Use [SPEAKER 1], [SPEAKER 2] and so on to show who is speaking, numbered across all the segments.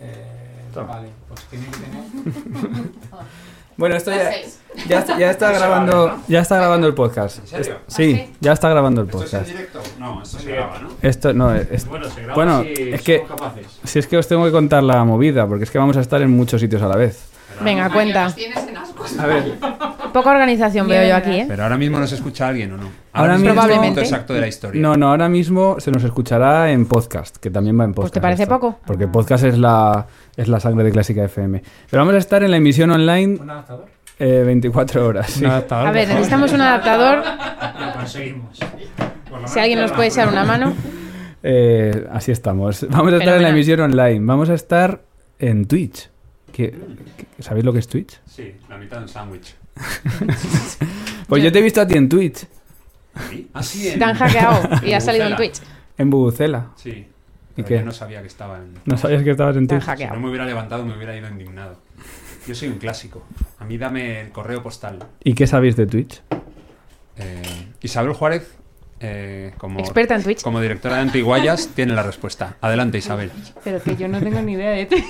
[SPEAKER 1] Eh,
[SPEAKER 2] esto.
[SPEAKER 3] Vale, pues tiene que tener.
[SPEAKER 2] Bueno, esto ya,
[SPEAKER 4] Las seis.
[SPEAKER 2] ya, está- ya está
[SPEAKER 1] Eso vale,
[SPEAKER 2] grabando,
[SPEAKER 1] ¿no?
[SPEAKER 2] ya está grabando el podcast.
[SPEAKER 1] ¿En serio?
[SPEAKER 2] Es- Sí,
[SPEAKER 4] sí?
[SPEAKER 2] ya está grabando el
[SPEAKER 1] ¿Esto es en
[SPEAKER 2] podcast.
[SPEAKER 1] directo? No, esto se
[SPEAKER 3] Sí.
[SPEAKER 1] graba, ¿no?
[SPEAKER 2] Esto no, es-
[SPEAKER 1] Bueno, se graba
[SPEAKER 2] Bueno,
[SPEAKER 1] si
[SPEAKER 2] es que-
[SPEAKER 1] somos capaces.
[SPEAKER 2] si es que os tengo que contar la movida, porque es que vamos a estar en muchos sitios a la vez.
[SPEAKER 5] Venga, cuenta.
[SPEAKER 4] Los tienes en ascuas.
[SPEAKER 2] A ver,
[SPEAKER 5] Poca organización veo yo aquí, ¿eh?
[SPEAKER 1] Pero ahora mismo nos escucha alguien o no.
[SPEAKER 2] Ahora
[SPEAKER 1] mismo es el
[SPEAKER 5] mismo-
[SPEAKER 1] momento exacto de la historia.
[SPEAKER 2] no, no, ahora mismo se nos escuchará en podcast, que también va en
[SPEAKER 5] Pues,
[SPEAKER 2] podcast.
[SPEAKER 5] ¿te parece
[SPEAKER 2] esto,
[SPEAKER 5] poco?
[SPEAKER 2] Porque podcast es la, es la sangre de Clásica FM. Pero vamos a estar en la emisión online
[SPEAKER 1] Pues
[SPEAKER 3] ¿Un adaptador?
[SPEAKER 2] eh, 24 horas. sí.
[SPEAKER 6] Un adaptador,
[SPEAKER 5] A ver,
[SPEAKER 6] por favor.
[SPEAKER 5] necesitamos un adaptador.
[SPEAKER 1] Lo conseguimos. Por lo
[SPEAKER 5] Si
[SPEAKER 1] menos
[SPEAKER 5] alguien nos
[SPEAKER 1] queda
[SPEAKER 5] puede echar una mano.
[SPEAKER 2] Eh, así estamos. Vamos a estar en la
[SPEAKER 5] Fenomenal.
[SPEAKER 2] emisión online. Vamos a estar en Twitch. ¿Qué- qué- ¿Sabéis lo que es Twitch?
[SPEAKER 1] Sí, la mitad del sándwich.
[SPEAKER 2] Pues yo te he visto a ti en Twitch,
[SPEAKER 1] ¿Sí? Ah, sí, en-
[SPEAKER 5] Te han hackeado y
[SPEAKER 1] en
[SPEAKER 5] ha salido en
[SPEAKER 1] Bucela.
[SPEAKER 5] Twitch.
[SPEAKER 2] en Bubucela.
[SPEAKER 1] Sí.
[SPEAKER 2] ¿Y
[SPEAKER 1] Pero
[SPEAKER 2] qué?
[SPEAKER 1] Yo no sabía que estaba en...
[SPEAKER 2] No sabías que estabas en
[SPEAKER 5] Te han
[SPEAKER 2] Twitch.
[SPEAKER 1] Si no
[SPEAKER 5] hackeado.
[SPEAKER 1] me hubiera levantado me hubiera ido indignado. Yo soy un clásico. A mí dame el correo postal.
[SPEAKER 2] ¿Y qué sabéis de Twitch?
[SPEAKER 1] Eh, Isabel Juárez, eh, como,
[SPEAKER 5] Experta en Twitch.
[SPEAKER 1] como directora de Antiguayas, tiene la respuesta. Adelante, Isabel.
[SPEAKER 7] Pero que yo no tengo ni idea ¿eh? de ti.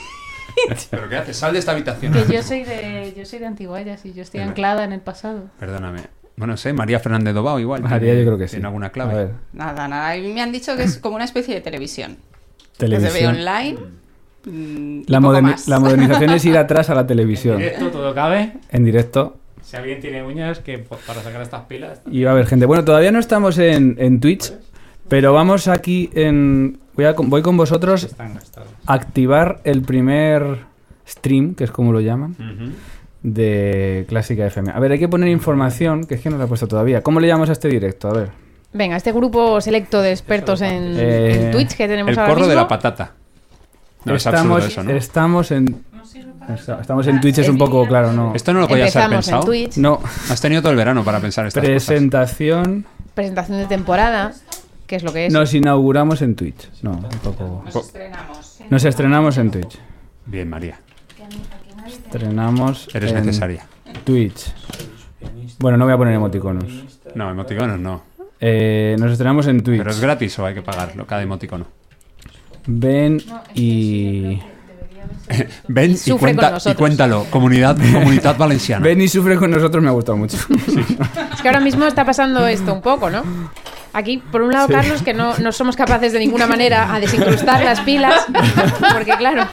[SPEAKER 1] ¿Pero qué haces? Sal de esta habitación.
[SPEAKER 7] Que yo soy de, yo soy de Antiguayas y yo estoy
[SPEAKER 1] Venga.
[SPEAKER 7] anclada en el pasado.
[SPEAKER 1] Perdóname. Bueno, sé, María Fernández Dobao igual.
[SPEAKER 2] María,
[SPEAKER 1] tiene-
[SPEAKER 2] Ah, yo creo que sí.
[SPEAKER 1] Tiene alguna
[SPEAKER 2] A
[SPEAKER 1] clave.
[SPEAKER 2] ver,
[SPEAKER 4] Nada, nada. A mí Me han dicho que es como una especie de televisión. Que se ve
[SPEAKER 2] televisión.
[SPEAKER 4] online. mm, y
[SPEAKER 2] La,
[SPEAKER 4] poco
[SPEAKER 2] moderni-
[SPEAKER 4] más.
[SPEAKER 2] la modernización es ir atrás a la televisión.
[SPEAKER 6] Directo, todo cabe.
[SPEAKER 2] En directo.
[SPEAKER 6] Si alguien tiene uñas, que pues, para sacar estas pilas.
[SPEAKER 2] Y va a haber gente. Bueno, todavía no estamos en, en Twitch, pero vamos aquí en. Voy, a con- voy con vosotros
[SPEAKER 3] Están gastados.
[SPEAKER 2] a activar el primer stream, que es como lo llaman,
[SPEAKER 1] Ujú.
[SPEAKER 2] de Clásica FM. A ver, hay que poner información, que es que no la he puesto todavía. ¿Cómo le llamamos a este directo? A ver.
[SPEAKER 5] Venga, este grupo selecto de expertos en,
[SPEAKER 2] Eh,
[SPEAKER 5] en Twitch que tenemos
[SPEAKER 1] El
[SPEAKER 5] ahora
[SPEAKER 1] corro
[SPEAKER 5] mismo.
[SPEAKER 1] de la patata. No, es absurdo
[SPEAKER 2] estamos,
[SPEAKER 1] eso, ¿no?
[SPEAKER 2] estamos en. Estamos en Twitch, es un poco, claro, no.
[SPEAKER 1] Esto no lo podías haber
[SPEAKER 5] Empezamos en
[SPEAKER 1] pensado.
[SPEAKER 5] Twitch,
[SPEAKER 2] No.
[SPEAKER 1] Has tenido todo el verano para pensar estas cosas.
[SPEAKER 2] Presentación.
[SPEAKER 5] presentación de temporada, que es lo que es.
[SPEAKER 2] Nos inauguramos en Twitch. No, un poco.
[SPEAKER 4] Nos estrenamos.
[SPEAKER 2] Nos estrenamos en Twitch.
[SPEAKER 1] Bien, María.
[SPEAKER 2] Estrenamos.
[SPEAKER 1] Eres
[SPEAKER 2] en
[SPEAKER 1] necesaria.
[SPEAKER 2] Twitch. Bueno, no voy a poner emoticonos.
[SPEAKER 1] No, emoticonos no.
[SPEAKER 2] Eh, nos estrenamos en Twitch.
[SPEAKER 1] ¿Pero es gratis o hay que pagarlo cada emoticono?
[SPEAKER 2] Ven y.
[SPEAKER 1] Ven y,
[SPEAKER 5] Sufre
[SPEAKER 1] cuenta-
[SPEAKER 5] con
[SPEAKER 1] y
[SPEAKER 5] nosotros.
[SPEAKER 1] cuéntalo, comunidad, comunidad valenciana.
[SPEAKER 2] Ven y sufre con nosotros, me ha gustado mucho.
[SPEAKER 5] Es que ahora mismo está pasando esto un poco, ¿no? Aquí, por un lado, Carlos, que no, no somos capaces de ninguna manera a desincrustar las pilas, porque claro,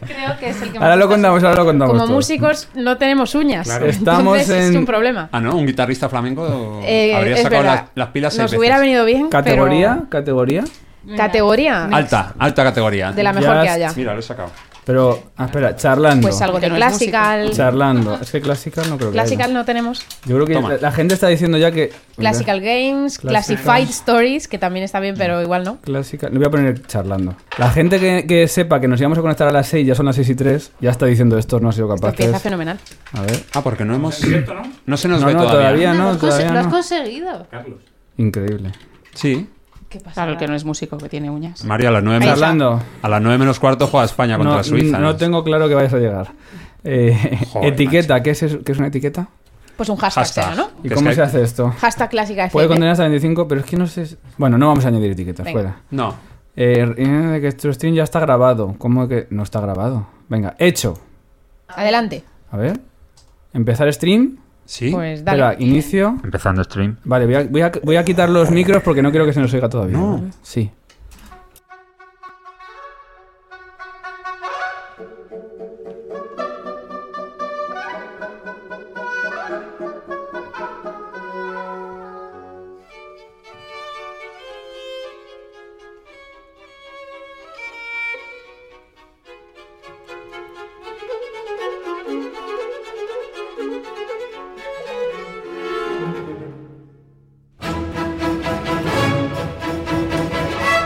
[SPEAKER 7] Creo que es el que
[SPEAKER 2] Ahora lo contamos, ahora lo contamos.
[SPEAKER 5] como
[SPEAKER 2] todo.
[SPEAKER 5] músicos no tenemos uñas.
[SPEAKER 2] Claro. Estamos
[SPEAKER 5] entonces es
[SPEAKER 2] en-
[SPEAKER 5] un problema.
[SPEAKER 1] Ah, ¿no? Un guitarrista flamenco
[SPEAKER 5] Eh,
[SPEAKER 1] habría
[SPEAKER 5] es
[SPEAKER 1] sacado
[SPEAKER 5] verdad.
[SPEAKER 1] las, las pilas seis
[SPEAKER 5] Nos
[SPEAKER 1] veces.
[SPEAKER 5] hubiera venido bien.
[SPEAKER 2] Categoría, categoría.
[SPEAKER 5] pero- Categoría.
[SPEAKER 1] Alta, alta categoría. ¿eh?
[SPEAKER 5] De la mejor
[SPEAKER 2] Ya
[SPEAKER 5] que
[SPEAKER 2] es-
[SPEAKER 5] haya.
[SPEAKER 1] Mira, lo he sacado.
[SPEAKER 2] Pero, ah, espera, charlando.
[SPEAKER 5] Pues algo de
[SPEAKER 7] Porque no es
[SPEAKER 5] classical.
[SPEAKER 2] Charlando. Es que Classical no creo que haya.
[SPEAKER 5] Classical no tenemos.
[SPEAKER 2] Yo creo que
[SPEAKER 1] Toma.
[SPEAKER 2] la, la gente está diciendo ya que.
[SPEAKER 5] Classical Games,
[SPEAKER 2] Classical.
[SPEAKER 5] Classified Stories, que también está bien, pero igual no.
[SPEAKER 2] Clásica. Le voy a poner charlando. La gente que, que sepa que nos íbamos a conectar a las 6, ya son las 6 y 3, ya está diciendo esto, no ha sido
[SPEAKER 5] Esto
[SPEAKER 2] capaz.
[SPEAKER 5] empieza fenomenal.
[SPEAKER 2] A ver.
[SPEAKER 1] Ah, porque no hemos... No se nos
[SPEAKER 2] No,
[SPEAKER 1] ve
[SPEAKER 2] no,
[SPEAKER 1] todavía.
[SPEAKER 2] todavía no,
[SPEAKER 7] lo, has conse-
[SPEAKER 2] todavía
[SPEAKER 7] lo has
[SPEAKER 2] no.
[SPEAKER 7] conseguido.
[SPEAKER 6] Carlos.
[SPEAKER 2] Increíble.
[SPEAKER 1] Sí.
[SPEAKER 7] ¿Qué pasa? Claro, el que no es músico, que tiene
[SPEAKER 4] Mm.
[SPEAKER 7] uñas.
[SPEAKER 1] María, a las 9
[SPEAKER 5] Ahí está.
[SPEAKER 2] Charlando.
[SPEAKER 1] A las 9 menos cuarto juega España contra
[SPEAKER 2] No,
[SPEAKER 1] Suiza. ¿eh?
[SPEAKER 2] no tengo claro que vayas a llegar. Eh,
[SPEAKER 1] Joder,
[SPEAKER 2] etiqueta, ¿qué es, eso- qué es una etiqueta?
[SPEAKER 5] Pues un hashtag, será,
[SPEAKER 1] Hashtag.
[SPEAKER 5] ¿no?
[SPEAKER 2] ¿Y
[SPEAKER 1] Que
[SPEAKER 2] cómo
[SPEAKER 1] es que-
[SPEAKER 2] se hace esto?
[SPEAKER 5] Hashtag clásica FM.
[SPEAKER 2] Puede contener hasta 25, pero es que no sé. si- Bueno, no vamos a añadir etiquetas,
[SPEAKER 5] Venga.
[SPEAKER 2] fuera.
[SPEAKER 1] No.
[SPEAKER 2] Eh, eh, que tu stream ya está grabado. ¿Cómo que no está grabado? Venga, hecho.
[SPEAKER 5] Adelante.
[SPEAKER 2] A ver. Empezar stream.
[SPEAKER 1] ¿Sí?
[SPEAKER 5] Pues dale.
[SPEAKER 2] Espera, inicio.
[SPEAKER 1] Empezando stream.
[SPEAKER 2] Vale, voy a, voy, a, voy a quitar los micros porque no quiero que se nos oiga todavía.
[SPEAKER 1] No.
[SPEAKER 2] ¿vale? Sí.
[SPEAKER 8] Thank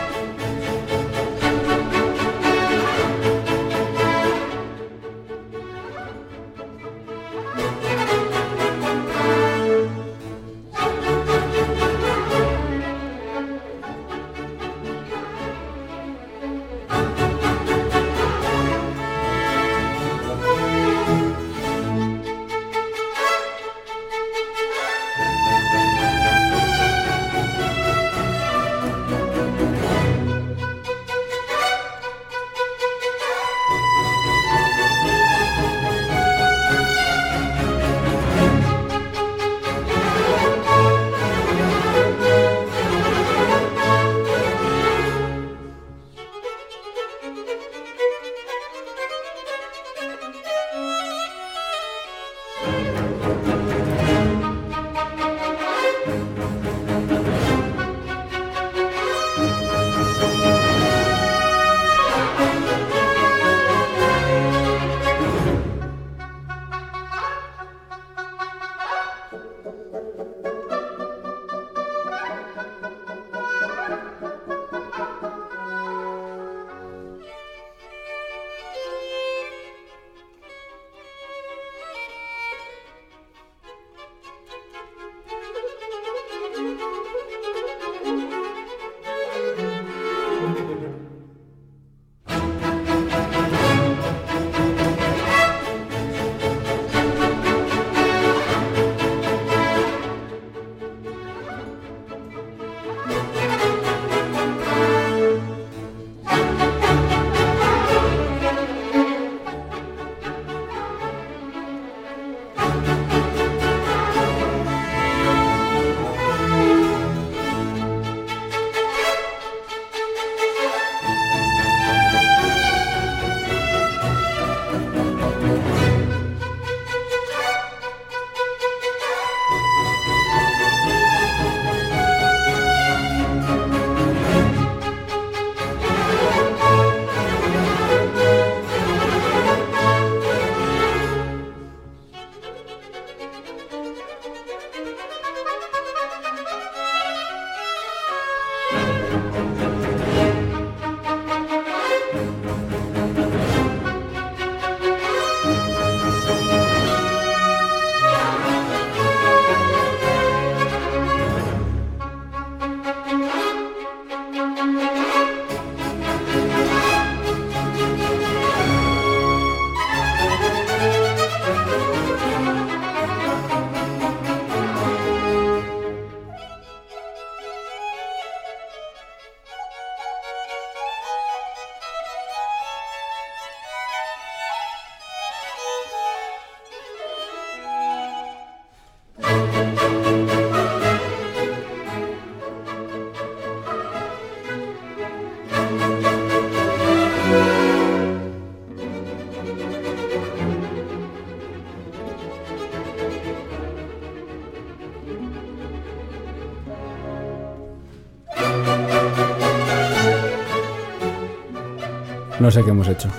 [SPEAKER 2] No sé qué hemos hecho.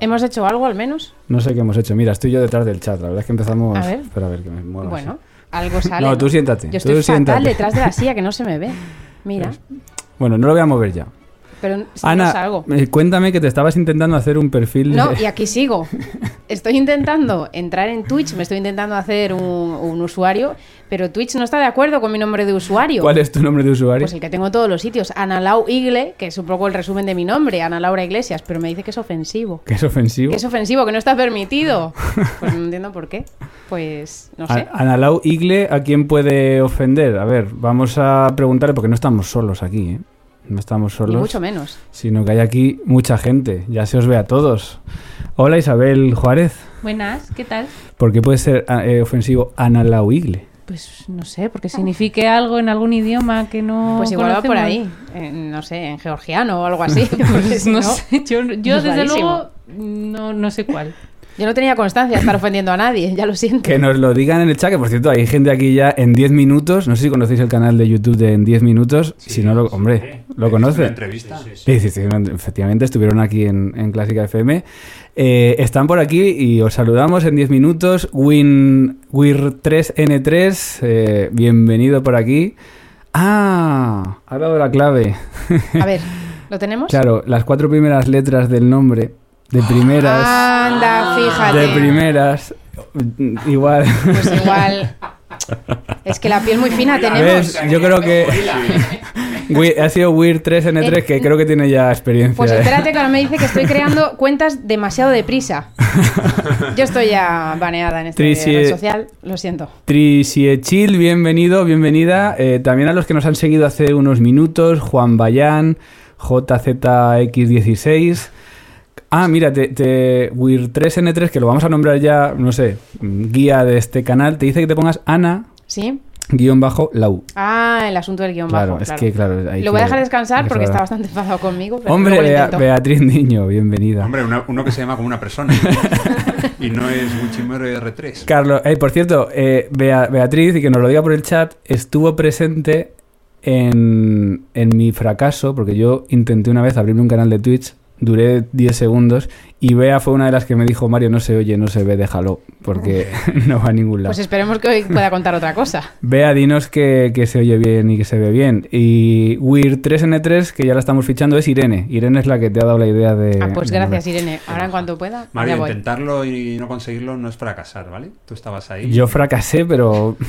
[SPEAKER 5] ¿Hemos hecho algo al menos?
[SPEAKER 2] No sé qué hemos hecho. Mira, estoy yo detrás del chat. La verdad es que empezamos.
[SPEAKER 5] A ver.
[SPEAKER 2] Espera, a ver, que me muero
[SPEAKER 5] bueno,
[SPEAKER 2] así.
[SPEAKER 5] algo sale.
[SPEAKER 2] No, tú siéntate.
[SPEAKER 5] Yo estoy
[SPEAKER 2] tú
[SPEAKER 5] fatal
[SPEAKER 2] siéntate.
[SPEAKER 5] detrás de la silla, que no se me ve. Mira,
[SPEAKER 2] Bueno, no lo voy a mover ya.
[SPEAKER 5] pero si no
[SPEAKER 2] Ana,
[SPEAKER 5] salgo.
[SPEAKER 2] eh, cuéntame que te estabas intentando hacer un perfil.
[SPEAKER 5] No,
[SPEAKER 2] de-
[SPEAKER 5] y aquí sigo. Estoy intentando entrar en Twitch, me estoy intentando hacer un, un usuario, pero Twitch no está de acuerdo con mi nombre de usuario.
[SPEAKER 2] ¿Cuál es tu nombre de usuario?
[SPEAKER 5] Pues el que tengo en todos los sitios, Ana Lau Igle, que es un poco el resumen de mi nombre, Ana Laura Iglesias, pero me dice que es ofensivo.
[SPEAKER 2] que es ofensivo.
[SPEAKER 5] Que es ofensivo, que no está permitido. Pues no entiendo por qué. Pues no sé.
[SPEAKER 2] A- Analau Igle, ¿a quién puede ofender? A ver, vamos a preguntarle porque no estamos solos aquí, ¿eh? No estamos
[SPEAKER 5] Ni
[SPEAKER 2] solos.
[SPEAKER 5] mucho menos.
[SPEAKER 2] Sino que hay aquí mucha gente. Ya se os ve a todos. Hola Isabel Juárez.
[SPEAKER 7] Buenas, ¿qué tal?
[SPEAKER 2] ¿Por qué puede ser ah, eh, ofensivo Analau Igle?
[SPEAKER 7] Pues no sé, porque signifique algo en algún idioma que no.
[SPEAKER 5] Pues igual va por
[SPEAKER 7] conocemos.
[SPEAKER 5] ahí. en- no sé, en georgiano o algo así. Porque
[SPEAKER 7] Pues
[SPEAKER 5] si
[SPEAKER 7] no, Pues
[SPEAKER 5] no-
[SPEAKER 7] sé, yo, yo
[SPEAKER 5] Es
[SPEAKER 7] desde
[SPEAKER 5] rarísimo.
[SPEAKER 7] luego no, no sé cuál.
[SPEAKER 5] Yo no tenía constancia de estar ofendiendo a nadie, ya lo siento.
[SPEAKER 2] Que nos lo digan en el chat, que por cierto, hay gente aquí ya en 10 minutos. No sé si conocéis el canal de YouTube de En 10 minutos.
[SPEAKER 1] Sí,
[SPEAKER 2] si no lo.
[SPEAKER 1] sí.
[SPEAKER 2] Hombre,
[SPEAKER 1] ¿Es
[SPEAKER 2] ¿lo
[SPEAKER 1] una
[SPEAKER 2] conocen?
[SPEAKER 1] entrevista?
[SPEAKER 2] Sí, sí, sí, efectivamente, estuvieron aquí en, en Clásica FM. Eh, están por aquí y os saludamos en 10 minutos. Win, Wir3N3, eh, bienvenido por aquí. Ah, ha dado la clave.
[SPEAKER 5] A ver, ¿lo tenemos?
[SPEAKER 2] Claro, las cuatro primeras letras del nombre, de
[SPEAKER 5] Ah,
[SPEAKER 2] primeras,
[SPEAKER 5] Anda, fíjate.
[SPEAKER 2] de primeras, igual.
[SPEAKER 5] Pues igual. Es que la piel muy fina tenemos.
[SPEAKER 2] ¿Ves? Yo creo que Wi- ha sido Weird3N3 que creo que tiene ya experiencia.
[SPEAKER 5] Eh, Pues
[SPEAKER 2] ¿eh?
[SPEAKER 5] espérate que ahora me dice que estoy creando cuentas demasiado deprisa. Yo estoy ya baneada en este
[SPEAKER 2] Trisi-
[SPEAKER 5] red social, lo siento.
[SPEAKER 2] Trisiechil, bienvenido, bienvenida. Eh, también a los que nos han seguido hace unos minutos, Juan Bayán, JZX16. Ah, mira, te, te- Weird3N3, que lo vamos a nombrar ya, no sé, mm, guía de este canal, te dice que te pongas Ana-Lau.
[SPEAKER 5] ¿Sí? Ah, el asunto del guión
[SPEAKER 2] Claro,
[SPEAKER 5] bajo.
[SPEAKER 2] es
[SPEAKER 5] claro.
[SPEAKER 2] que claro. hay
[SPEAKER 5] lo voy
[SPEAKER 2] que-
[SPEAKER 5] a dejar
[SPEAKER 2] hay
[SPEAKER 5] descansar
[SPEAKER 2] que
[SPEAKER 5] porque está
[SPEAKER 2] saber.
[SPEAKER 5] bastante enfadado conmigo. pero
[SPEAKER 2] Hombre,
[SPEAKER 5] luego lo
[SPEAKER 2] Bea-
[SPEAKER 5] intento.
[SPEAKER 2] Beatriz Niño, bienvenida.
[SPEAKER 1] Hombre, una- uno que se llama como una persona. y no es Wichimero R3.
[SPEAKER 2] Carlos, eh, por cierto, eh, Bea- Beatriz, y que nos lo diga por el chat, estuvo presente en, en mi fracaso, porque yo intenté una vez abrirme un canal de Twitch, duré 10 segundos, y Bea fue una de las que me dijo, Mario, no se oye, no se ve, déjalo, porque no va a ningún lado.
[SPEAKER 5] Pues esperemos que hoy pueda contar otra cosa.
[SPEAKER 2] Bea, dinos que, que se oye bien y que se ve bien. Y Weird3N3, que ya la estamos fichando, es Irene. Irene es la que te ha dado la idea de...
[SPEAKER 5] ah, pues
[SPEAKER 2] de
[SPEAKER 5] gracias, Irene. Ahora en cuanto pueda, ya
[SPEAKER 1] Mario,
[SPEAKER 5] voy.
[SPEAKER 1] intentarlo y no conseguirlo no es fracasar, ¿vale? Tú estabas ahí.
[SPEAKER 2] Yo fracasé, pero...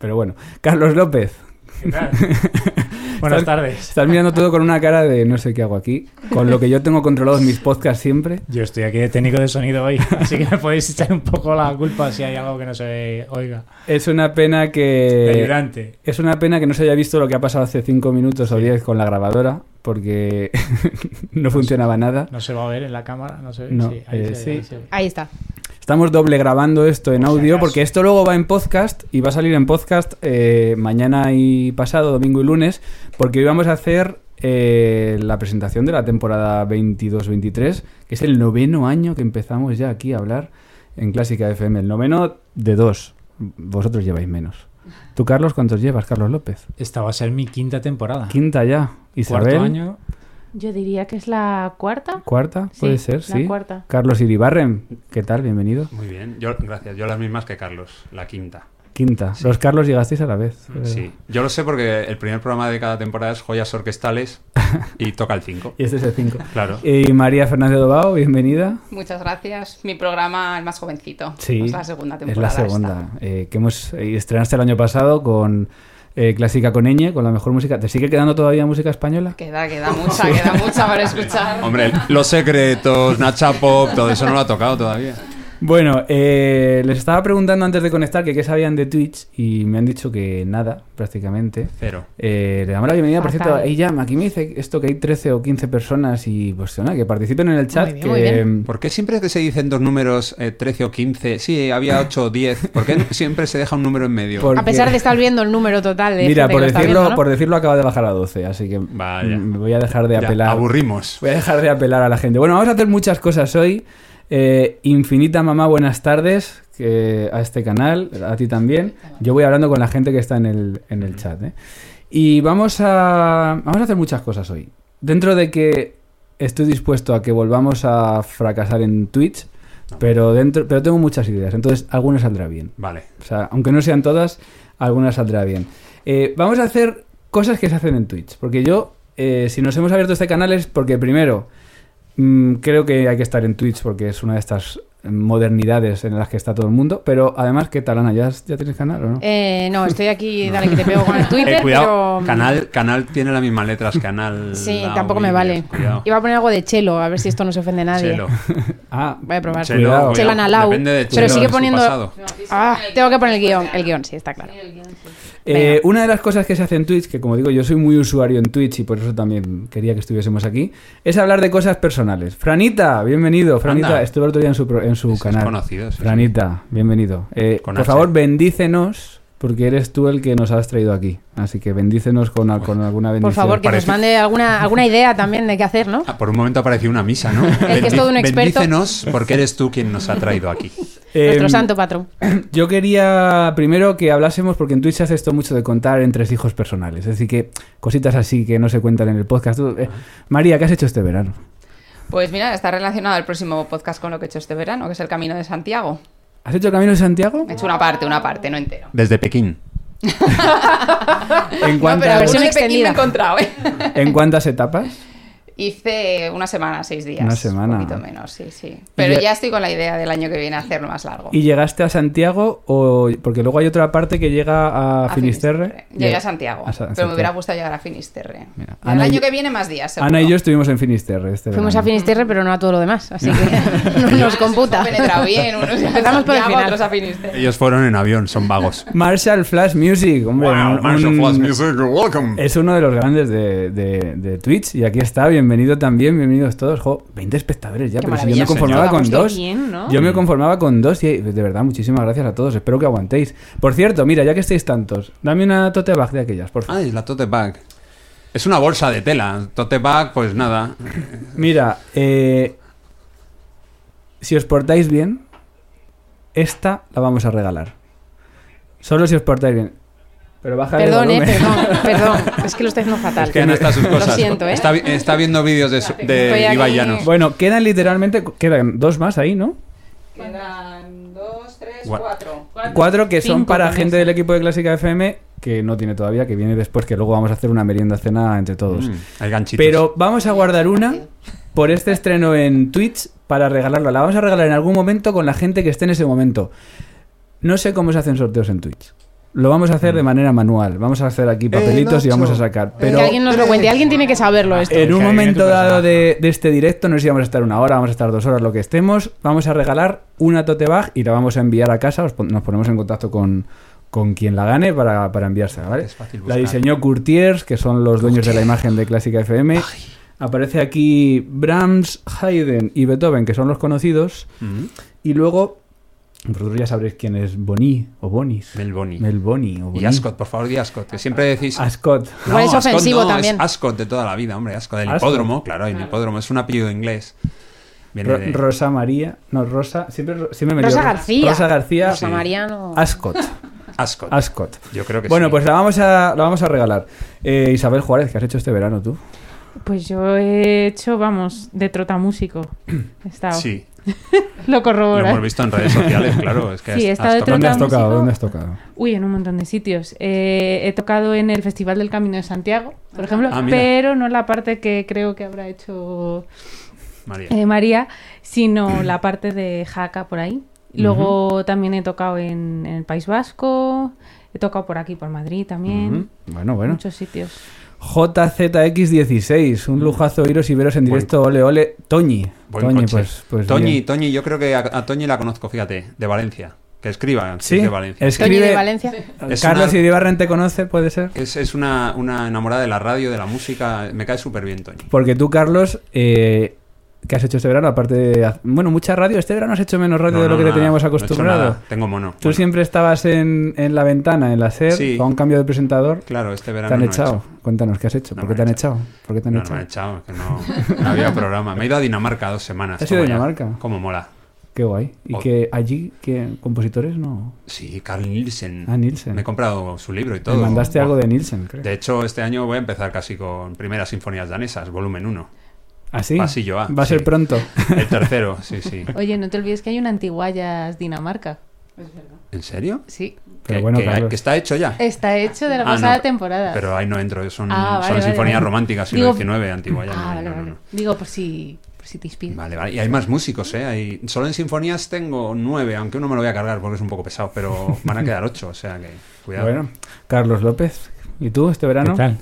[SPEAKER 2] Pero bueno. Carlos López.
[SPEAKER 6] ¿Qué tal? Buenas tardes.
[SPEAKER 2] Estás mirando todo con una cara de no sé qué hago aquí. Con lo que yo tengo controlados mis podcasts siempre.
[SPEAKER 6] Yo estoy aquí de técnico de sonido hoy, así que me podéis echar un poco la culpa si hay algo que no se oiga.
[SPEAKER 2] Es una pena que.
[SPEAKER 6] Delirante.
[SPEAKER 2] Es una pena que no se haya visto lo que ha pasado hace 5 minutos o 10 con la grabadora, porque no funcionaba nada.
[SPEAKER 6] No se va a ver en la cámara, no se ve.
[SPEAKER 2] No,
[SPEAKER 6] sí, ahí
[SPEAKER 2] eh,
[SPEAKER 6] se ve,
[SPEAKER 2] sí.
[SPEAKER 6] ahí se ve.
[SPEAKER 5] Ahí está.
[SPEAKER 2] Estamos doble grabando esto en
[SPEAKER 6] Por si
[SPEAKER 2] audio,
[SPEAKER 6] acaso.
[SPEAKER 2] porque esto luego va en podcast y va a salir en podcast eh, mañana y pasado, domingo y lunes, porque hoy vamos a hacer eh, la presentación de la temporada 22-23, que es el noveno año que empezamos ya aquí a hablar en Clásica FM, el noveno de dos. Vosotros lleváis menos. ¿Tú, Carlos, cuántos llevas, Carlos López?
[SPEAKER 6] Esta va a ser mi quinta temporada.
[SPEAKER 2] Quinta ya. Isabel,
[SPEAKER 6] Ah. Cuarto año.
[SPEAKER 7] Yo diría que es la cuarta.
[SPEAKER 2] ¿Cuarta?
[SPEAKER 7] Sí,
[SPEAKER 2] Puede ser,
[SPEAKER 7] la
[SPEAKER 2] sí.
[SPEAKER 7] cuarta.
[SPEAKER 2] Carlos Iribarren, ¿qué tal? Bienvenido.
[SPEAKER 1] Muy bien. Yo, gracias. Yo las mismas que Carlos, la quinta.
[SPEAKER 2] Quinta. Los Carlos llegasteis a la vez.
[SPEAKER 1] Sí. Yo lo sé porque el primer programa de cada temporada es Joyas Orquestales y toca el 5.
[SPEAKER 2] Y este es el 5.
[SPEAKER 1] Claro.
[SPEAKER 2] Eh, Y María Fernández Dobao, bienvenida.
[SPEAKER 4] Muchas gracias. Mi programa, el más jovencito. Es la segunda
[SPEAKER 2] Es
[SPEAKER 4] temporada.
[SPEAKER 2] la segunda. eh, que hemos eh, estrenaste el año pasado con eh, Clásica con Ñ, con la mejor música. ¿Te sigue quedando todavía música española?
[SPEAKER 4] esta. Queda, queda mucha, queda mucha para escuchar.
[SPEAKER 1] Hombre, Los Secretos, Nacha Pop, todo eso no lo ha tocado todavía.
[SPEAKER 2] Bueno, eh, les estaba preguntando antes de conectar que qué sabían de Twitch y me han dicho que nada, prácticamente.
[SPEAKER 1] Cero.
[SPEAKER 2] Eh, le damos la bienvenida, por
[SPEAKER 7] Fatal.
[SPEAKER 2] cierto, ella aquí me dice esto que hay 13 o 15 personas y pues nada, que participen en el chat.
[SPEAKER 5] Muy bien,
[SPEAKER 2] que,
[SPEAKER 5] muy bien.
[SPEAKER 1] ¿Por qué siempre que se dicen dos números, eh, 13 o 15? Sí, había 8 o 10. ¿Por qué siempre se deja un número en medio?
[SPEAKER 2] Por-
[SPEAKER 5] A pesar de estar viendo el número total de.
[SPEAKER 2] Mira,
[SPEAKER 5] gente
[SPEAKER 2] por
[SPEAKER 5] que lo está
[SPEAKER 2] decirlo,
[SPEAKER 5] viendo, ¿no?
[SPEAKER 2] por decirlo acaba de bajar a 12, así que
[SPEAKER 1] Vaya.
[SPEAKER 2] mm, voy a dejar
[SPEAKER 1] Ya,
[SPEAKER 2] de apelar.
[SPEAKER 1] aburrimos.
[SPEAKER 2] Pues Voy a dejar de apelar a la gente. Bueno, vamos a hacer muchas cosas hoy. Eh, infinita mamá, buenas tardes que- a este canal, a ti también. Yo voy hablando con la gente que está en el, en el chat. ¿eh? Y vamos a, vamos a hacer muchas cosas hoy. Dentro de que estoy dispuesto a que volvamos a fracasar en Twitch, pero dentro, pero tengo muchas ideas, entonces alguna saldrá bien.
[SPEAKER 1] Vale.
[SPEAKER 2] O sea, aunque no sean todas, alguna saldrá bien. Eh, vamos a hacer cosas que se hacen en Twitch. Porque yo, eh, si nos hemos abierto este canal es porque primero, mm, creo que hay que estar en Twitch porque es una de estas modernidades en las que está todo el mundo. Pero además, ¿qué tal, Ana? ¿Ya, has- ya tienes canal o no?
[SPEAKER 5] Eh, no, estoy aquí, dale que te pego con el Twitter,
[SPEAKER 1] Eh, cuidado,
[SPEAKER 5] pero... mm,
[SPEAKER 1] canal, canal tiene las mismas letras, canal.
[SPEAKER 5] Sí,
[SPEAKER 1] la
[SPEAKER 5] tampoco me vale.
[SPEAKER 1] Williams, eh, Cuidado.
[SPEAKER 5] Iba a poner algo de chelo, a ver si esto no se ofende a nadie.
[SPEAKER 1] Chelo.
[SPEAKER 2] Ah,
[SPEAKER 5] Voy a probar.
[SPEAKER 1] Chelo,
[SPEAKER 2] Cuidado.
[SPEAKER 1] cuidado.
[SPEAKER 5] Chelo Analau.
[SPEAKER 1] Depende de
[SPEAKER 5] Pero
[SPEAKER 1] Chelo
[SPEAKER 5] sigue
[SPEAKER 1] en su
[SPEAKER 5] poniendo-
[SPEAKER 1] pasado.
[SPEAKER 5] Ah, tengo que poner el guión. El guión, sí, está claro.
[SPEAKER 2] Eh,
[SPEAKER 5] Venga.
[SPEAKER 2] una de las cosas que se hace en Twitch, que como digo, yo soy muy usuario en Twitch y por eso también quería que estuviésemos aquí, es hablar de cosas personales. Franita, bienvenido. Franita,
[SPEAKER 1] Anda.
[SPEAKER 2] estuve el otro día en su, pro- en su
[SPEAKER 1] Es
[SPEAKER 2] canal.
[SPEAKER 1] conocido, sí, sí.
[SPEAKER 2] Franita, bienvenido. Eh,
[SPEAKER 1] Con
[SPEAKER 2] por
[SPEAKER 1] H.
[SPEAKER 2] favor, bendícenos, porque eres tú el que nos has traído aquí. Así que bendícenos con, a- con alguna bendición.
[SPEAKER 5] Por favor, que nos
[SPEAKER 1] Parece-
[SPEAKER 5] mande alguna, alguna idea también de qué hacer, ¿no?
[SPEAKER 1] Ah, por un momento ha parecido una misa, ¿no?
[SPEAKER 5] que es todo un experto.
[SPEAKER 1] Bendícenos porque eres tú quien nos ha traído aquí.
[SPEAKER 2] Eh,
[SPEAKER 5] Nuestro santo patrón.
[SPEAKER 2] Yo quería primero que hablásemos, porque en Twitch se hace esto mucho de contar entresijos personales. Es decir, que cositas así que no se cuentan en el podcast. Tú, eh, María, ¿qué has hecho este verano?
[SPEAKER 4] Pues mira, está relacionado el próximo podcast con lo que he hecho este verano, que es el Camino de Santiago.
[SPEAKER 2] ¿Has hecho Camino de Santiago?
[SPEAKER 4] He hecho una parte, una parte, no entero.
[SPEAKER 1] Desde Pekín.
[SPEAKER 2] ¿En
[SPEAKER 4] No, pero
[SPEAKER 2] cuántas,
[SPEAKER 4] la versión
[SPEAKER 5] Versión
[SPEAKER 4] extendida.
[SPEAKER 5] extendida.
[SPEAKER 4] he encontrado, ¿eh?
[SPEAKER 2] ¿En cuántas etapas?
[SPEAKER 4] Hice una semana, seis días.
[SPEAKER 2] Una semana.
[SPEAKER 4] Un poquito menos, sí, sí. Pero
[SPEAKER 2] ya-
[SPEAKER 4] ya... estoy con la idea del año que viene hacerlo más largo.
[SPEAKER 2] ¿Y llegaste a Santiago o porque luego hay otra parte que llega a,
[SPEAKER 4] A
[SPEAKER 2] Finisterre?
[SPEAKER 4] Llegué
[SPEAKER 2] Llega-
[SPEAKER 4] a Santiago.
[SPEAKER 2] a Sa- a
[SPEAKER 4] Pero me hubiera
[SPEAKER 2] Santiago.
[SPEAKER 4] gustado llegar a Finisterre.
[SPEAKER 2] Mira,
[SPEAKER 4] Y el
[SPEAKER 2] Ana y
[SPEAKER 4] año
[SPEAKER 2] yo-
[SPEAKER 4] que viene más días, seguro.
[SPEAKER 2] Ana y yo estuvimos en Finisterre este
[SPEAKER 5] Fuimos a
[SPEAKER 2] verano.
[SPEAKER 5] Finisterre, pero no a todo lo demás, así que no
[SPEAKER 4] Nos
[SPEAKER 5] nos
[SPEAKER 4] hemos
[SPEAKER 5] computa.
[SPEAKER 4] penetrado bien, unos
[SPEAKER 5] Empezamos por el
[SPEAKER 4] Santiago,
[SPEAKER 5] final.
[SPEAKER 4] otros a Finisterre.
[SPEAKER 1] Ellos fueron en avión, son vagos.
[SPEAKER 2] Marshall Flash Music, hombre. un-
[SPEAKER 1] Marshall
[SPEAKER 2] un-
[SPEAKER 1] Flash Music, welcome.
[SPEAKER 2] Es uno de los grandes de, de- de Twitch y aquí está, bienvenido también, bienvenidos todos. Jo, 20 espectadores ya,
[SPEAKER 5] Qué
[SPEAKER 2] pero si yo
[SPEAKER 5] maravilla,
[SPEAKER 2] me conformaba
[SPEAKER 1] señor.
[SPEAKER 2] con
[SPEAKER 7] Qué
[SPEAKER 2] dos.
[SPEAKER 7] bien, ¿no?
[SPEAKER 2] Yo me conformaba con dos y pues, de verdad, muchísimas gracias a todos. Espero que aguantéis. Por cierto, mira, ya que estáis tantos, dame una tote bag de aquellas, por favor.
[SPEAKER 1] Ah, es la tote bag. Es una bolsa de tela. Tote bag, pues nada.
[SPEAKER 2] Mira, eh, si os portáis bien, esta la vamos a regalar. Solo si os portáis bien. Pero baja
[SPEAKER 5] Perdón,
[SPEAKER 2] el
[SPEAKER 5] eh,
[SPEAKER 2] volumen.
[SPEAKER 5] perdón, perdón. Es que lo estoy haciendo fatal.
[SPEAKER 1] Es que Ana está a sus cosas.
[SPEAKER 5] Lo siento, ¿eh?
[SPEAKER 1] está, vi- está viendo vídeos de, su- de
[SPEAKER 5] Estoy aquí.
[SPEAKER 1] Ibai Llanos.
[SPEAKER 2] Bueno, quedan literalmente, quedan dos más ahí, ¿no?
[SPEAKER 4] Quedan dos, tres,
[SPEAKER 1] Gua-
[SPEAKER 4] cuatro.
[SPEAKER 2] Cuatro que son
[SPEAKER 7] Cinco
[SPEAKER 2] para
[SPEAKER 7] con
[SPEAKER 2] gente
[SPEAKER 7] esa.
[SPEAKER 2] del equipo de Clásica FM que no tiene todavía, que viene después, que luego vamos a hacer una merienda cena entre todos.
[SPEAKER 5] pues,
[SPEAKER 1] Mm, hay ganchitos.
[SPEAKER 2] Pero vamos a guardar una por este estreno en Twitch para regalarla. La vamos a regalar en algún momento con la gente que esté en ese momento. No sé cómo se hacen sorteos en Twitch. Lo vamos a hacer
[SPEAKER 5] Mm.
[SPEAKER 2] de manera manual. Vamos a hacer aquí papelitos y vamos a sacar. Pero
[SPEAKER 5] Eh, que alguien nos lo cuente, alguien tiene que saberlo esto.
[SPEAKER 2] en un
[SPEAKER 6] Que adivine
[SPEAKER 2] momento
[SPEAKER 6] tu
[SPEAKER 2] dado
[SPEAKER 6] personaje.
[SPEAKER 2] de, de este directo, no sé si vamos a estar una hora, vamos a estar dos horas, lo que estemos, vamos a regalar una tote bag y la vamos a enviar a casa. Os pon- nos ponemos en contacto con, con quien la gane para, para enviársela, ¿vale?
[SPEAKER 1] Es fácil
[SPEAKER 2] la
[SPEAKER 1] buscar.
[SPEAKER 2] diseñó Courtiers, que son los dueños de la imagen de Clásica FM. Aparece aquí Brahms, Haydn y Beethoven, que son los conocidos.
[SPEAKER 1] Mm,
[SPEAKER 2] Y luego, vosotros ya sabréis quién es Boni o Bonis.
[SPEAKER 1] Mel Boni.
[SPEAKER 2] Mel Boni o
[SPEAKER 1] Y
[SPEAKER 2] Boni.
[SPEAKER 1] Ascot, por favor, di Ascot. Que siempre decís.
[SPEAKER 2] Ascot.
[SPEAKER 5] Igual es
[SPEAKER 1] Ascot
[SPEAKER 5] ofensivo
[SPEAKER 1] no,
[SPEAKER 5] también.
[SPEAKER 1] Es Ascot de toda la vida, hombre. Ascot. El
[SPEAKER 2] Ascot.
[SPEAKER 1] hipódromo, claro, el hipódromo. Es un apellido inglés. Viene
[SPEAKER 2] Ro-
[SPEAKER 1] de-
[SPEAKER 2] Rosa María. No, Rosa. Siempre, ro- siempre me lío.
[SPEAKER 5] Rosa García.
[SPEAKER 2] Rosa García.
[SPEAKER 5] Rosa Mariano.
[SPEAKER 2] Ascot.
[SPEAKER 1] Ascot.
[SPEAKER 2] Ascot.
[SPEAKER 1] Yo creo que
[SPEAKER 2] Bueno,
[SPEAKER 1] sí.
[SPEAKER 2] pues la vamos a, la vamos a regalar. Eh, Isabel Juárez, ¿qué has hecho este verano tú?
[SPEAKER 7] Pues yo he hecho, vamos, de trotamúsico. He estado.
[SPEAKER 1] Sí,
[SPEAKER 7] Lo ¿eh?
[SPEAKER 1] lo
[SPEAKER 7] corrobora.
[SPEAKER 1] hemos visto en redes sociales, claro. Es que
[SPEAKER 7] Sí,
[SPEAKER 1] has-
[SPEAKER 7] está
[SPEAKER 1] has
[SPEAKER 7] de
[SPEAKER 1] tocado-
[SPEAKER 2] ¿Dónde has
[SPEAKER 7] Trotamúsico.
[SPEAKER 2] tocado? ¿Dónde has tocado?
[SPEAKER 7] Uy, en un montón de sitios. Eh, he tocado en el Festival del Camino de Santiago, por ejemplo,
[SPEAKER 1] Ah, mira.
[SPEAKER 7] pero no la parte que creo que habrá hecho
[SPEAKER 1] María.
[SPEAKER 7] eh, María, sino la parte de Jaca por ahí. Luego también he tocado en, en el País Vasco, he tocado por aquí, por Madrid también,
[SPEAKER 2] Ujú. Bueno, bueno.
[SPEAKER 7] muchos sitios.
[SPEAKER 2] JZX16, un lujazo iros y veros en directo. Ole, ole. Toñi.
[SPEAKER 1] Buen
[SPEAKER 2] Toñi,
[SPEAKER 1] coche.
[SPEAKER 2] pues. pues
[SPEAKER 1] Toñi,
[SPEAKER 2] bien.
[SPEAKER 1] Toñi, yo creo que a, a Toñi la conozco, fíjate, de Valencia. Que escriba, que
[SPEAKER 2] Sí,
[SPEAKER 1] es de Valencia. Es,
[SPEAKER 5] Toñi
[SPEAKER 2] escribe.
[SPEAKER 5] de Valencia.
[SPEAKER 1] Es
[SPEAKER 2] Carlos
[SPEAKER 1] una-
[SPEAKER 2] Iribarren te conoce, puede ser.
[SPEAKER 1] es una, una enamorada de la radio, de la música. Me cae súper bien, Toñi.
[SPEAKER 2] Porque tú, Carlos, eh, ¿qué has hecho este verano? Aparte de. haz- Bueno, mucha radio. Este verano has hecho menos radio
[SPEAKER 1] No,
[SPEAKER 2] de lo
[SPEAKER 1] no,
[SPEAKER 2] que
[SPEAKER 1] nada,
[SPEAKER 2] te teníamos
[SPEAKER 1] no he hecho
[SPEAKER 2] acostumbrado.
[SPEAKER 1] nada, Tengo mono.
[SPEAKER 2] Tú
[SPEAKER 1] Bueno,
[SPEAKER 2] siempre estabas en, en la ventana, en la SER,
[SPEAKER 1] Sí.
[SPEAKER 2] a un cambio de presentador.
[SPEAKER 1] Claro, este verano.
[SPEAKER 2] Te han
[SPEAKER 1] no he
[SPEAKER 2] echado.
[SPEAKER 1] hecho.
[SPEAKER 2] Cuéntanos, ¿qué has hecho?
[SPEAKER 1] No
[SPEAKER 2] ¿Por
[SPEAKER 1] me
[SPEAKER 2] qué te han
[SPEAKER 1] han
[SPEAKER 2] echado? ¿Por qué te han
[SPEAKER 1] No, no
[SPEAKER 2] echado?
[SPEAKER 1] me han echado, que no, no había programa. Me he ido a Dinamarca dos semanas.
[SPEAKER 2] ¿Te has ido
[SPEAKER 1] toma
[SPEAKER 2] a
[SPEAKER 1] ya.
[SPEAKER 2] Dinamarca?
[SPEAKER 1] Cómo mola.
[SPEAKER 2] Qué guay. ¿Y
[SPEAKER 1] Oh.
[SPEAKER 2] que allí, que compositores no?
[SPEAKER 1] Sí, Carl Nielsen.
[SPEAKER 2] Ah, Nielsen.
[SPEAKER 1] Me he comprado su libro y
[SPEAKER 2] Te
[SPEAKER 1] todo.
[SPEAKER 2] mandaste
[SPEAKER 1] Buah.
[SPEAKER 2] algo de Nielsen, creo.
[SPEAKER 1] De hecho, este año voy a empezar casi con Primeras Sinfonías Danesas, volumen 1.
[SPEAKER 2] ¿Así?
[SPEAKER 1] Pasillo A,
[SPEAKER 2] ¿Ah, Va a
[SPEAKER 1] sí.
[SPEAKER 2] ser pronto.
[SPEAKER 1] El tercero, sí, sí.
[SPEAKER 7] Oye, no te olvides que hay una Antiguallas Dinamarca.
[SPEAKER 1] ¿En serio?
[SPEAKER 7] Sí,
[SPEAKER 2] Pero
[SPEAKER 1] que,
[SPEAKER 2] bueno,
[SPEAKER 1] que-
[SPEAKER 2] Carlos.
[SPEAKER 1] que está hecho ya.
[SPEAKER 7] está hecho de la
[SPEAKER 1] Ah,
[SPEAKER 7] pasada
[SPEAKER 1] no,
[SPEAKER 7] temporada.
[SPEAKER 1] Pero ahí no entro, son,
[SPEAKER 7] Ah, vale,
[SPEAKER 1] son
[SPEAKER 7] vale,
[SPEAKER 1] sinfonías
[SPEAKER 7] vale.
[SPEAKER 1] románticas, siglo
[SPEAKER 7] Digo-
[SPEAKER 1] XIX, antiguo ya.
[SPEAKER 7] ah,
[SPEAKER 1] no,
[SPEAKER 7] vale,
[SPEAKER 1] no, no,
[SPEAKER 7] vale.
[SPEAKER 1] no.
[SPEAKER 7] Digo, por si, por si te inspira.
[SPEAKER 1] Vale, vale. Y hay más músicos, ¿eh? Hay- Solo en sinfonías tengo nueve, aunque uno me lo voy a cargar porque es un poco pesado, pero van a quedar ocho, o sea que cuidado.
[SPEAKER 2] Bueno, Carlos López, ¿y tú este verano?
[SPEAKER 6] ¿Qué tal?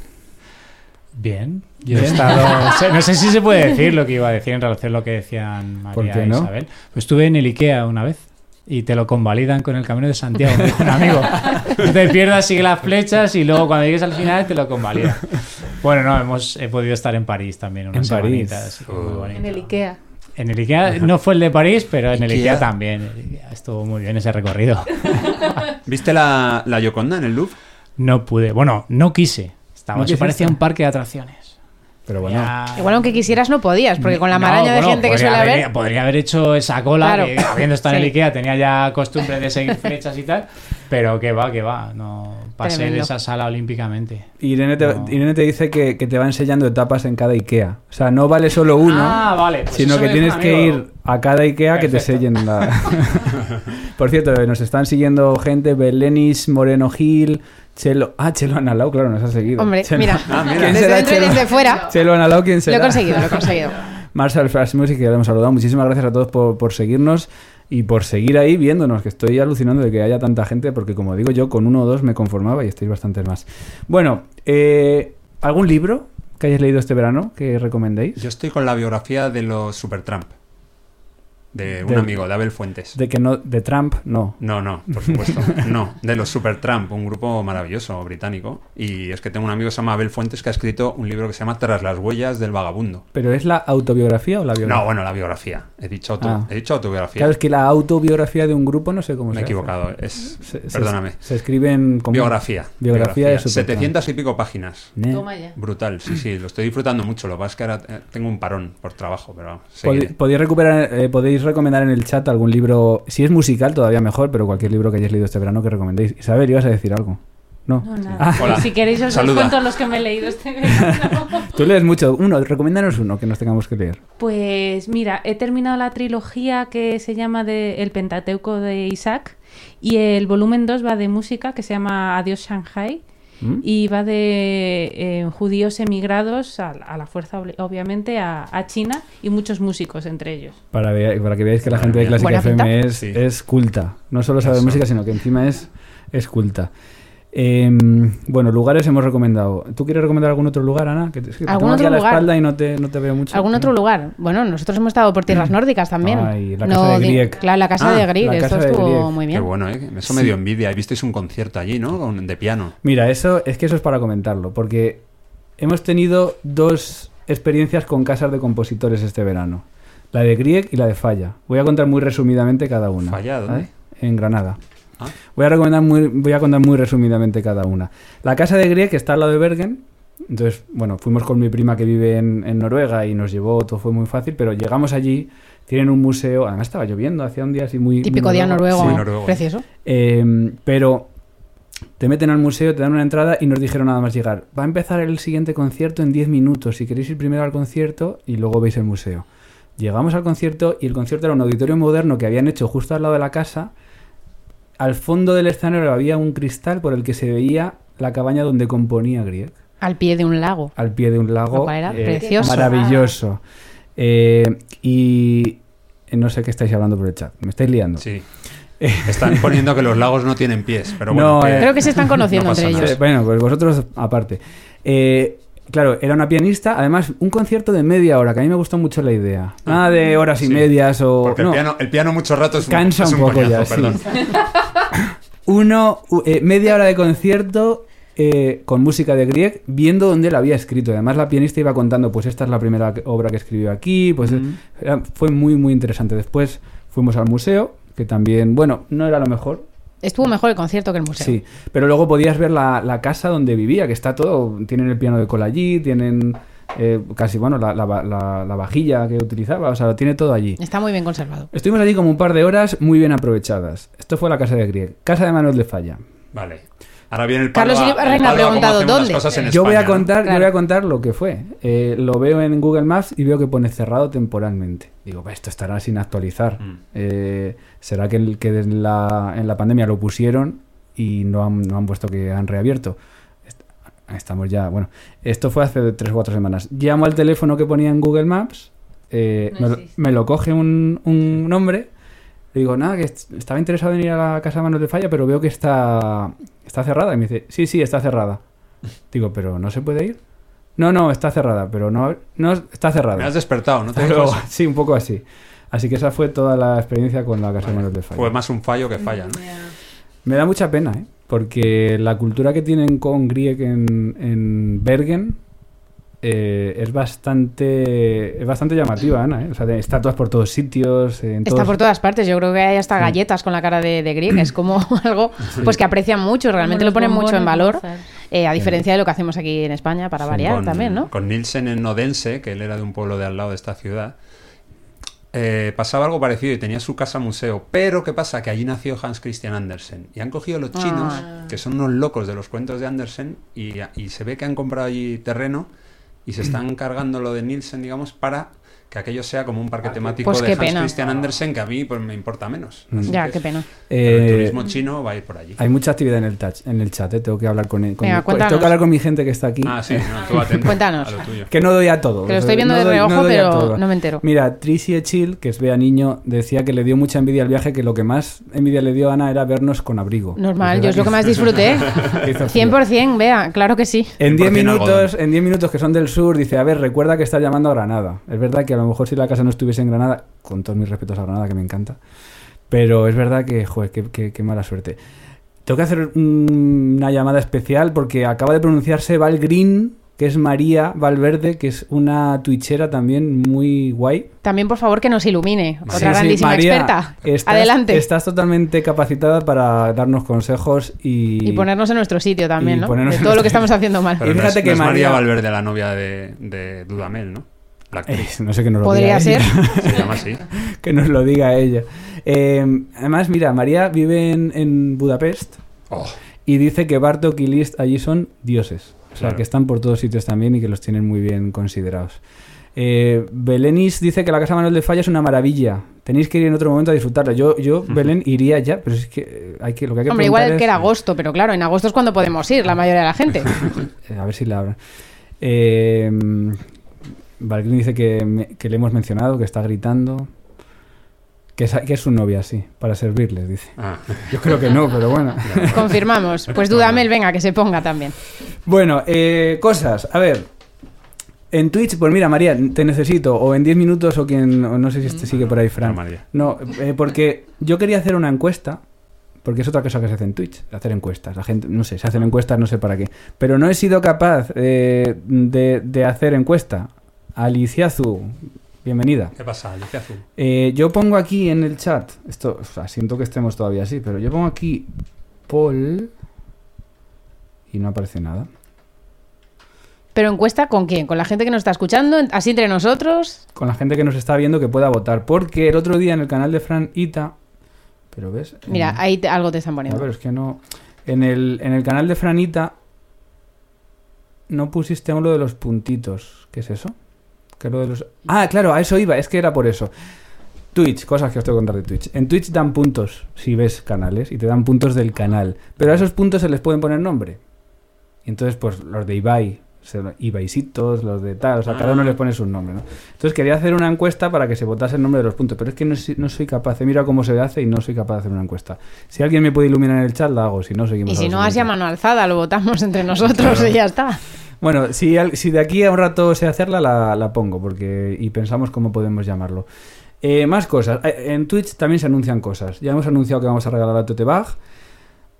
[SPEAKER 6] Bien. Yo he
[SPEAKER 2] Bien.
[SPEAKER 6] estado. se- No sé si se puede decir lo que iba a decir en relación a lo que decían
[SPEAKER 2] ¿Por
[SPEAKER 6] María
[SPEAKER 2] qué
[SPEAKER 6] e
[SPEAKER 2] no?
[SPEAKER 6] Isabel. Pues estuve en el IKEA una vez. Y te lo convalidan con el camino de Santiago, me dijo un amigo. No te pierdas, sigue las flechas y luego cuando llegues al final te lo convalidan. Bueno, no, hemos, he podido estar en París también unas
[SPEAKER 2] En París.
[SPEAKER 6] semanitas, así que muy
[SPEAKER 1] Oh.
[SPEAKER 6] bonito.
[SPEAKER 7] En el Ikea.
[SPEAKER 6] En el Ikea, no fue el de París, pero en el
[SPEAKER 1] Ikea.
[SPEAKER 6] Ikea también. El Ikea, Estuvo muy bien ese recorrido.
[SPEAKER 1] ¿Viste la, la Yoconda en el Louvre?
[SPEAKER 6] No pude, bueno, no quise. Estaba,
[SPEAKER 2] ¿No
[SPEAKER 6] eso
[SPEAKER 2] quisiste?
[SPEAKER 6] parecía un parque de atracciones.
[SPEAKER 2] Pero bueno,
[SPEAKER 6] Ya-
[SPEAKER 5] Igual aunque quisieras no podías, porque con la maraña
[SPEAKER 6] No,
[SPEAKER 5] de
[SPEAKER 6] bueno,
[SPEAKER 5] gente que
[SPEAKER 6] podría
[SPEAKER 5] suele haber...
[SPEAKER 6] haber- Podría haber hecho esa cola,
[SPEAKER 5] Claro.
[SPEAKER 6] que habiendo estado en el
[SPEAKER 5] Sí.
[SPEAKER 6] Ikea tenía ya costumbre de seguir flechas y tal, pero que va, que va. No pasé de
[SPEAKER 5] Tremendo.
[SPEAKER 6] esa sala olímpicamente.
[SPEAKER 2] Irene, te,
[SPEAKER 6] No.
[SPEAKER 2] Irene te dice que, que te va enseñando etapas en cada Ikea. O sea, no vale solo una,
[SPEAKER 6] Ah, vale, pues
[SPEAKER 2] sino
[SPEAKER 6] eso
[SPEAKER 2] que
[SPEAKER 6] me
[SPEAKER 2] tienes
[SPEAKER 6] dijo un
[SPEAKER 2] que
[SPEAKER 6] amigo.
[SPEAKER 2] ir a cada Ikea que te
[SPEAKER 6] Perfecto.
[SPEAKER 2] sellen la... Por cierto, nos están siguiendo gente, Belenis, Moreno Gil, Chelo... Ah, Chelo Analao, claro, nos ha seguido.
[SPEAKER 5] Hombre,
[SPEAKER 2] Chelo-
[SPEAKER 5] mira,
[SPEAKER 1] Ah, mira.
[SPEAKER 2] ¿Quién
[SPEAKER 5] desde
[SPEAKER 2] será
[SPEAKER 5] dentro y
[SPEAKER 2] Chelo?
[SPEAKER 5] desde fuera.
[SPEAKER 2] Chelo Analao, ¿quién
[SPEAKER 5] Lo
[SPEAKER 2] será?
[SPEAKER 5] he conseguido, lo he conseguido.
[SPEAKER 2] Marshall Flash Music, que ya lo hemos saludado. Muchísimas gracias a todos por, por seguirnos y por seguir ahí viéndonos, que estoy alucinando de que haya tanta gente, porque como digo, yo con uno o dos me conformaba y estáis bastantes más. Bueno, eh, ¿algún libro que hayáis leído este verano que recomendéis?
[SPEAKER 1] Yo estoy con la biografía de los Supertramp, de un
[SPEAKER 2] Del-
[SPEAKER 1] amigo, de Abel Fuentes.
[SPEAKER 2] De que no, de Trump, no.
[SPEAKER 1] No, no, por supuesto. No, de los Supertramp, un grupo maravilloso británico. Y es que tengo un amigo que se llama Abel Fuentes que ha escrito un libro que se llama Tras las huellas del vagabundo.
[SPEAKER 2] ¿Pero es la autobiografía o la biografía?
[SPEAKER 1] No, bueno, la biografía. He dicho, auto-
[SPEAKER 2] Ah.
[SPEAKER 1] he dicho autobiografía.
[SPEAKER 2] Claro, es que la autobiografía de un grupo no sé cómo
[SPEAKER 1] Me
[SPEAKER 2] se
[SPEAKER 1] he
[SPEAKER 2] hace.
[SPEAKER 1] equivocado. Es,
[SPEAKER 2] Se- se-
[SPEAKER 1] perdóname.
[SPEAKER 2] Se, escriben como...
[SPEAKER 1] biografía.
[SPEAKER 2] Biografía de Supertramp.
[SPEAKER 1] 700 y pico páginas.
[SPEAKER 2] Ne.
[SPEAKER 7] Toma ya.
[SPEAKER 1] Brutal, sí, sí. Lo estoy disfrutando mucho. Lo que pasa es que ahora eh, tengo un parón por trabajo, pero vamos, seguiré.
[SPEAKER 2] Pod- podéis, recuperar, eh, podéis recomendar en el chat algún libro, si es musical todavía mejor, pero cualquier libro que hayáis leído este verano que recomendéis. Isabel, ibas a decir algo. No.
[SPEAKER 7] No,
[SPEAKER 2] Ah,
[SPEAKER 7] nada.
[SPEAKER 1] Hola.
[SPEAKER 7] Si queréis os
[SPEAKER 1] Saluda.
[SPEAKER 7] los cuento los que me he leído este verano.
[SPEAKER 2] tú lees mucho. Uno, recomiéndanos uno que nos tengamos que leer.
[SPEAKER 7] Pues mira, he terminado la trilogía que se llama de El Pentateuco de Isaac y el volumen 2 va de música que se llama Adiós Shanghai
[SPEAKER 2] ¿Mm?
[SPEAKER 7] y va de eh, judíos emigrados a, a la fuerza obli- obviamente a, a China y muchos músicos entre ellos.
[SPEAKER 2] Para, vea- para que veáis que la
[SPEAKER 1] Madre
[SPEAKER 2] gente de
[SPEAKER 1] mía.
[SPEAKER 2] Clásica
[SPEAKER 5] Buena
[SPEAKER 2] FM
[SPEAKER 5] pinta.
[SPEAKER 2] es,
[SPEAKER 1] Ah, Sí.
[SPEAKER 2] es culta. No solo sabe
[SPEAKER 1] Eso.
[SPEAKER 2] música, sino que encima es, es culta. Eh, bueno, lugares hemos recomendado. ¿Tú quieres recomendar algún otro lugar, Ana? Que te, es que te
[SPEAKER 5] ¿Algún
[SPEAKER 2] tengo aquí
[SPEAKER 5] otro
[SPEAKER 2] a la
[SPEAKER 5] lugar?
[SPEAKER 2] espalda y no te, no te veo mucho.
[SPEAKER 5] ¿Algún otro lugar? Bueno, nosotros hemos estado por tierras nórdicas también.
[SPEAKER 2] Mm. Ay, la casa de
[SPEAKER 5] di-
[SPEAKER 2] Grieg.
[SPEAKER 5] Claro, la casa
[SPEAKER 1] Ah,
[SPEAKER 5] de Grieg,
[SPEAKER 2] la
[SPEAKER 5] esto
[SPEAKER 2] casa de
[SPEAKER 5] estuvo
[SPEAKER 2] Grieg.
[SPEAKER 5] muy
[SPEAKER 1] Qué
[SPEAKER 5] bien.
[SPEAKER 1] bueno, ¿eh? Eso me dio envidia. Y visteis un concierto allí, ¿no? Con- De piano.
[SPEAKER 2] Mira, eso es que eso es para comentarlo, porque hemos tenido dos experiencias con casas de compositores este verano. La de Grieg y la de Falla. Voy a contar muy resumidamente cada una.
[SPEAKER 1] ¿Falla dónde?
[SPEAKER 2] ¿vale? En Granada.
[SPEAKER 1] Ah.
[SPEAKER 2] Voy, a recomendar muy, voy a contar muy resumidamente cada una. La casa de Grieg está al lado de Bergen. Entonces, bueno, fuimos con mi prima que vive en, en Noruega y nos llevó, todo fue muy fácil, pero llegamos allí, tienen un museo, además estaba lloviendo, hacía un día así muy... muy
[SPEAKER 5] Típico día noruego,
[SPEAKER 1] Sí, noruego.
[SPEAKER 5] precioso.
[SPEAKER 2] eh, pero te meten al museo, te dan una entrada y nos dijeron nada más llegar. Va a empezar el siguiente concierto en 10 minutos. Si queréis ir primero al concierto y luego veis el museo. Llegamos al concierto y el concierto era un auditorio moderno que habían hecho justo al lado de la casa. Al fondo del escenario había un cristal por el que se veía la cabaña donde componía Grieg
[SPEAKER 5] Al pie de un lago.
[SPEAKER 2] al pie de un
[SPEAKER 5] Lo
[SPEAKER 2] lago Eh,
[SPEAKER 5] cual era precioso.
[SPEAKER 2] maravilloso. Eh, y no sé qué estáis hablando por el chat, me estáis liando.
[SPEAKER 1] Sí. Están poniendo que los lagos no tienen pies, pero
[SPEAKER 2] No,
[SPEAKER 1] bueno. que-
[SPEAKER 2] eh,
[SPEAKER 5] Creo que se están conociendo
[SPEAKER 1] No pasa
[SPEAKER 5] entre
[SPEAKER 1] nada.
[SPEAKER 5] ellos.
[SPEAKER 2] Sí, bueno, pues vosotros aparte. Eh, claro, era una pianista, además un concierto de media hora, que a mí me gustó mucho la idea. Nada de horas y
[SPEAKER 1] Ah, Sí.
[SPEAKER 2] medias o...
[SPEAKER 1] Porque
[SPEAKER 2] no.
[SPEAKER 1] el, piano, el piano mucho rato es un,
[SPEAKER 2] Cansa
[SPEAKER 1] es
[SPEAKER 2] un poco
[SPEAKER 1] coñazo,
[SPEAKER 2] ya, sí.
[SPEAKER 1] perdón.
[SPEAKER 2] Uno, u- eh, media hora de concierto eh, con música de Grieg, viendo dónde la había escrito. Además, la pianista iba contando, pues esta es la primera que- obra que escribió aquí. Pues eh, era- fue muy, muy interesante. Después fuimos al museo, que también, bueno, no era lo mejor.
[SPEAKER 5] Estuvo mejor el concierto que el museo.
[SPEAKER 2] Sí, pero luego podías ver la, la casa donde vivía, que está todo, tienen el piano de cola allí, tienen eh, casi, bueno, la, la- la- la vajilla que utilizaba, o sea, lo tiene todo allí.
[SPEAKER 5] Está muy bien conservado.
[SPEAKER 2] Estuvimos allí como un par de horas muy bien aprovechadas. Esto fue la casa de Grieg, casa de Manuel de Falla.
[SPEAKER 1] Vale. Ahora viene el palo
[SPEAKER 5] Carlos
[SPEAKER 1] a-
[SPEAKER 5] Iribarren
[SPEAKER 1] el
[SPEAKER 5] ha
[SPEAKER 1] palo a cómo
[SPEAKER 5] preguntado
[SPEAKER 1] hacemos las
[SPEAKER 5] dónde.
[SPEAKER 1] cosas en
[SPEAKER 2] Yo voy, a
[SPEAKER 1] España, ¿no?
[SPEAKER 2] contar, yo
[SPEAKER 5] Claro.
[SPEAKER 2] voy a contar lo que fue. Eh, lo veo en Google Maps y veo que pone cerrado temporalmente. Digo, "Bah, esto estará sin actualizar.
[SPEAKER 1] Mm.
[SPEAKER 2] Eh, ¿Será que, el, que en, la, en la pandemia lo pusieron y no han, no han puesto que han reabierto? Est- Estamos ya, bueno, esto fue hace tres o cuatro semanas. Llamo al teléfono que ponía en Google Maps, eh,
[SPEAKER 7] No
[SPEAKER 2] me, lo-
[SPEAKER 7] existe.
[SPEAKER 2] me lo coge un, un hombre, le digo, nada, que est- estaba interesado en ir a la casa de Manos de Falla, pero veo que está, está cerrada. Y me dice, sí, sí, está cerrada. Digo, pero ¿no se puede ir? No, no, está cerrada, pero no, no está cerrada.
[SPEAKER 1] Me has despertado, ¿no? Te
[SPEAKER 2] Pero-
[SPEAKER 1] digo eso.
[SPEAKER 2] sí, un poco así. Así que esa fue toda la experiencia con la Casa de Manos de Falla.
[SPEAKER 1] Fue más un fallo que falla, ¿no?
[SPEAKER 2] Me da mucha pena, ¿eh? Porque la cultura que tienen con Grieg en, en Bergen eh, es bastante es bastante llamativa, Ana. ¿eh? O sea, de estatuas por todos sitios. eh, en
[SPEAKER 5] Está
[SPEAKER 2] todos-
[SPEAKER 5] por todas partes, yo creo que hay hasta
[SPEAKER 2] Sí.
[SPEAKER 5] galletas con la cara de, de Grieg, es como algo pues que aprecian mucho, realmente
[SPEAKER 7] Como
[SPEAKER 5] lo ponen
[SPEAKER 7] los
[SPEAKER 5] mucho en
[SPEAKER 7] bombones
[SPEAKER 5] valor,
[SPEAKER 7] de azúcar.
[SPEAKER 5] eh, a diferencia de lo que hacemos aquí en España, para
[SPEAKER 2] Sí,
[SPEAKER 5] variar
[SPEAKER 1] con-
[SPEAKER 5] también, ¿no?
[SPEAKER 1] Con Nielsen en Odense, que él era de un pueblo de al lado de esta ciudad, eh, pasaba algo parecido y tenía su casa museo. Pero, ¿qué pasa? Que allí nació Hans Christian Andersen. Y han cogido a
[SPEAKER 5] Ah.
[SPEAKER 1] los chinos, que son unos locos de los cuentos de Andersen, y, y se ve que han comprado allí terreno y se están
[SPEAKER 5] Mm.
[SPEAKER 1] cargando lo de Nielsen, digamos, para que aquello sea como un parque temático
[SPEAKER 5] Pues
[SPEAKER 1] de
[SPEAKER 5] qué
[SPEAKER 1] Hans
[SPEAKER 5] pena. Mm.
[SPEAKER 1] Christian Andersen, que a mí pues, me importa menos. Así
[SPEAKER 5] Ya,
[SPEAKER 1] que
[SPEAKER 5] qué pena.
[SPEAKER 1] pero el
[SPEAKER 2] Eh,
[SPEAKER 1] turismo chino va a ir por allí.
[SPEAKER 2] hay mucha actividad en el, touch- en el chat, ¿eh? Tengo que hablar con, con-
[SPEAKER 5] Venga,
[SPEAKER 2] con-
[SPEAKER 5] cuéntanos.
[SPEAKER 2] tengo que hablar con mi gente que está aquí.
[SPEAKER 1] Ah, sí, no, tú atento
[SPEAKER 5] Cuéntanos.
[SPEAKER 1] a lo tuyo.
[SPEAKER 2] Que no doy a todo.
[SPEAKER 5] Que lo estoy viendo
[SPEAKER 2] No
[SPEAKER 5] de
[SPEAKER 2] doy- no
[SPEAKER 5] reojo,
[SPEAKER 2] doy a
[SPEAKER 5] pero
[SPEAKER 2] todo.
[SPEAKER 5] no me entero.
[SPEAKER 2] Mira, Trissy Echil, que es Bea Niño, decía que le dio mucha envidia al viaje, que lo que más envidia le dio a Ana era vernos con abrigo.
[SPEAKER 5] Normal,
[SPEAKER 2] verdad
[SPEAKER 5] yo es lo que más disfruté.
[SPEAKER 2] que hizo frío.
[SPEAKER 5] 100%, vea, claro que sí.
[SPEAKER 2] En 10
[SPEAKER 1] 100%
[SPEAKER 2] minutos,
[SPEAKER 1] algodón.
[SPEAKER 2] en 10 minutos que son del sur, dice, a ver, recuerda que está llamando a Granada. Es verdad que a lo mejor si la casa no estuviese en Granada, con todos mis respetos a Granada, que me encanta, pero es verdad que, joder, qué, qué- qué mala suerte. Tengo que hacer un- una llamada especial porque acaba de pronunciarse Val Green, que es María Valverde, que es una twitchera también muy guay.
[SPEAKER 5] También, por favor, que nos ilumine. Otra
[SPEAKER 2] Sí, sí,
[SPEAKER 5] grandísima
[SPEAKER 2] María,
[SPEAKER 5] experta.
[SPEAKER 2] estás-
[SPEAKER 5] Adelante.
[SPEAKER 2] Estás totalmente capacitada para darnos consejos y...
[SPEAKER 5] y ponernos en nuestro sitio también,
[SPEAKER 2] y
[SPEAKER 5] ¿no?
[SPEAKER 2] ponernos
[SPEAKER 5] De
[SPEAKER 2] en
[SPEAKER 5] todo lo que
[SPEAKER 2] nuestro-
[SPEAKER 5] estamos haciendo mal.
[SPEAKER 1] Pero no
[SPEAKER 2] fíjate
[SPEAKER 1] es,
[SPEAKER 2] que
[SPEAKER 1] no es María
[SPEAKER 2] María-
[SPEAKER 1] Valverde, la novia de, de Dudamel, ¿no? La
[SPEAKER 2] Eh,
[SPEAKER 1] actriz.
[SPEAKER 2] no sé qué nos lo
[SPEAKER 5] Podría
[SPEAKER 2] diga
[SPEAKER 5] ser.
[SPEAKER 2] ella.
[SPEAKER 1] Se llama así.
[SPEAKER 2] que nos lo diga ella. Eh, además, mira, María vive en, en Budapest
[SPEAKER 1] Oh,
[SPEAKER 2] y dice que Bartok y Liszt allí son dioses. O sea,
[SPEAKER 1] Claro.
[SPEAKER 2] que están por todos sitios también y que los tienen muy bien considerados. Eh, Belenis dice que la Casa Manuel de Falla es una maravilla. Tenéis que ir en otro momento a disfrutarla. Yo, yo Belén, iría ya, pero es que, eh, hay que lo que hay que
[SPEAKER 5] Hombre, igual
[SPEAKER 2] preguntar
[SPEAKER 5] que
[SPEAKER 2] es-
[SPEAKER 5] era agosto, pero claro, en agosto es cuando podemos ir, la mayoría de la gente.
[SPEAKER 2] Eh, A ver si la abren. Eh, mm, Valgrín dice que, me- que le hemos mencionado, que está gritando. Que es, que es su novia, sí, para servirles, dice.
[SPEAKER 1] ah.
[SPEAKER 2] Yo creo que no, pero bueno.
[SPEAKER 5] Confirmamos. Pues Dudamel, venga, que se ponga también.
[SPEAKER 2] Bueno, eh, cosas. A ver. En Twitch, pues mira, María, te necesito. O en 10 minutos, o quien. o no sé si este sigue por ahí, Fran.
[SPEAKER 1] No, María.
[SPEAKER 2] No, eh, porque yo quería hacer una encuesta. Porque es otra cosa que se hace en Twitch, hacer encuestas. La gente, no sé, se hacen encuestas, no sé para qué. Pero no he sido capaz eh, de, de hacer encuesta. Aliciazu, bienvenida.
[SPEAKER 1] ¿Qué pasa, Alicia Azul?
[SPEAKER 2] Eh, yo pongo aquí en el chat, esto, o sea, siento que estemos todavía así, pero yo pongo aquí Paul y no aparece nada.
[SPEAKER 5] Pero encuesta con quién? Con la gente que nos está escuchando, En- así entre nosotros.
[SPEAKER 2] Con la gente que nos está viendo que pueda votar, porque el otro día en el canal de Fran Ita, pero ves, en-
[SPEAKER 5] Mira, ahí te- algo te están
[SPEAKER 2] no, pero
[SPEAKER 5] poniendo.
[SPEAKER 2] es que no, en el, en el canal de Franita no pusiste aún lo de los puntitos, ¿qué es eso? Que lo de los... Ah, claro, a eso iba, es que era por eso. Twitch, cosas que os tengo que contar de Twitch. En Twitch dan puntos si ves canales y te dan puntos del canal. Pero a esos puntos se les pueden poner nombre. Y entonces, pues los de Ibai, se- Ibaisitos, los de tal, o sea, cada uno les pone su nombre, ¿no? Entonces quería hacer una encuesta para que se votase el nombre de los puntos, pero es que no, soy- no soy capaz. Mira cómo se hace y no soy capaz de hacer una encuesta. Si alguien me puede iluminar en el chat, la hago, si no, seguimos.
[SPEAKER 5] Y
[SPEAKER 2] a
[SPEAKER 5] si
[SPEAKER 2] lo
[SPEAKER 5] no, así a
[SPEAKER 2] siguiente.
[SPEAKER 5] mano alzada, lo votamos entre nosotros y ya está.
[SPEAKER 2] Bueno, si, al- si de aquí a un rato sé hacerla, la, la pongo porque y pensamos cómo podemos llamarlo. Eh, más cosas. Eh, En Twitch también se anuncian cosas. Ya hemos anunciado que vamos a regalar a Tote Bag.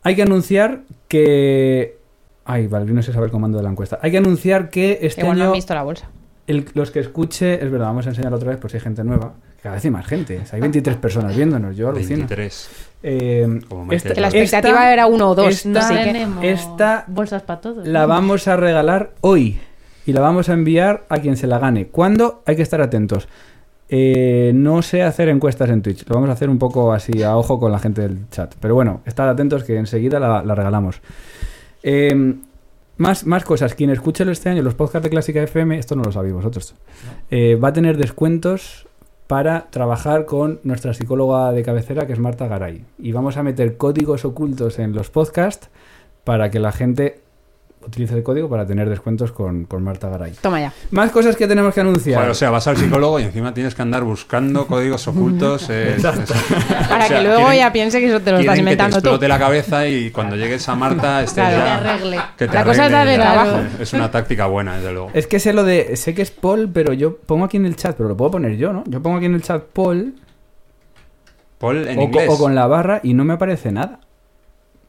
[SPEAKER 2] Hay que anunciar que... Ay, vale, no sé saber el comando de la encuesta. Hay que anunciar que este
[SPEAKER 5] Igual no
[SPEAKER 2] año
[SPEAKER 5] han visto la bolsa.
[SPEAKER 2] el- los que escuche... Es verdad, vamos a enseñar otra vez por si hay gente nueva. Cada vez hay más gente. O sea, hay 23 personas viéndonos. Yo alucino.
[SPEAKER 1] 23.
[SPEAKER 2] Eh,
[SPEAKER 1] Como Michael
[SPEAKER 2] esta-
[SPEAKER 5] Que la
[SPEAKER 1] Esta-
[SPEAKER 5] expectativa era uno o dos.
[SPEAKER 2] esta-
[SPEAKER 5] así que-
[SPEAKER 7] Tenemos
[SPEAKER 2] esta-
[SPEAKER 7] bolsas para todos.
[SPEAKER 2] La vamos a regalar hoy y la vamos a enviar a quien se la gane. ¿Cuándo? Hay que estar atentos. Eh, no sé hacer encuestas en Twitch. Lo vamos a hacer un poco así a ojo con la gente del chat. Pero bueno, estad atentos que enseguida la, la regalamos. Eh, más, más cosas. Quien escuche este año los podcasts de Clásica FM, esto no lo sabéis vosotros, eh, va a tener descuentos para trabajar con nuestra psicóloga de cabecera, que es Marta Garay. Y vamos a meter códigos ocultos en los podcasts para que la gente utilice el código para tener descuentos con, con Marta Garay.
[SPEAKER 5] Toma ya.
[SPEAKER 2] Más cosas que tenemos que anunciar.
[SPEAKER 1] Joder, o sea, vas al psicólogo y encima tienes que andar buscando códigos ocultos. es-
[SPEAKER 2] Exacto.
[SPEAKER 1] es-
[SPEAKER 5] Para
[SPEAKER 1] o sea,
[SPEAKER 5] que luego
[SPEAKER 1] quieren-
[SPEAKER 5] ya piense que eso te lo
[SPEAKER 1] quieren
[SPEAKER 5] estás inventando
[SPEAKER 1] que te
[SPEAKER 5] tú.
[SPEAKER 1] explote la cabeza y cuando llegues a Marta estés
[SPEAKER 5] Claro,
[SPEAKER 1] ya-
[SPEAKER 5] que arregle.
[SPEAKER 1] que te
[SPEAKER 5] La cosa es
[SPEAKER 1] arregle
[SPEAKER 5] darle
[SPEAKER 1] ya.
[SPEAKER 5] trabajo.
[SPEAKER 1] Es una táctica buena, desde luego.
[SPEAKER 2] Es que sé lo de. Sé que es Paul, pero yo pongo aquí en el chat, pero lo puedo poner yo, ¿no? Yo pongo aquí en el chat Paul
[SPEAKER 1] Paul en
[SPEAKER 2] o, co-
[SPEAKER 1] inglés.
[SPEAKER 2] o con la barra y no me aparece nada.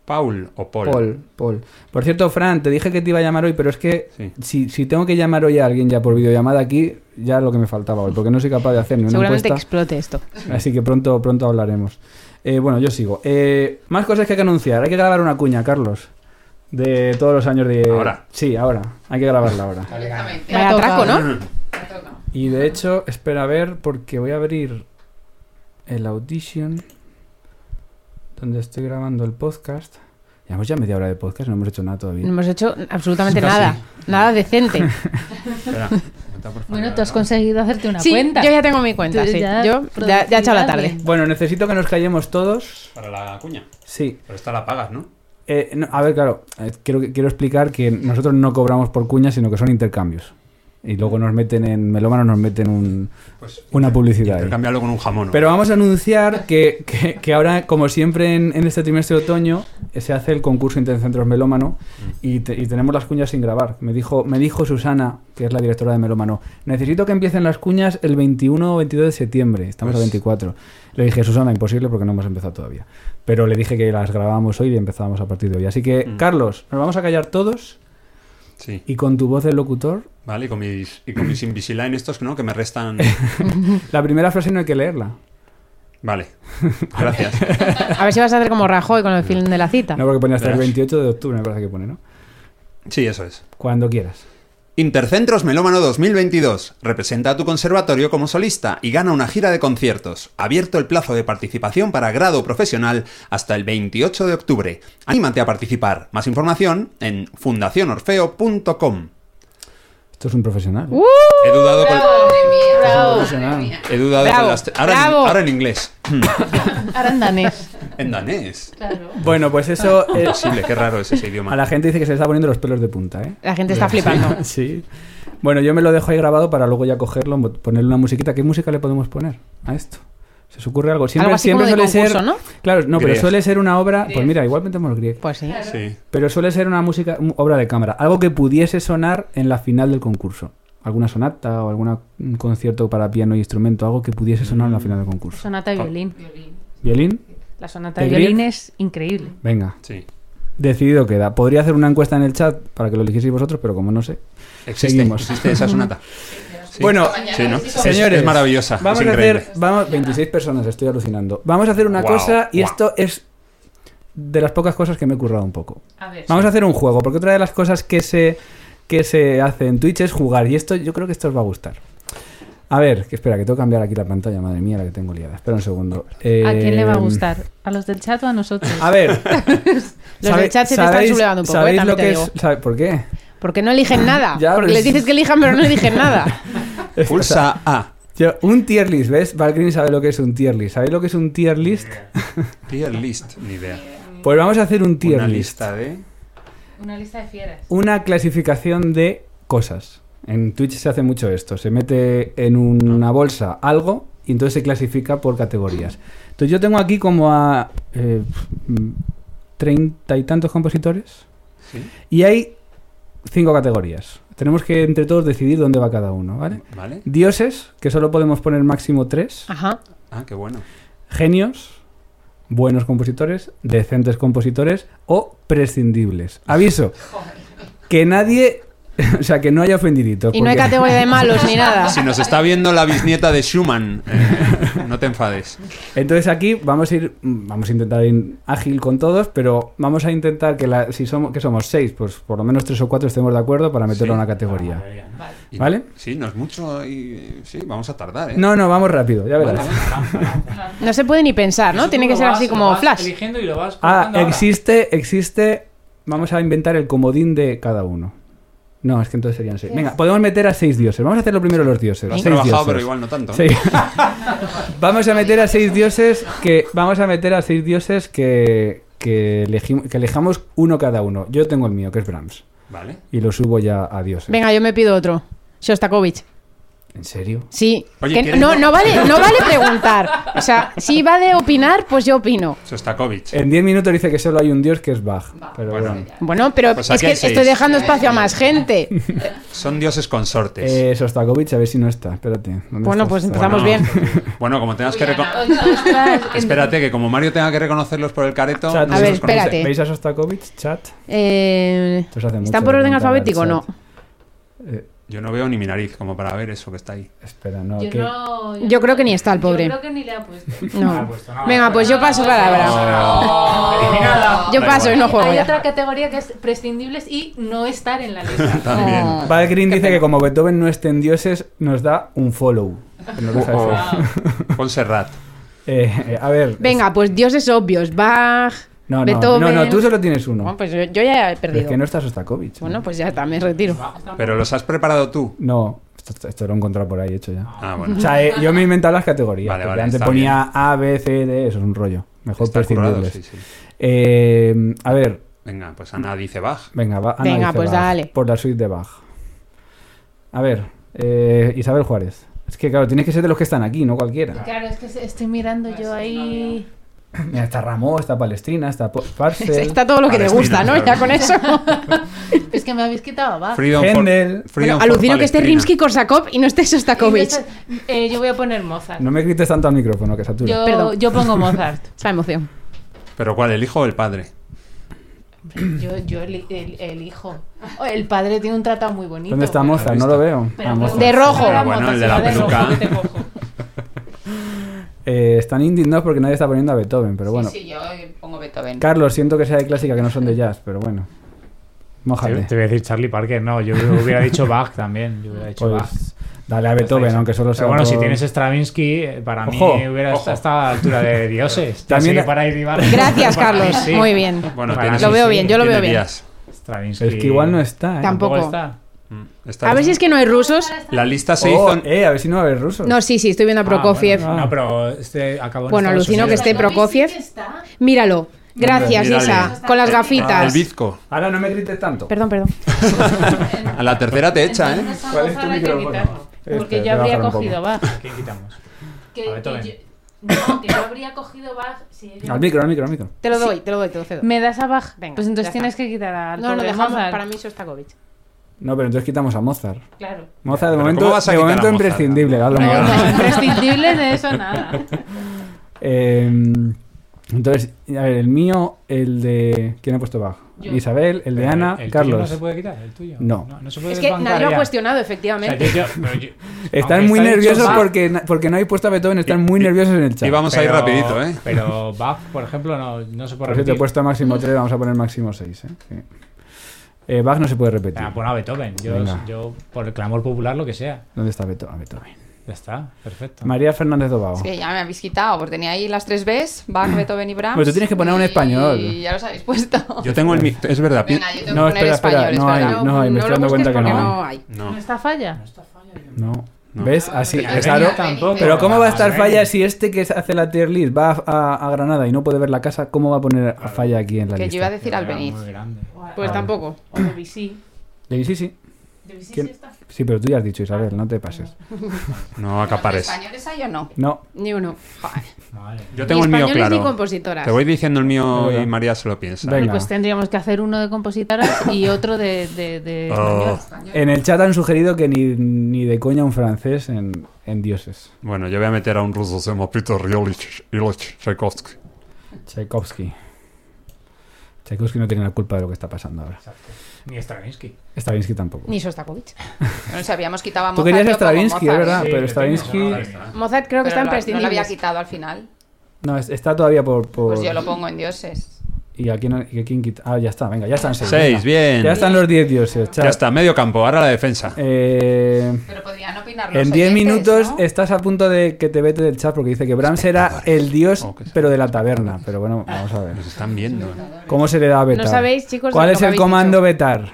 [SPEAKER 1] Paul o Paul.
[SPEAKER 2] Paul. Paul, Por cierto, Fran, te dije que te iba a llamar hoy, pero es que
[SPEAKER 1] Sí.
[SPEAKER 2] si, si tengo que llamar hoy a alguien ya por videollamada aquí, ya es lo que me faltaba hoy, porque no soy capaz de hacer ni una
[SPEAKER 5] Seguramente
[SPEAKER 2] encuesta.
[SPEAKER 5] explote esto.
[SPEAKER 2] Así que pronto, pronto hablaremos. Eh, bueno, yo sigo. Eh, más cosas que hay que anunciar. Hay que grabar una cuña, Carlos. De todos los años de.
[SPEAKER 1] Ahora.
[SPEAKER 2] Sí, ahora. Hay que grabarla ahora.
[SPEAKER 5] Vaya atraco, ¿no?
[SPEAKER 2] Y de hecho, espera a ver, porque voy a abrir el Audition, donde estoy grabando el podcast. Llevamos ya media hora de podcast, no hemos hecho nada todavía.
[SPEAKER 5] No hemos hecho absolutamente nada. Nada decente.
[SPEAKER 1] Espera, cuenta, por favor,
[SPEAKER 3] Bueno, tú has
[SPEAKER 1] ¿verdad?
[SPEAKER 3] conseguido hacerte una
[SPEAKER 5] sí,
[SPEAKER 3] cuenta.
[SPEAKER 5] yo ya tengo mi cuenta,
[SPEAKER 3] Tú
[SPEAKER 5] sí.
[SPEAKER 3] ya
[SPEAKER 5] yo ya, ya he echado la tarde.
[SPEAKER 3] producirás
[SPEAKER 2] Bueno, necesito que nos callemos todos.
[SPEAKER 1] Para la cuña.
[SPEAKER 2] Sí.
[SPEAKER 1] Pero esta la pagas, ¿no?
[SPEAKER 2] Eh, no, a ver, claro, eh, quiero, quiero explicar que nosotros no cobramos por cuñas, sino que son intercambios. Y luego nos meten en Melómano, nos meten un-
[SPEAKER 1] Pues
[SPEAKER 2] una publicidad. ahí.
[SPEAKER 1] cambiarlo con un jamón. ¿no?
[SPEAKER 2] Pero vamos a anunciar que, que- que ahora, como siempre en, en este trimestre de otoño, eh, se hace el concurso Intercentros Melómano y, te- y tenemos las cuñas sin grabar. Me dijo, me dijo Susana, que es la directora de Melómano, necesito que empiecen las cuñas el 21 o 22 de septiembre. Estamos a
[SPEAKER 1] Pues-
[SPEAKER 2] 24. Le dije, Susana, imposible porque no hemos empezado todavía. Pero le dije que las grabábamos hoy y empezábamos a partir de hoy. Así que,
[SPEAKER 1] Mm.
[SPEAKER 2] Carlos, nos vamos a callar todos
[SPEAKER 1] Sí.
[SPEAKER 2] y con tu voz de locutor,
[SPEAKER 1] Vale, y con mis, y con mis Invisalign estos, ¿no? Que me restan...
[SPEAKER 2] la primera frase no hay que leerla.
[SPEAKER 1] Vale. Gracias.
[SPEAKER 5] A ver si vas a hacer como Rajoy con el film de la cita.
[SPEAKER 2] No, porque pone hasta el
[SPEAKER 1] Verás.
[SPEAKER 2] 28 de octubre, me parece que pone, ¿no?
[SPEAKER 1] Sí, eso es.
[SPEAKER 2] Cuando quieras.
[SPEAKER 1] Intercentros Melómano 2022. Representa a tu conservatorio como solista y gana una gira de conciertos. Abierto el plazo de participación para grado profesional hasta el 28 de octubre. Anímate a participar. Más información en fundacionorfeo.com.
[SPEAKER 2] Esto es un profesional.
[SPEAKER 5] ¡Uh!
[SPEAKER 1] He dudado con,
[SPEAKER 7] Oh.
[SPEAKER 3] Bravo.
[SPEAKER 2] Profesional.
[SPEAKER 1] he dudado con
[SPEAKER 5] Bravo,
[SPEAKER 1] las... te- Ahora, en-
[SPEAKER 5] bravo.
[SPEAKER 1] ahora en inglés.
[SPEAKER 3] Ahora en danés.
[SPEAKER 1] En danés.
[SPEAKER 3] Claro.
[SPEAKER 2] Bueno, pues eso.
[SPEAKER 7] Oh.
[SPEAKER 2] eh,
[SPEAKER 1] Imposible, qué raro es ese idioma.
[SPEAKER 2] a la gente dice que se le está poniendo los pelos de punta, ¿eh?
[SPEAKER 5] La gente está flipando.
[SPEAKER 2] Sí. Bueno, yo me lo dejo ahí grabado para luego ya cogerlo, mo- ponerle una musiquita. ¿Qué música le podemos poner a esto? ¿Se os ocurre algo? Siempre,
[SPEAKER 5] Algo así
[SPEAKER 2] siempre
[SPEAKER 5] como de
[SPEAKER 2] suele
[SPEAKER 5] concurso,
[SPEAKER 2] ser.
[SPEAKER 5] ¿no?
[SPEAKER 2] Claro, no, pero
[SPEAKER 1] Grieg.
[SPEAKER 2] suele ser una obra. Pues mira, igual metemos griego.
[SPEAKER 5] Pues sí.
[SPEAKER 1] Sí.
[SPEAKER 2] Pero suele ser una música, un- obra de cámara. Algo que pudiese sonar en la final del concurso. Alguna sonata o algún concierto para piano y instrumento. Algo que pudiese sonar en la final del concurso.
[SPEAKER 7] Sonata de violín.
[SPEAKER 2] ¿Violín?
[SPEAKER 7] La sonata de
[SPEAKER 2] ¿De Grieg?
[SPEAKER 7] violín es increíble.
[SPEAKER 2] Venga.
[SPEAKER 1] Sí.
[SPEAKER 2] Decidido queda. Podría hacer una encuesta en el chat para que lo eligieseis vosotros, pero como no sé.
[SPEAKER 1] Existe,
[SPEAKER 2] Seguimos.
[SPEAKER 1] existe esa sonata. Sí.
[SPEAKER 2] Bueno,
[SPEAKER 1] Sí, ¿no?
[SPEAKER 2] señores,
[SPEAKER 1] es maravillosa.
[SPEAKER 2] Vamos
[SPEAKER 1] Ah, es
[SPEAKER 2] a
[SPEAKER 1] increíble.
[SPEAKER 2] hacer. Vamos, 26 personas, estoy alucinando. Vamos a hacer una
[SPEAKER 1] Guau,
[SPEAKER 2] cosa y
[SPEAKER 1] guau.
[SPEAKER 2] esto es de las pocas cosas que me he currado un poco.
[SPEAKER 3] A ver.
[SPEAKER 2] Vamos a hacer un juego, porque otra de las cosas que se, que se hace en Twitch es jugar. Y esto yo creo que esto os va a gustar. A ver, que espera, que tengo que cambiar aquí la pantalla, madre mía, la que tengo liada. Espera un segundo.
[SPEAKER 7] ¿A quién le va a
[SPEAKER 2] Eh, Ah,
[SPEAKER 7] gustar? ¿A los del chat o a nosotros?
[SPEAKER 2] A ver.
[SPEAKER 5] Los
[SPEAKER 2] sabe-
[SPEAKER 5] del chat se te están sublevando un poco, eh,
[SPEAKER 2] ¿Sabéis
[SPEAKER 5] también
[SPEAKER 2] lo
[SPEAKER 5] te
[SPEAKER 2] que
[SPEAKER 5] digo.
[SPEAKER 2] es? sabe- ¿Por qué?
[SPEAKER 5] Porque no eligen nada.
[SPEAKER 2] Ya,
[SPEAKER 5] Porque
[SPEAKER 2] pues.
[SPEAKER 5] les dices que elijan, pero no eligen nada.
[SPEAKER 1] Pulsa A.
[SPEAKER 2] Yo, un tier list, ¿ves? Valgrin sabe lo que es un tier list. ¿Sabéis lo que es un tier list?
[SPEAKER 1] Tier list, ni idea.
[SPEAKER 2] Pues vamos a hacer un tier
[SPEAKER 1] Mm. Una
[SPEAKER 2] list.
[SPEAKER 1] lista de.
[SPEAKER 3] Una lista de fieras.
[SPEAKER 2] Una clasificación de cosas. En Twitch se hace mucho esto. Se mete en un-
[SPEAKER 1] Ah.
[SPEAKER 2] una bolsa algo y entonces se clasifica por categorías. Entonces yo tengo aquí como a eh, mm, treinta y tantos compositores
[SPEAKER 1] Sí.
[SPEAKER 2] y hay cinco categorías. Tenemos que entre todos decidir dónde va cada uno, ¿vale?
[SPEAKER 1] Vale.
[SPEAKER 2] Dioses, que solo podemos poner máximo tres.
[SPEAKER 5] Ajá.
[SPEAKER 1] Ah, qué bueno.
[SPEAKER 2] genios, buenos compositores, decentes compositores o prescindibles. Aviso, que nadie, o sea, que no haya ofendiditos.
[SPEAKER 5] Y no hay
[SPEAKER 2] porque-
[SPEAKER 5] categoría de malos ni nada.
[SPEAKER 1] Si nos está viendo la bisnieta de Schumann, eh, no te enfades.
[SPEAKER 2] Entonces aquí vamos a ir, mm, vamos a intentar ir ágil con todos, pero vamos a intentar que la, si somos, que somos seis, pues por lo menos tres o cuatro estemos de acuerdo para meterlo
[SPEAKER 1] Sí. Ah,
[SPEAKER 2] en una categoría.
[SPEAKER 1] Y-
[SPEAKER 2] ¿Vale?
[SPEAKER 1] Sí, no es mucho. y- sí, vamos a tardar, ¿eh?
[SPEAKER 2] No, no, vamos rápido, ya verás.
[SPEAKER 5] No se puede ni pensar, ¿no? Tiene que ser así como flash.
[SPEAKER 6] Eligiendo y lo vas
[SPEAKER 2] Ah,
[SPEAKER 6] colocando ahora.
[SPEAKER 2] existe, existe vamos a inventar el comodín de cada uno. No, es que entonces serían seis. Venga, podemos meter a seis dioses. Vamos a hacerlo primero los dioses.
[SPEAKER 1] Lo has
[SPEAKER 2] seis
[SPEAKER 1] trabajado,
[SPEAKER 2] dioses.
[SPEAKER 1] pero igual no tanto. ¿no?
[SPEAKER 2] Sí. vamos a meter a seis dioses que vamos a meter a seis dioses que que, elegim- que elijamos uno cada uno. Yo tengo el mío, que es Brahms,
[SPEAKER 1] Vale.
[SPEAKER 2] y lo subo ya a dioses.
[SPEAKER 5] Venga, yo me pido otro. Shostakovich.
[SPEAKER 2] ¿En serio?
[SPEAKER 5] Sí.
[SPEAKER 1] Oye,
[SPEAKER 5] Que
[SPEAKER 1] ¿quieres
[SPEAKER 5] no,
[SPEAKER 1] no?
[SPEAKER 5] no, vale, no vale preguntar. O sea, si va de opinar, pues yo opino.
[SPEAKER 1] Sostakovich.
[SPEAKER 2] En 10 minutos dice que solo hay un dios que es Bach, Eh, pero
[SPEAKER 1] Bueno,
[SPEAKER 2] bueno.
[SPEAKER 5] Bueno, pero
[SPEAKER 1] Pues
[SPEAKER 5] es
[SPEAKER 1] aquí
[SPEAKER 5] que
[SPEAKER 1] hay seis.
[SPEAKER 5] estoy dejando espacio a más gente.
[SPEAKER 1] Son dioses consortes.
[SPEAKER 2] Eh, Sostakovich, a ver si no está. Espérate. ¿dónde
[SPEAKER 5] Bueno,
[SPEAKER 2] está
[SPEAKER 5] pues
[SPEAKER 2] Sostakovich?
[SPEAKER 5] empezamos bien.
[SPEAKER 1] Bueno, como tengas que reconocer.
[SPEAKER 3] Espérate.
[SPEAKER 1] Espérate, que como Mario tenga que reconocerlos por el careto.
[SPEAKER 2] Chat,
[SPEAKER 1] no
[SPEAKER 5] A
[SPEAKER 1] se
[SPEAKER 5] ver,
[SPEAKER 1] los conoce.
[SPEAKER 5] espérate.
[SPEAKER 2] ¿Veis a Sostakovich? Chat.
[SPEAKER 5] Eh,
[SPEAKER 2] Esto se hace mucho
[SPEAKER 5] ¿Están por
[SPEAKER 2] de
[SPEAKER 5] orden
[SPEAKER 2] preguntar al
[SPEAKER 5] alfabético o no?
[SPEAKER 2] chat. Eh,
[SPEAKER 1] Yo no veo ni mi nariz como para ver eso que está ahí.
[SPEAKER 2] espera, no.
[SPEAKER 3] Yo
[SPEAKER 2] que-
[SPEAKER 3] no-
[SPEAKER 5] Yo creo que ni está el pobre.
[SPEAKER 3] Yo creo que ni le ha puesto.
[SPEAKER 5] No. Venga, pues yo paso palabra.
[SPEAKER 3] Eliminada.
[SPEAKER 5] Yo
[SPEAKER 1] Da
[SPEAKER 5] paso y
[SPEAKER 1] igual.
[SPEAKER 5] no juego
[SPEAKER 3] Hay
[SPEAKER 5] ya.
[SPEAKER 3] otra categoría que es prescindibles y no estar en la lista.
[SPEAKER 1] También.
[SPEAKER 5] Oh.
[SPEAKER 2] Val Green dice que como Beethoven no esté en dioses, nos da un follow. Nos deja de follow.
[SPEAKER 1] Serrat.
[SPEAKER 2] Eh, eh, a ver.
[SPEAKER 5] Venga, pues dioses obvios. Bach.
[SPEAKER 2] No, no,
[SPEAKER 5] Beethoven.
[SPEAKER 2] no, no, tú solo tienes uno.
[SPEAKER 5] Bueno, pues yo, yo ya
[SPEAKER 2] Pero
[SPEAKER 5] he
[SPEAKER 2] es
[SPEAKER 5] perdido.
[SPEAKER 2] que no está Sostakovich.
[SPEAKER 5] Bueno, pues ya está, me retiro.
[SPEAKER 1] Pero los has preparado tú.
[SPEAKER 2] No, esto, esto lo he encontrado por ahí hecho ya.
[SPEAKER 1] Ah,
[SPEAKER 2] O
[SPEAKER 1] bueno.
[SPEAKER 2] sea, eh, yo me he inventado las categorías.
[SPEAKER 1] Vale,
[SPEAKER 2] porque
[SPEAKER 1] vale,
[SPEAKER 2] antes
[SPEAKER 1] está
[SPEAKER 2] ponía A, B, C, D, eso es un rollo. Mejor
[SPEAKER 1] Está currado,
[SPEAKER 2] prescindibles.
[SPEAKER 1] sí, sí.
[SPEAKER 2] Eh, a ver,
[SPEAKER 1] Venga, pues Ana dice Bach.
[SPEAKER 2] venga, va, Ana
[SPEAKER 5] Venga,
[SPEAKER 2] dice
[SPEAKER 5] pues
[SPEAKER 2] Bach,
[SPEAKER 5] dale.
[SPEAKER 2] Por la suite de Bach. A ver, eh, Isabel Juárez. Es que claro, tienes que ser de los que están aquí, no cualquiera.
[SPEAKER 3] Claro, es que se- estoy mirando yo ahí.
[SPEAKER 2] Mira, está Ramón, está Palestina, está Po- Parcel,
[SPEAKER 5] Pues Está todo lo que te
[SPEAKER 1] Palestina,
[SPEAKER 5] gusta, ¿no? Ya
[SPEAKER 1] claro.
[SPEAKER 5] con eso.
[SPEAKER 3] Es que me habéis quitado abajo.
[SPEAKER 1] Freedom for-
[SPEAKER 2] Händel.
[SPEAKER 1] Freedom
[SPEAKER 5] Bueno,
[SPEAKER 1] for
[SPEAKER 5] alucino que este esté
[SPEAKER 1] Palestina.
[SPEAKER 5] Rimsky-Korsakov y no esté Sostakovich.
[SPEAKER 3] Eh, yo voy a poner Mozart.
[SPEAKER 2] No me grites tanto al micrófono, que satura.
[SPEAKER 3] Yo,
[SPEAKER 5] Perdón.
[SPEAKER 3] yo pongo Mozart.
[SPEAKER 5] Esa emoción.
[SPEAKER 1] ¿Pero cuál? ¿El hijo o el padre?
[SPEAKER 3] Yo, yo el, el- el hijo. Oh, El padre tiene un tratado muy bonito.
[SPEAKER 2] ¿Dónde está Mozart? No lo veo. Ah, Mozart.
[SPEAKER 5] De rojo.
[SPEAKER 1] Pero bueno, el de la peluca.
[SPEAKER 2] Eh, están indies no porque nadie está poniendo a Beethoven, pero bueno.
[SPEAKER 4] Sí, sí, yo eh, pongo Beethoven.
[SPEAKER 2] Carlos, siento que sea de clásica, que no son de jazz, pero bueno.
[SPEAKER 6] Te,
[SPEAKER 2] Mójate.
[SPEAKER 6] te voy a decir Charlie Parker, no, yo hubiera dicho Bach también. Yo hubiera dicho Bach.
[SPEAKER 2] Pues, dale a Beethoven, aunque solo sea.
[SPEAKER 6] Pero bueno,
[SPEAKER 2] por-
[SPEAKER 6] si tienes Stravinsky, eh, para mí
[SPEAKER 2] Ojo,
[SPEAKER 6] hubiera
[SPEAKER 1] ojo.
[SPEAKER 6] estado a la altura de dioses.
[SPEAKER 2] También-
[SPEAKER 6] También para ir Iván.
[SPEAKER 5] Gracias,
[SPEAKER 6] Para mí
[SPEAKER 5] Carlos.
[SPEAKER 6] sí.
[SPEAKER 5] Muy bien.
[SPEAKER 1] Bueno,
[SPEAKER 6] Para
[SPEAKER 1] tiene
[SPEAKER 6] mí
[SPEAKER 5] Lo
[SPEAKER 6] sí,
[SPEAKER 5] veo
[SPEAKER 6] sí.
[SPEAKER 5] bien, yo lo
[SPEAKER 1] tiene
[SPEAKER 5] veo bien.
[SPEAKER 1] días.
[SPEAKER 6] Stravinsky.
[SPEAKER 2] Es que igual no está, ¿eh?
[SPEAKER 5] Tampoco.
[SPEAKER 6] está.
[SPEAKER 1] Mm, está
[SPEAKER 5] A ver
[SPEAKER 1] bien.
[SPEAKER 5] si es que no hay rusos.
[SPEAKER 1] La lista se
[SPEAKER 2] Oh,
[SPEAKER 1] hizo... en-
[SPEAKER 2] eh, a ver si no va a haber rusos.
[SPEAKER 5] No, sí, sí, estoy viendo a Prokofiev.
[SPEAKER 2] bueno,
[SPEAKER 6] Ah, No, pero este acabó en
[SPEAKER 5] Bueno,
[SPEAKER 6] Estados
[SPEAKER 5] alucino que
[SPEAKER 6] Unidos.
[SPEAKER 5] esté Prokofiev. Míralo. Gracias,
[SPEAKER 1] Mírale. Ah,
[SPEAKER 5] Isa. Con las
[SPEAKER 1] El
[SPEAKER 5] gafitas.
[SPEAKER 1] bizco.
[SPEAKER 2] Ahora no me grites tanto.
[SPEAKER 5] Perdón, perdón.
[SPEAKER 1] A la tercera te echa, ¿eh?
[SPEAKER 2] ¿Cuál es tu micrófono? Este,
[SPEAKER 3] Porque
[SPEAKER 2] te
[SPEAKER 3] yo habría
[SPEAKER 2] bajar un
[SPEAKER 3] cogido Bach.
[SPEAKER 6] ¿Qué quitamos?
[SPEAKER 3] Que,
[SPEAKER 6] A Beethoven.
[SPEAKER 3] que yo, no, que yo habría cogido Bach si ellos-
[SPEAKER 2] Al micro, al micro, al micro.
[SPEAKER 5] Te lo doy, te lo doy, te lo cedo.
[SPEAKER 3] Me das a Bach.
[SPEAKER 5] Venga,
[SPEAKER 3] pues
[SPEAKER 5] ya
[SPEAKER 3] entonces
[SPEAKER 5] está.
[SPEAKER 3] tienes que quitar al
[SPEAKER 5] No, lo
[SPEAKER 3] pobre
[SPEAKER 5] dejamos
[SPEAKER 3] Mozart.
[SPEAKER 5] para mí Sostakovich.
[SPEAKER 2] No, pero entonces quitamos a Mozart.
[SPEAKER 3] Claro.
[SPEAKER 2] Mozart, de
[SPEAKER 1] Pero
[SPEAKER 2] momento,
[SPEAKER 1] ¿cómo vas a
[SPEAKER 2] de
[SPEAKER 1] quitar a
[SPEAKER 2] momento
[SPEAKER 1] Mozart?
[SPEAKER 2] imprescindible. hazlo
[SPEAKER 3] No,
[SPEAKER 2] mal.
[SPEAKER 3] no, imprescindible de eso nada.
[SPEAKER 2] Eh, entonces, a ver, el mío, el de. ¿Quién ha puesto Bach?
[SPEAKER 3] Yo.
[SPEAKER 2] Isabel, el de
[SPEAKER 6] Pero
[SPEAKER 2] Ana,
[SPEAKER 6] Eh, el tuyo
[SPEAKER 2] Carlos.
[SPEAKER 6] no se puede quitar? ¿El tuyo?
[SPEAKER 2] No.
[SPEAKER 6] No, no se puede
[SPEAKER 5] Es que
[SPEAKER 6] desbancar
[SPEAKER 5] nadie lo ¿eh? ha
[SPEAKER 6] ya.
[SPEAKER 5] cuestionado,
[SPEAKER 6] O sea,
[SPEAKER 5] efectivamente.
[SPEAKER 6] yo- yo- pero yo-
[SPEAKER 2] Están
[SPEAKER 6] aunque
[SPEAKER 2] muy
[SPEAKER 6] está dicho
[SPEAKER 2] nerviosos
[SPEAKER 6] Bach,
[SPEAKER 2] porque, na- porque no hay puesto a Beethoven, están muy
[SPEAKER 1] Y-
[SPEAKER 2] nerviosos en el chat.
[SPEAKER 1] Y vamos a ir
[SPEAKER 6] pero-
[SPEAKER 1] rapidito, ¿eh?
[SPEAKER 6] Pero Bach, por ejemplo, no, no se puede
[SPEAKER 2] Por cierto, he
[SPEAKER 6] repetir.
[SPEAKER 2] puesto a máximo 3, vamos a poner máximo 6. ¿eh? Sí. Eh, Bach no se puede repetir.
[SPEAKER 6] Ah, pon a Beethoven. Yo,
[SPEAKER 2] Venga.
[SPEAKER 6] yo, por el clamor popular, lo que sea.
[SPEAKER 2] ¿Dónde está Beto- ah, Beethoven?
[SPEAKER 6] Ya está, perfecto.
[SPEAKER 2] María Fernández Dobao.
[SPEAKER 4] Es que ya me habéis quitado, porque tenía ahí las tres Bs, Bach, Beethoven y Brahms.
[SPEAKER 2] Pues tú tienes que poner un
[SPEAKER 4] y-
[SPEAKER 2] español.
[SPEAKER 4] Y ya los habéis puesto.
[SPEAKER 1] Yo tengo el... mi- Es verdad. pi-
[SPEAKER 4] Venga, yo tengo
[SPEAKER 2] No,
[SPEAKER 4] que
[SPEAKER 2] espera,
[SPEAKER 4] poner
[SPEAKER 2] espera,
[SPEAKER 4] español,
[SPEAKER 2] no
[SPEAKER 4] es
[SPEAKER 2] hay,
[SPEAKER 4] verdad.
[SPEAKER 2] no hay, me estoy
[SPEAKER 4] lo
[SPEAKER 2] dando cuenta
[SPEAKER 4] busques
[SPEAKER 2] que no
[SPEAKER 4] porque
[SPEAKER 2] hay.
[SPEAKER 4] no hay.
[SPEAKER 1] No.
[SPEAKER 3] ¿No está falla?
[SPEAKER 2] No.
[SPEAKER 1] No.
[SPEAKER 2] ¿Ves? Así,
[SPEAKER 4] Venga,
[SPEAKER 2] claro.
[SPEAKER 4] venga.
[SPEAKER 2] Pero ¿cómo va a estar
[SPEAKER 6] ver.
[SPEAKER 2] falla si este que hace la tier list va a, a- a Granada y no puede ver la casa? ¿Cómo va a poner a falla aquí en la
[SPEAKER 4] Que yo iba a
[SPEAKER 2] lista?
[SPEAKER 4] decir Albeniz.
[SPEAKER 6] Muy grande.
[SPEAKER 5] Pues tampoco.
[SPEAKER 3] O de Debussy.
[SPEAKER 2] Le- Sí, sí.
[SPEAKER 3] Debussy
[SPEAKER 2] ¿Quién?
[SPEAKER 3] sí está.
[SPEAKER 2] Sí, pero tú ya has dicho, Isabel, no te pases.
[SPEAKER 1] No acapares.
[SPEAKER 4] ¿Españoles hay o no?
[SPEAKER 2] No.
[SPEAKER 5] Ni uno.
[SPEAKER 4] Joder.
[SPEAKER 6] Vale.
[SPEAKER 1] Yo tengo el
[SPEAKER 5] ni
[SPEAKER 1] mío
[SPEAKER 5] españoles ni
[SPEAKER 1] claro.
[SPEAKER 5] compositoras.
[SPEAKER 1] Te voy diciendo el mío
[SPEAKER 2] Venga.
[SPEAKER 1] y María se lo piensa.
[SPEAKER 2] Venga.
[SPEAKER 3] Pues tendríamos que hacer uno de compositoras y otro de, de, de
[SPEAKER 1] Oh.
[SPEAKER 3] español.
[SPEAKER 2] En el chat han sugerido que ni, ni de coña un francés en, en dioses.
[SPEAKER 1] Bueno, yo voy a meter a un ruso, se llama Peter Ilyich, Ilyich Tchaikovsky.
[SPEAKER 2] Tchaikovsky. Tchaikovsky no tiene la culpa de lo que está pasando ahora.
[SPEAKER 6] Ni Stravinsky.
[SPEAKER 2] Stravinsky tampoco.
[SPEAKER 5] Ni Sostakovich.
[SPEAKER 4] No nos habíamos quitado a
[SPEAKER 2] Tú
[SPEAKER 4] Mozart.
[SPEAKER 2] querías
[SPEAKER 4] yo pongo
[SPEAKER 2] Stravinsky, es
[SPEAKER 4] Mozart.
[SPEAKER 2] verdad,
[SPEAKER 6] Sí,
[SPEAKER 2] pero
[SPEAKER 6] que
[SPEAKER 2] Stravinsky...
[SPEAKER 6] tengo, no, no, no.
[SPEAKER 5] Mozart creo que
[SPEAKER 4] Pero
[SPEAKER 5] está
[SPEAKER 4] lo- no
[SPEAKER 5] en
[SPEAKER 4] lo
[SPEAKER 5] prescindible.
[SPEAKER 4] había quitado al final.
[SPEAKER 2] No, es- está todavía por... por-
[SPEAKER 4] Pues yo lo pongo en dioses.
[SPEAKER 2] ¿Y a quién, y a quién quita? Ah, ya está, venga, ya están seis.
[SPEAKER 1] Seis,
[SPEAKER 2] venga.
[SPEAKER 1] bien.
[SPEAKER 2] Ya están los 10 dioses, chao.
[SPEAKER 1] Ya está, medio campo, ahora la defensa.
[SPEAKER 2] Eh,
[SPEAKER 4] Pero podrían opinar los
[SPEAKER 2] en 10
[SPEAKER 4] oyentes,
[SPEAKER 2] minutos eh,
[SPEAKER 4] ¿no?
[SPEAKER 2] estás a punto de que te vete del chat porque dice que Bram será el dios,
[SPEAKER 1] Oh, que sea.
[SPEAKER 2] pero de la taberna. Pero bueno, vamos a ver.
[SPEAKER 1] Nos están viendo. ¿eh?
[SPEAKER 2] ¿Cómo se le da a vetar?
[SPEAKER 5] No sabéis, chicos,
[SPEAKER 2] ¿Cuál
[SPEAKER 5] lo
[SPEAKER 2] es
[SPEAKER 5] que
[SPEAKER 2] el
[SPEAKER 5] habéis
[SPEAKER 2] comando
[SPEAKER 5] dicho.
[SPEAKER 2] vetar?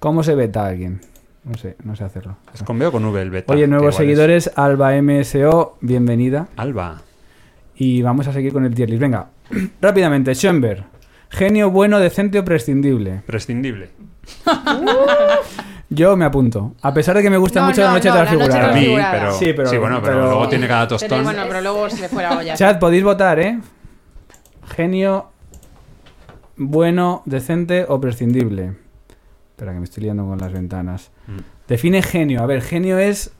[SPEAKER 2] ¿Cómo se veta a alguien? No sé, no sé hacerlo.
[SPEAKER 1] Es con B o con V el beta.
[SPEAKER 2] Oye,
[SPEAKER 1] que
[SPEAKER 2] nuevos
[SPEAKER 1] igual es-
[SPEAKER 2] seguidores, Alba MSO, bienvenida.
[SPEAKER 1] Alba.
[SPEAKER 2] Y vamos a seguir con el tier list. Venga, rápidamente, Schoenberg. Genio bueno, decente o prescindible.
[SPEAKER 1] Prescindible.
[SPEAKER 2] Yo me apunto. A pesar de que me gusta
[SPEAKER 4] No,
[SPEAKER 2] mucho la
[SPEAKER 4] no,
[SPEAKER 2] noche
[SPEAKER 4] no, la noche
[SPEAKER 2] transfigurada.
[SPEAKER 1] Para
[SPEAKER 4] Claro.
[SPEAKER 1] mí,
[SPEAKER 4] Configurada.
[SPEAKER 1] pero.
[SPEAKER 2] Sí, pero-
[SPEAKER 1] bueno, pero,
[SPEAKER 2] pero-
[SPEAKER 1] luego tiene cada
[SPEAKER 5] Pero
[SPEAKER 1] tostón.
[SPEAKER 5] bueno, pero luego se le fue la olla.
[SPEAKER 2] Chat, podéis votar, ¿eh? Genio, bueno, decente o prescindible. Espera, que me estoy liando con las ventanas.
[SPEAKER 1] Mm.
[SPEAKER 2] Define genio. A ver, genio es.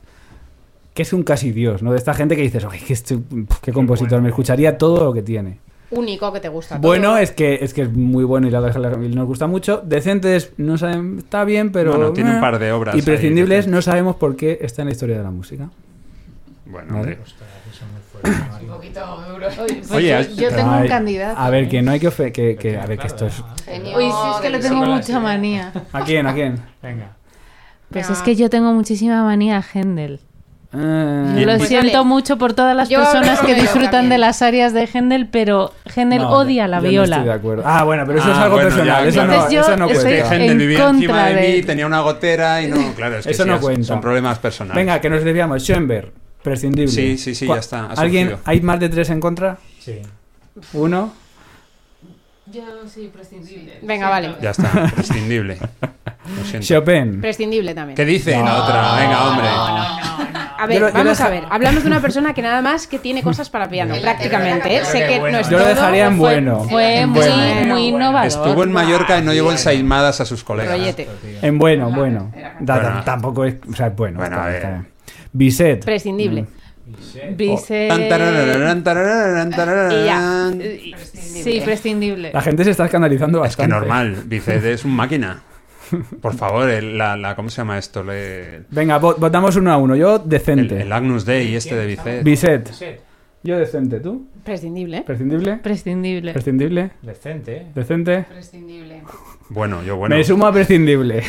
[SPEAKER 2] que es un casi dios, ¿no? De esta gente que dices, "Ay, que este- qué compositor, me escucharía todo lo que tiene.
[SPEAKER 5] Único que te gusta. todo.
[SPEAKER 2] Bueno, es que es que es muy bueno y la la- la- nos gusta mucho. Decente es, no saben, está bien, pero.
[SPEAKER 1] Bueno, tiene un par de
[SPEAKER 2] eh.
[SPEAKER 1] obras
[SPEAKER 2] Y prescindible
[SPEAKER 1] ahí
[SPEAKER 2] es, no sabemos por qué está en la historia de la música.
[SPEAKER 1] Bueno,
[SPEAKER 2] Vale.
[SPEAKER 1] hombre.
[SPEAKER 4] Un poquito duro.
[SPEAKER 3] Pues
[SPEAKER 1] Oye,
[SPEAKER 3] yo,
[SPEAKER 1] es-
[SPEAKER 3] yo tengo
[SPEAKER 2] Ay,
[SPEAKER 3] un candidato. ¿eh?
[SPEAKER 2] A ver, que no hay que. ofe- que, que- a ver, que esto
[SPEAKER 6] Claro,
[SPEAKER 2] es.
[SPEAKER 4] Genio
[SPEAKER 3] Uy, sí, es que
[SPEAKER 4] del
[SPEAKER 5] Oh,
[SPEAKER 3] le tengo
[SPEAKER 6] Solo
[SPEAKER 3] mucha
[SPEAKER 6] así.
[SPEAKER 3] manía.
[SPEAKER 2] ¿A quién? ¿A quién?
[SPEAKER 6] Venga.
[SPEAKER 7] Pues
[SPEAKER 5] Ah.
[SPEAKER 7] es que yo tengo muchísima manía a Händel.
[SPEAKER 3] Ah.
[SPEAKER 2] Eh,
[SPEAKER 7] Yo Lo
[SPEAKER 5] Pues
[SPEAKER 7] siento
[SPEAKER 5] dale.
[SPEAKER 7] mucho por todas las
[SPEAKER 5] Yo hablo
[SPEAKER 7] personas que
[SPEAKER 5] primero
[SPEAKER 7] disfrutan
[SPEAKER 5] también.
[SPEAKER 7] de las áreas de Händel, pero Händel
[SPEAKER 2] no,
[SPEAKER 7] odia la
[SPEAKER 2] yo no
[SPEAKER 7] viola.
[SPEAKER 2] estoy de acuerdo. Ah, bueno, pero eso
[SPEAKER 1] Ah,
[SPEAKER 2] es algo
[SPEAKER 1] bueno,
[SPEAKER 2] personal.
[SPEAKER 1] ya,
[SPEAKER 2] eso,
[SPEAKER 1] claro.
[SPEAKER 2] no,
[SPEAKER 7] Entonces yo
[SPEAKER 2] eso no
[SPEAKER 7] estoy-
[SPEAKER 1] Que
[SPEAKER 2] cuenta.
[SPEAKER 1] gente
[SPEAKER 7] en
[SPEAKER 1] vivía encima
[SPEAKER 7] contra
[SPEAKER 1] de, mí,
[SPEAKER 7] de-
[SPEAKER 1] tenía una gotera y no, claro, es que
[SPEAKER 2] Eso
[SPEAKER 1] sí,
[SPEAKER 2] no
[SPEAKER 1] es-
[SPEAKER 2] cuenta.
[SPEAKER 1] son problemas personales.
[SPEAKER 2] Venga, que nos desviamos. Schoenberg, prescindible.
[SPEAKER 1] Sí, sí, sí, ya
[SPEAKER 2] Cu-
[SPEAKER 1] está, ha
[SPEAKER 2] ¿Alguien,
[SPEAKER 1] surgido.
[SPEAKER 2] ¿Hay más de tres en contra?
[SPEAKER 6] Sí.
[SPEAKER 2] ¿Uno?
[SPEAKER 4] Yo soy prescindible.
[SPEAKER 5] Venga, vale.
[SPEAKER 1] Ya está, prescindible. Lo siento.
[SPEAKER 2] Chopin.
[SPEAKER 5] Prescindible también.
[SPEAKER 1] ¿Qué dice la otra? Venga, hombre.
[SPEAKER 5] A
[SPEAKER 2] Yo
[SPEAKER 5] ver,
[SPEAKER 2] lo- yo
[SPEAKER 5] vamos
[SPEAKER 2] lo-
[SPEAKER 5] a ver. Hablamos de una persona que nada más que tiene cosas para piano,
[SPEAKER 4] Yo-
[SPEAKER 5] prácticamente. ¿eh?
[SPEAKER 4] yo-
[SPEAKER 5] Sé que no es
[SPEAKER 2] Yo lo
[SPEAKER 5] todo.
[SPEAKER 2] dejaría en bueno.
[SPEAKER 7] Fue
[SPEAKER 2] En
[SPEAKER 7] muy,
[SPEAKER 2] bueno.
[SPEAKER 7] muy innovador.
[SPEAKER 1] Estuvo en Mallorca y no llevó ensaimadas a sus colegas.
[SPEAKER 5] Rollete.
[SPEAKER 2] En bueno, bueno. Da- da-
[SPEAKER 1] Bueno.
[SPEAKER 2] Tampoco es. O sea, es bueno.
[SPEAKER 1] Bueno,
[SPEAKER 2] está
[SPEAKER 1] a
[SPEAKER 2] bien,
[SPEAKER 1] ver.
[SPEAKER 2] está bien. Bizet.
[SPEAKER 5] Prescindible.
[SPEAKER 2] Mm.
[SPEAKER 7] Bise-
[SPEAKER 1] Oh. Tan, tarararán, tarararán,
[SPEAKER 5] Y ya.
[SPEAKER 1] tarararán.
[SPEAKER 7] Sí, prescindible.
[SPEAKER 2] La gente se está escandalizando
[SPEAKER 1] Es que
[SPEAKER 2] bastante.
[SPEAKER 1] normal, Vicente es un máquina. Por favor, el- la, la- ¿cómo se llama esto? Le-
[SPEAKER 2] Venga, vo- votamos uno a uno. Yo
[SPEAKER 1] el,
[SPEAKER 2] decente.
[SPEAKER 1] el Agnus Dei este de Vicente.
[SPEAKER 2] Bizet. Yo decente. ¿Tú?
[SPEAKER 5] Prescindible. ¿eh?
[SPEAKER 2] ¿Prescindible?
[SPEAKER 7] Prescindible.
[SPEAKER 2] ¿Prescindible?
[SPEAKER 6] Decente. ¿eh?
[SPEAKER 2] ¿Decente?
[SPEAKER 4] Prescindible.
[SPEAKER 1] Bueno, yo bueno.
[SPEAKER 2] Me sumo a prescindible.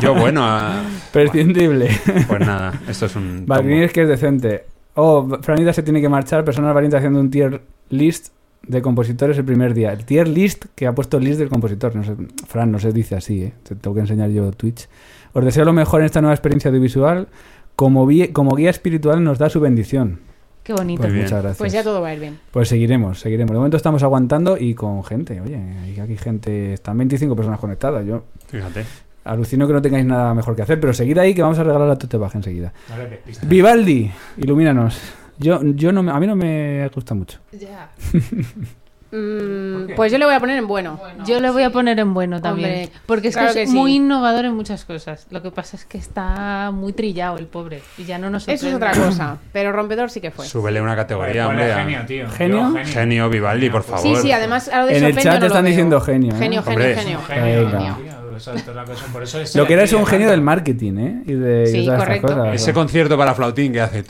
[SPEAKER 1] Yo bueno. a-
[SPEAKER 2] Prescindible.
[SPEAKER 1] Pues nada, esto es un.
[SPEAKER 2] Balvin
[SPEAKER 1] tombo.
[SPEAKER 2] es que es decente. Oh, Franita se tiene que marchar. Personas valientes haciendo un tier list de compositores el primer día. El tier list que ha puesto list del compositor. No sé, Fran, no se dice así, ¿eh? Te tengo que enseñar yo Twitch. Os deseo lo mejor en esta nueva experiencia audiovisual. Como, vi- como guía espiritual nos da su bendición.
[SPEAKER 7] Qué bonito.
[SPEAKER 2] Pues
[SPEAKER 1] bien.
[SPEAKER 2] muchas gracias.
[SPEAKER 5] Pues ya todo va a ir bien.
[SPEAKER 2] Pues seguiremos, seguiremos. De momento estamos aguantando y con gente. Oye, hay aquí gente. Están 25 personas conectadas. Yo
[SPEAKER 1] Fíjate.
[SPEAKER 2] alucino que no tengáis nada mejor que hacer, pero seguid ahí que vamos a regalar a Tote Baja enseguida.
[SPEAKER 6] No le despistes.
[SPEAKER 2] Vivaldi, ilumínanos. Yo, yo no, me- a mí no me gusta mucho.
[SPEAKER 4] Ya.
[SPEAKER 5] Mm, pues yo le voy a poner en bueno.
[SPEAKER 7] Yo le voy a poner en bueno también.
[SPEAKER 5] Hombre,
[SPEAKER 7] porque es
[SPEAKER 5] claro
[SPEAKER 7] que
[SPEAKER 5] que
[SPEAKER 7] es
[SPEAKER 5] sí.
[SPEAKER 7] muy innovador en muchas cosas. Lo que pasa es que está muy trillado el pobre. Y ya no nos
[SPEAKER 5] Eso es
[SPEAKER 7] sorprende.
[SPEAKER 5] otra cosa. Pero rompedor sí que fue.
[SPEAKER 1] Súbele una categoría,
[SPEAKER 6] Ponle
[SPEAKER 1] hombre. a-
[SPEAKER 6] genio, tío.
[SPEAKER 2] ¿Genio?
[SPEAKER 6] Yo,
[SPEAKER 1] Genio Vivaldi, por
[SPEAKER 5] Sí,
[SPEAKER 1] favor.
[SPEAKER 5] sí, además a lo de
[SPEAKER 2] En el
[SPEAKER 5] Chopin
[SPEAKER 2] chat
[SPEAKER 5] yo no
[SPEAKER 2] te
[SPEAKER 5] lo
[SPEAKER 2] están
[SPEAKER 5] veo.
[SPEAKER 2] diciendo genio, ¿eh?
[SPEAKER 5] Genio, genio,
[SPEAKER 1] Hombre.
[SPEAKER 5] genio.
[SPEAKER 6] Genio,
[SPEAKER 2] Venga.
[SPEAKER 6] tío, eso es otra cosa. Por eso este estoy
[SPEAKER 2] Lo que era es
[SPEAKER 6] aquí
[SPEAKER 2] un genio del
[SPEAKER 6] hablando.
[SPEAKER 2] marketing, ¿eh? Y de, y
[SPEAKER 5] Sí,
[SPEAKER 2] todas estas
[SPEAKER 5] correcto.
[SPEAKER 2] cosas.
[SPEAKER 1] Ese concierto para flautín que hace.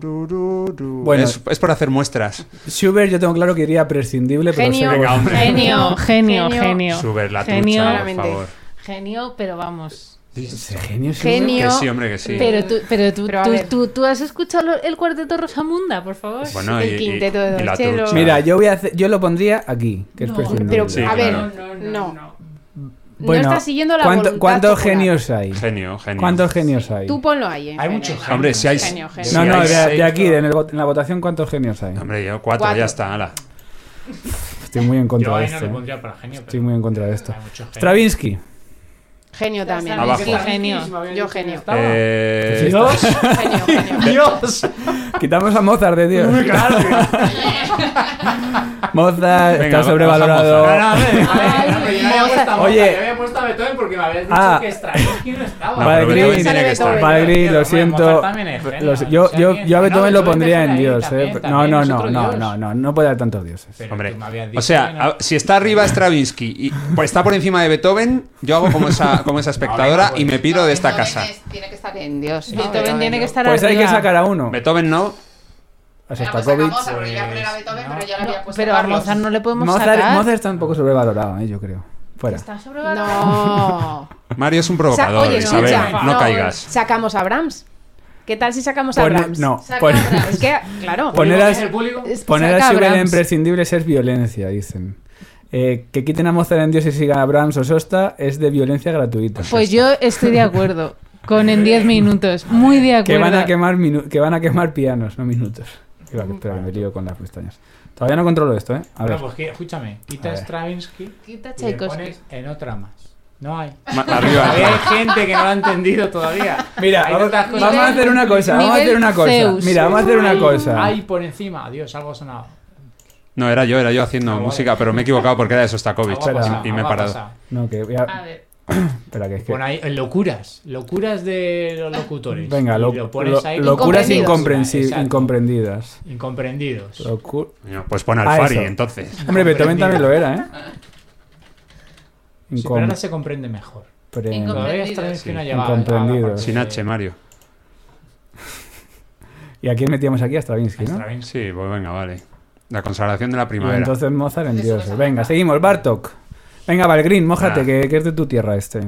[SPEAKER 1] tururururururu.
[SPEAKER 2] Bueno.
[SPEAKER 1] es, es por hacer muestras.
[SPEAKER 2] Schubert, yo tengo claro que iría prescindible, pero
[SPEAKER 5] Genio.
[SPEAKER 2] sé que-
[SPEAKER 1] Venga, hombre.
[SPEAKER 7] Genio, genio,
[SPEAKER 5] Genio.
[SPEAKER 7] genio.
[SPEAKER 1] Sube la
[SPEAKER 7] Genio.
[SPEAKER 1] trucha, por
[SPEAKER 5] Claramente.
[SPEAKER 1] favor.
[SPEAKER 7] Genio, pero vamos.
[SPEAKER 2] ¿Ese genio, Schubert?
[SPEAKER 5] Genio.
[SPEAKER 1] Que sí, hombre, que sí.
[SPEAKER 7] Pero tú, pero tú,
[SPEAKER 5] Pero a
[SPEAKER 7] tú,
[SPEAKER 5] ver.
[SPEAKER 7] tú- tú has escuchado lo- el cuarteto Rosamunda, por favor.
[SPEAKER 2] Pues
[SPEAKER 1] Bueno, y,
[SPEAKER 5] el
[SPEAKER 1] y-
[SPEAKER 5] quinteto de
[SPEAKER 1] y la
[SPEAKER 5] Dorchelo.
[SPEAKER 1] trucha.
[SPEAKER 2] Mira, yo voy a hacer- yo lo pondría aquí, que es prescindible.
[SPEAKER 5] Pero,
[SPEAKER 1] Sí,
[SPEAKER 5] a ver,
[SPEAKER 1] claro.
[SPEAKER 5] no, no, no.
[SPEAKER 2] Bueno,
[SPEAKER 5] estás siguiendo la
[SPEAKER 2] ¿cuánto-
[SPEAKER 5] voluntad
[SPEAKER 2] ¿Cuántos
[SPEAKER 5] popular?
[SPEAKER 2] genios hay?
[SPEAKER 1] Genio, genio.
[SPEAKER 2] ¿Cuántos genios hay?
[SPEAKER 5] Tú ponlo ahí. eh.
[SPEAKER 6] Hay mucho genio.
[SPEAKER 1] Hombre, si hay.
[SPEAKER 5] Genio, genio.
[SPEAKER 1] si
[SPEAKER 2] No, no,
[SPEAKER 1] hay
[SPEAKER 2] de, de
[SPEAKER 1] seis-
[SPEAKER 2] aquí, de en, el vot- en la votación, ¿cuántos genios hay?
[SPEAKER 1] Hombre, yo cuatro,
[SPEAKER 5] Cuatro.
[SPEAKER 1] ya está, ala.
[SPEAKER 2] Estoy muy en
[SPEAKER 6] Yo
[SPEAKER 2] contra de
[SPEAKER 6] ahí no
[SPEAKER 2] esto.
[SPEAKER 6] le
[SPEAKER 2] ¿eh?
[SPEAKER 6] pondría para genio.
[SPEAKER 2] Estoy muy en contra de esto.
[SPEAKER 6] Hay mucho genio.
[SPEAKER 2] Stravinsky.
[SPEAKER 5] Genio también.
[SPEAKER 1] Abajo.
[SPEAKER 7] Sí, genio.
[SPEAKER 5] Yo genio.
[SPEAKER 1] Eh,
[SPEAKER 6] Dios,
[SPEAKER 5] Genio, genio.
[SPEAKER 6] Dios.
[SPEAKER 2] Quitamos a Mozart de Dios.
[SPEAKER 6] Claro.
[SPEAKER 2] Mozart
[SPEAKER 1] Venga,
[SPEAKER 2] está
[SPEAKER 1] vamos a
[SPEAKER 2] sobrevalorado.
[SPEAKER 1] Mozart.
[SPEAKER 6] a ver, a ver, yo le había puesto a-
[SPEAKER 2] Oye.
[SPEAKER 6] yo le había puesto a Beethoven porque me habías dicho
[SPEAKER 2] Ah.
[SPEAKER 6] que Stravinsky no estaba.
[SPEAKER 1] No,
[SPEAKER 2] Vale,
[SPEAKER 1] pero Beethoven
[SPEAKER 2] Green.
[SPEAKER 1] tiene que estar.
[SPEAKER 2] Vale, Gris,
[SPEAKER 6] Hombre,
[SPEAKER 2] lo
[SPEAKER 6] Mozart
[SPEAKER 2] siento.
[SPEAKER 6] también es genio,
[SPEAKER 2] Lo-
[SPEAKER 6] o sea
[SPEAKER 2] yo, yo,
[SPEAKER 6] que-
[SPEAKER 2] yo a Beethoven
[SPEAKER 6] No,
[SPEAKER 2] lo pondría en
[SPEAKER 6] ahí
[SPEAKER 2] Dios.
[SPEAKER 6] también,
[SPEAKER 2] eh.
[SPEAKER 6] también
[SPEAKER 2] No, no,
[SPEAKER 6] es
[SPEAKER 2] no,
[SPEAKER 6] otro
[SPEAKER 2] no,
[SPEAKER 6] Dios.
[SPEAKER 2] no, no, no puede haber tantos dioses.
[SPEAKER 6] Pero
[SPEAKER 1] Hombre,
[SPEAKER 6] tú me habías
[SPEAKER 1] o
[SPEAKER 6] dicho
[SPEAKER 1] sea,
[SPEAKER 6] que no.
[SPEAKER 1] a- si está arriba Stravinsky y pues está por encima de Beethoven, yo hago como esa, como esa espectadora
[SPEAKER 6] No, venga,
[SPEAKER 1] y me piro de esta
[SPEAKER 4] Beethoven
[SPEAKER 1] casa.
[SPEAKER 4] es- Tiene que estar en Dios.
[SPEAKER 7] Beethoven tiene que estar
[SPEAKER 2] Pues hay
[SPEAKER 7] arriba.
[SPEAKER 2] que sacar a uno.
[SPEAKER 1] Beethoven no.
[SPEAKER 2] Shostakovich.
[SPEAKER 4] porque yo
[SPEAKER 6] pues,
[SPEAKER 4] era Beethoven,
[SPEAKER 6] no.
[SPEAKER 4] pero ya la había puesto
[SPEAKER 3] pero a
[SPEAKER 4] Carlos.
[SPEAKER 3] Mozart no le podemos
[SPEAKER 2] Mozart,
[SPEAKER 3] sacar.
[SPEAKER 2] Mozart está un poco sobrevalorado, eh, yo creo. Fuera.
[SPEAKER 3] No.
[SPEAKER 1] Mario es un
[SPEAKER 5] Sa-
[SPEAKER 1] provocador,
[SPEAKER 5] Oye,
[SPEAKER 1] Isabel,
[SPEAKER 5] escucha,
[SPEAKER 1] no, caigas.
[SPEAKER 5] Sacamos a Brahms. ¿Qué tal si sacamos a
[SPEAKER 2] Pone-
[SPEAKER 5] Brahms?
[SPEAKER 2] no,
[SPEAKER 4] Saca
[SPEAKER 2] pon-
[SPEAKER 4] otra.
[SPEAKER 5] Es que, claro.
[SPEAKER 2] poner
[SPEAKER 6] ¿Es el
[SPEAKER 2] a,
[SPEAKER 6] público?
[SPEAKER 5] es-
[SPEAKER 2] poner
[SPEAKER 5] saca
[SPEAKER 2] a Schubert en
[SPEAKER 5] Brahms.
[SPEAKER 2] prescindibles es violencia, dicen. Eh, que quiten a Mozart en Dios y sigan a Brahms o Sosta es de violencia gratuita.
[SPEAKER 3] Pues yo estoy de acuerdo con en 10 minutos. Muy de
[SPEAKER 2] Que
[SPEAKER 3] acuerdo.
[SPEAKER 2] van a quemar minu- que van a quemar pianos, no minutos. Iba, que- espera, que me lío con las pestañas. Todavía no controlo esto, ¿eh? A
[SPEAKER 6] No,
[SPEAKER 2] ver.
[SPEAKER 6] pues que- escúchame,
[SPEAKER 2] A
[SPEAKER 6] quita
[SPEAKER 2] ver.
[SPEAKER 6] Stravinsky
[SPEAKER 3] Quita
[SPEAKER 6] y le
[SPEAKER 3] Tchaikovsky.
[SPEAKER 6] pones en otra más. No hay.
[SPEAKER 1] Ma- arriba,
[SPEAKER 6] Todavía hay gente que no lo ha entendido todavía.
[SPEAKER 2] Mira,
[SPEAKER 6] Hay
[SPEAKER 2] vamos,
[SPEAKER 6] tantas cosas.
[SPEAKER 2] vamos a hacer una cosa, vamos a
[SPEAKER 3] Nivel
[SPEAKER 2] hacer una cosa.
[SPEAKER 3] Zeus.
[SPEAKER 2] Mira, vamos a hacer una cosa.
[SPEAKER 6] Ay, por encima. Adiós, algo ha sonado.
[SPEAKER 1] No, era yo, era yo haciendo
[SPEAKER 6] Ah, vale.
[SPEAKER 1] música, pero me he equivocado porque era de Sostakovich
[SPEAKER 6] Algo ha pasado,
[SPEAKER 1] y, y me he
[SPEAKER 6] algo ha
[SPEAKER 1] parado.
[SPEAKER 6] pasado.
[SPEAKER 2] No, que voy
[SPEAKER 3] A
[SPEAKER 2] a...
[SPEAKER 3] ver.
[SPEAKER 2] Espera, que es que...
[SPEAKER 6] Pon ahí eh, locuras, locuras de los locutores.
[SPEAKER 2] Venga,
[SPEAKER 6] Y
[SPEAKER 2] lo-
[SPEAKER 6] lo pones
[SPEAKER 2] lo-
[SPEAKER 6] ahí.
[SPEAKER 2] locuras
[SPEAKER 6] Incomprendidos.
[SPEAKER 2] incomprensi-
[SPEAKER 6] Exacto.
[SPEAKER 2] incomprendidas.
[SPEAKER 6] Incomprendidos.
[SPEAKER 2] Locu-
[SPEAKER 1] Coño, Pues pon al
[SPEAKER 2] Ah,
[SPEAKER 1] Fari,
[SPEAKER 2] eso.
[SPEAKER 1] entonces.
[SPEAKER 2] Hombre, Beethoven también lo era, ¿eh?
[SPEAKER 6] Sí, pero ahora se comprende mejor.
[SPEAKER 2] Incomprendidas.
[SPEAKER 6] Todavía Stravinsky
[SPEAKER 1] Sí.
[SPEAKER 6] no ha llegado. a- a la
[SPEAKER 2] Incomprendidos.
[SPEAKER 6] parte
[SPEAKER 1] Sin
[SPEAKER 6] de-
[SPEAKER 1] H, Mario.
[SPEAKER 2] ¿Y a quién metíamos aquí? A Stravinsky,
[SPEAKER 6] a
[SPEAKER 2] ¿no?
[SPEAKER 6] Stravinsky.
[SPEAKER 1] Sí, pues venga, vale. La consagración de la
[SPEAKER 2] Y
[SPEAKER 1] primavera.
[SPEAKER 2] entonces Mozart en
[SPEAKER 4] Eso
[SPEAKER 2] dioses.
[SPEAKER 4] pasa.
[SPEAKER 2] Venga, seguimos. Bartok. Venga, Valgrín, mójate,
[SPEAKER 1] Ah.
[SPEAKER 2] que, que es de tu tierra este.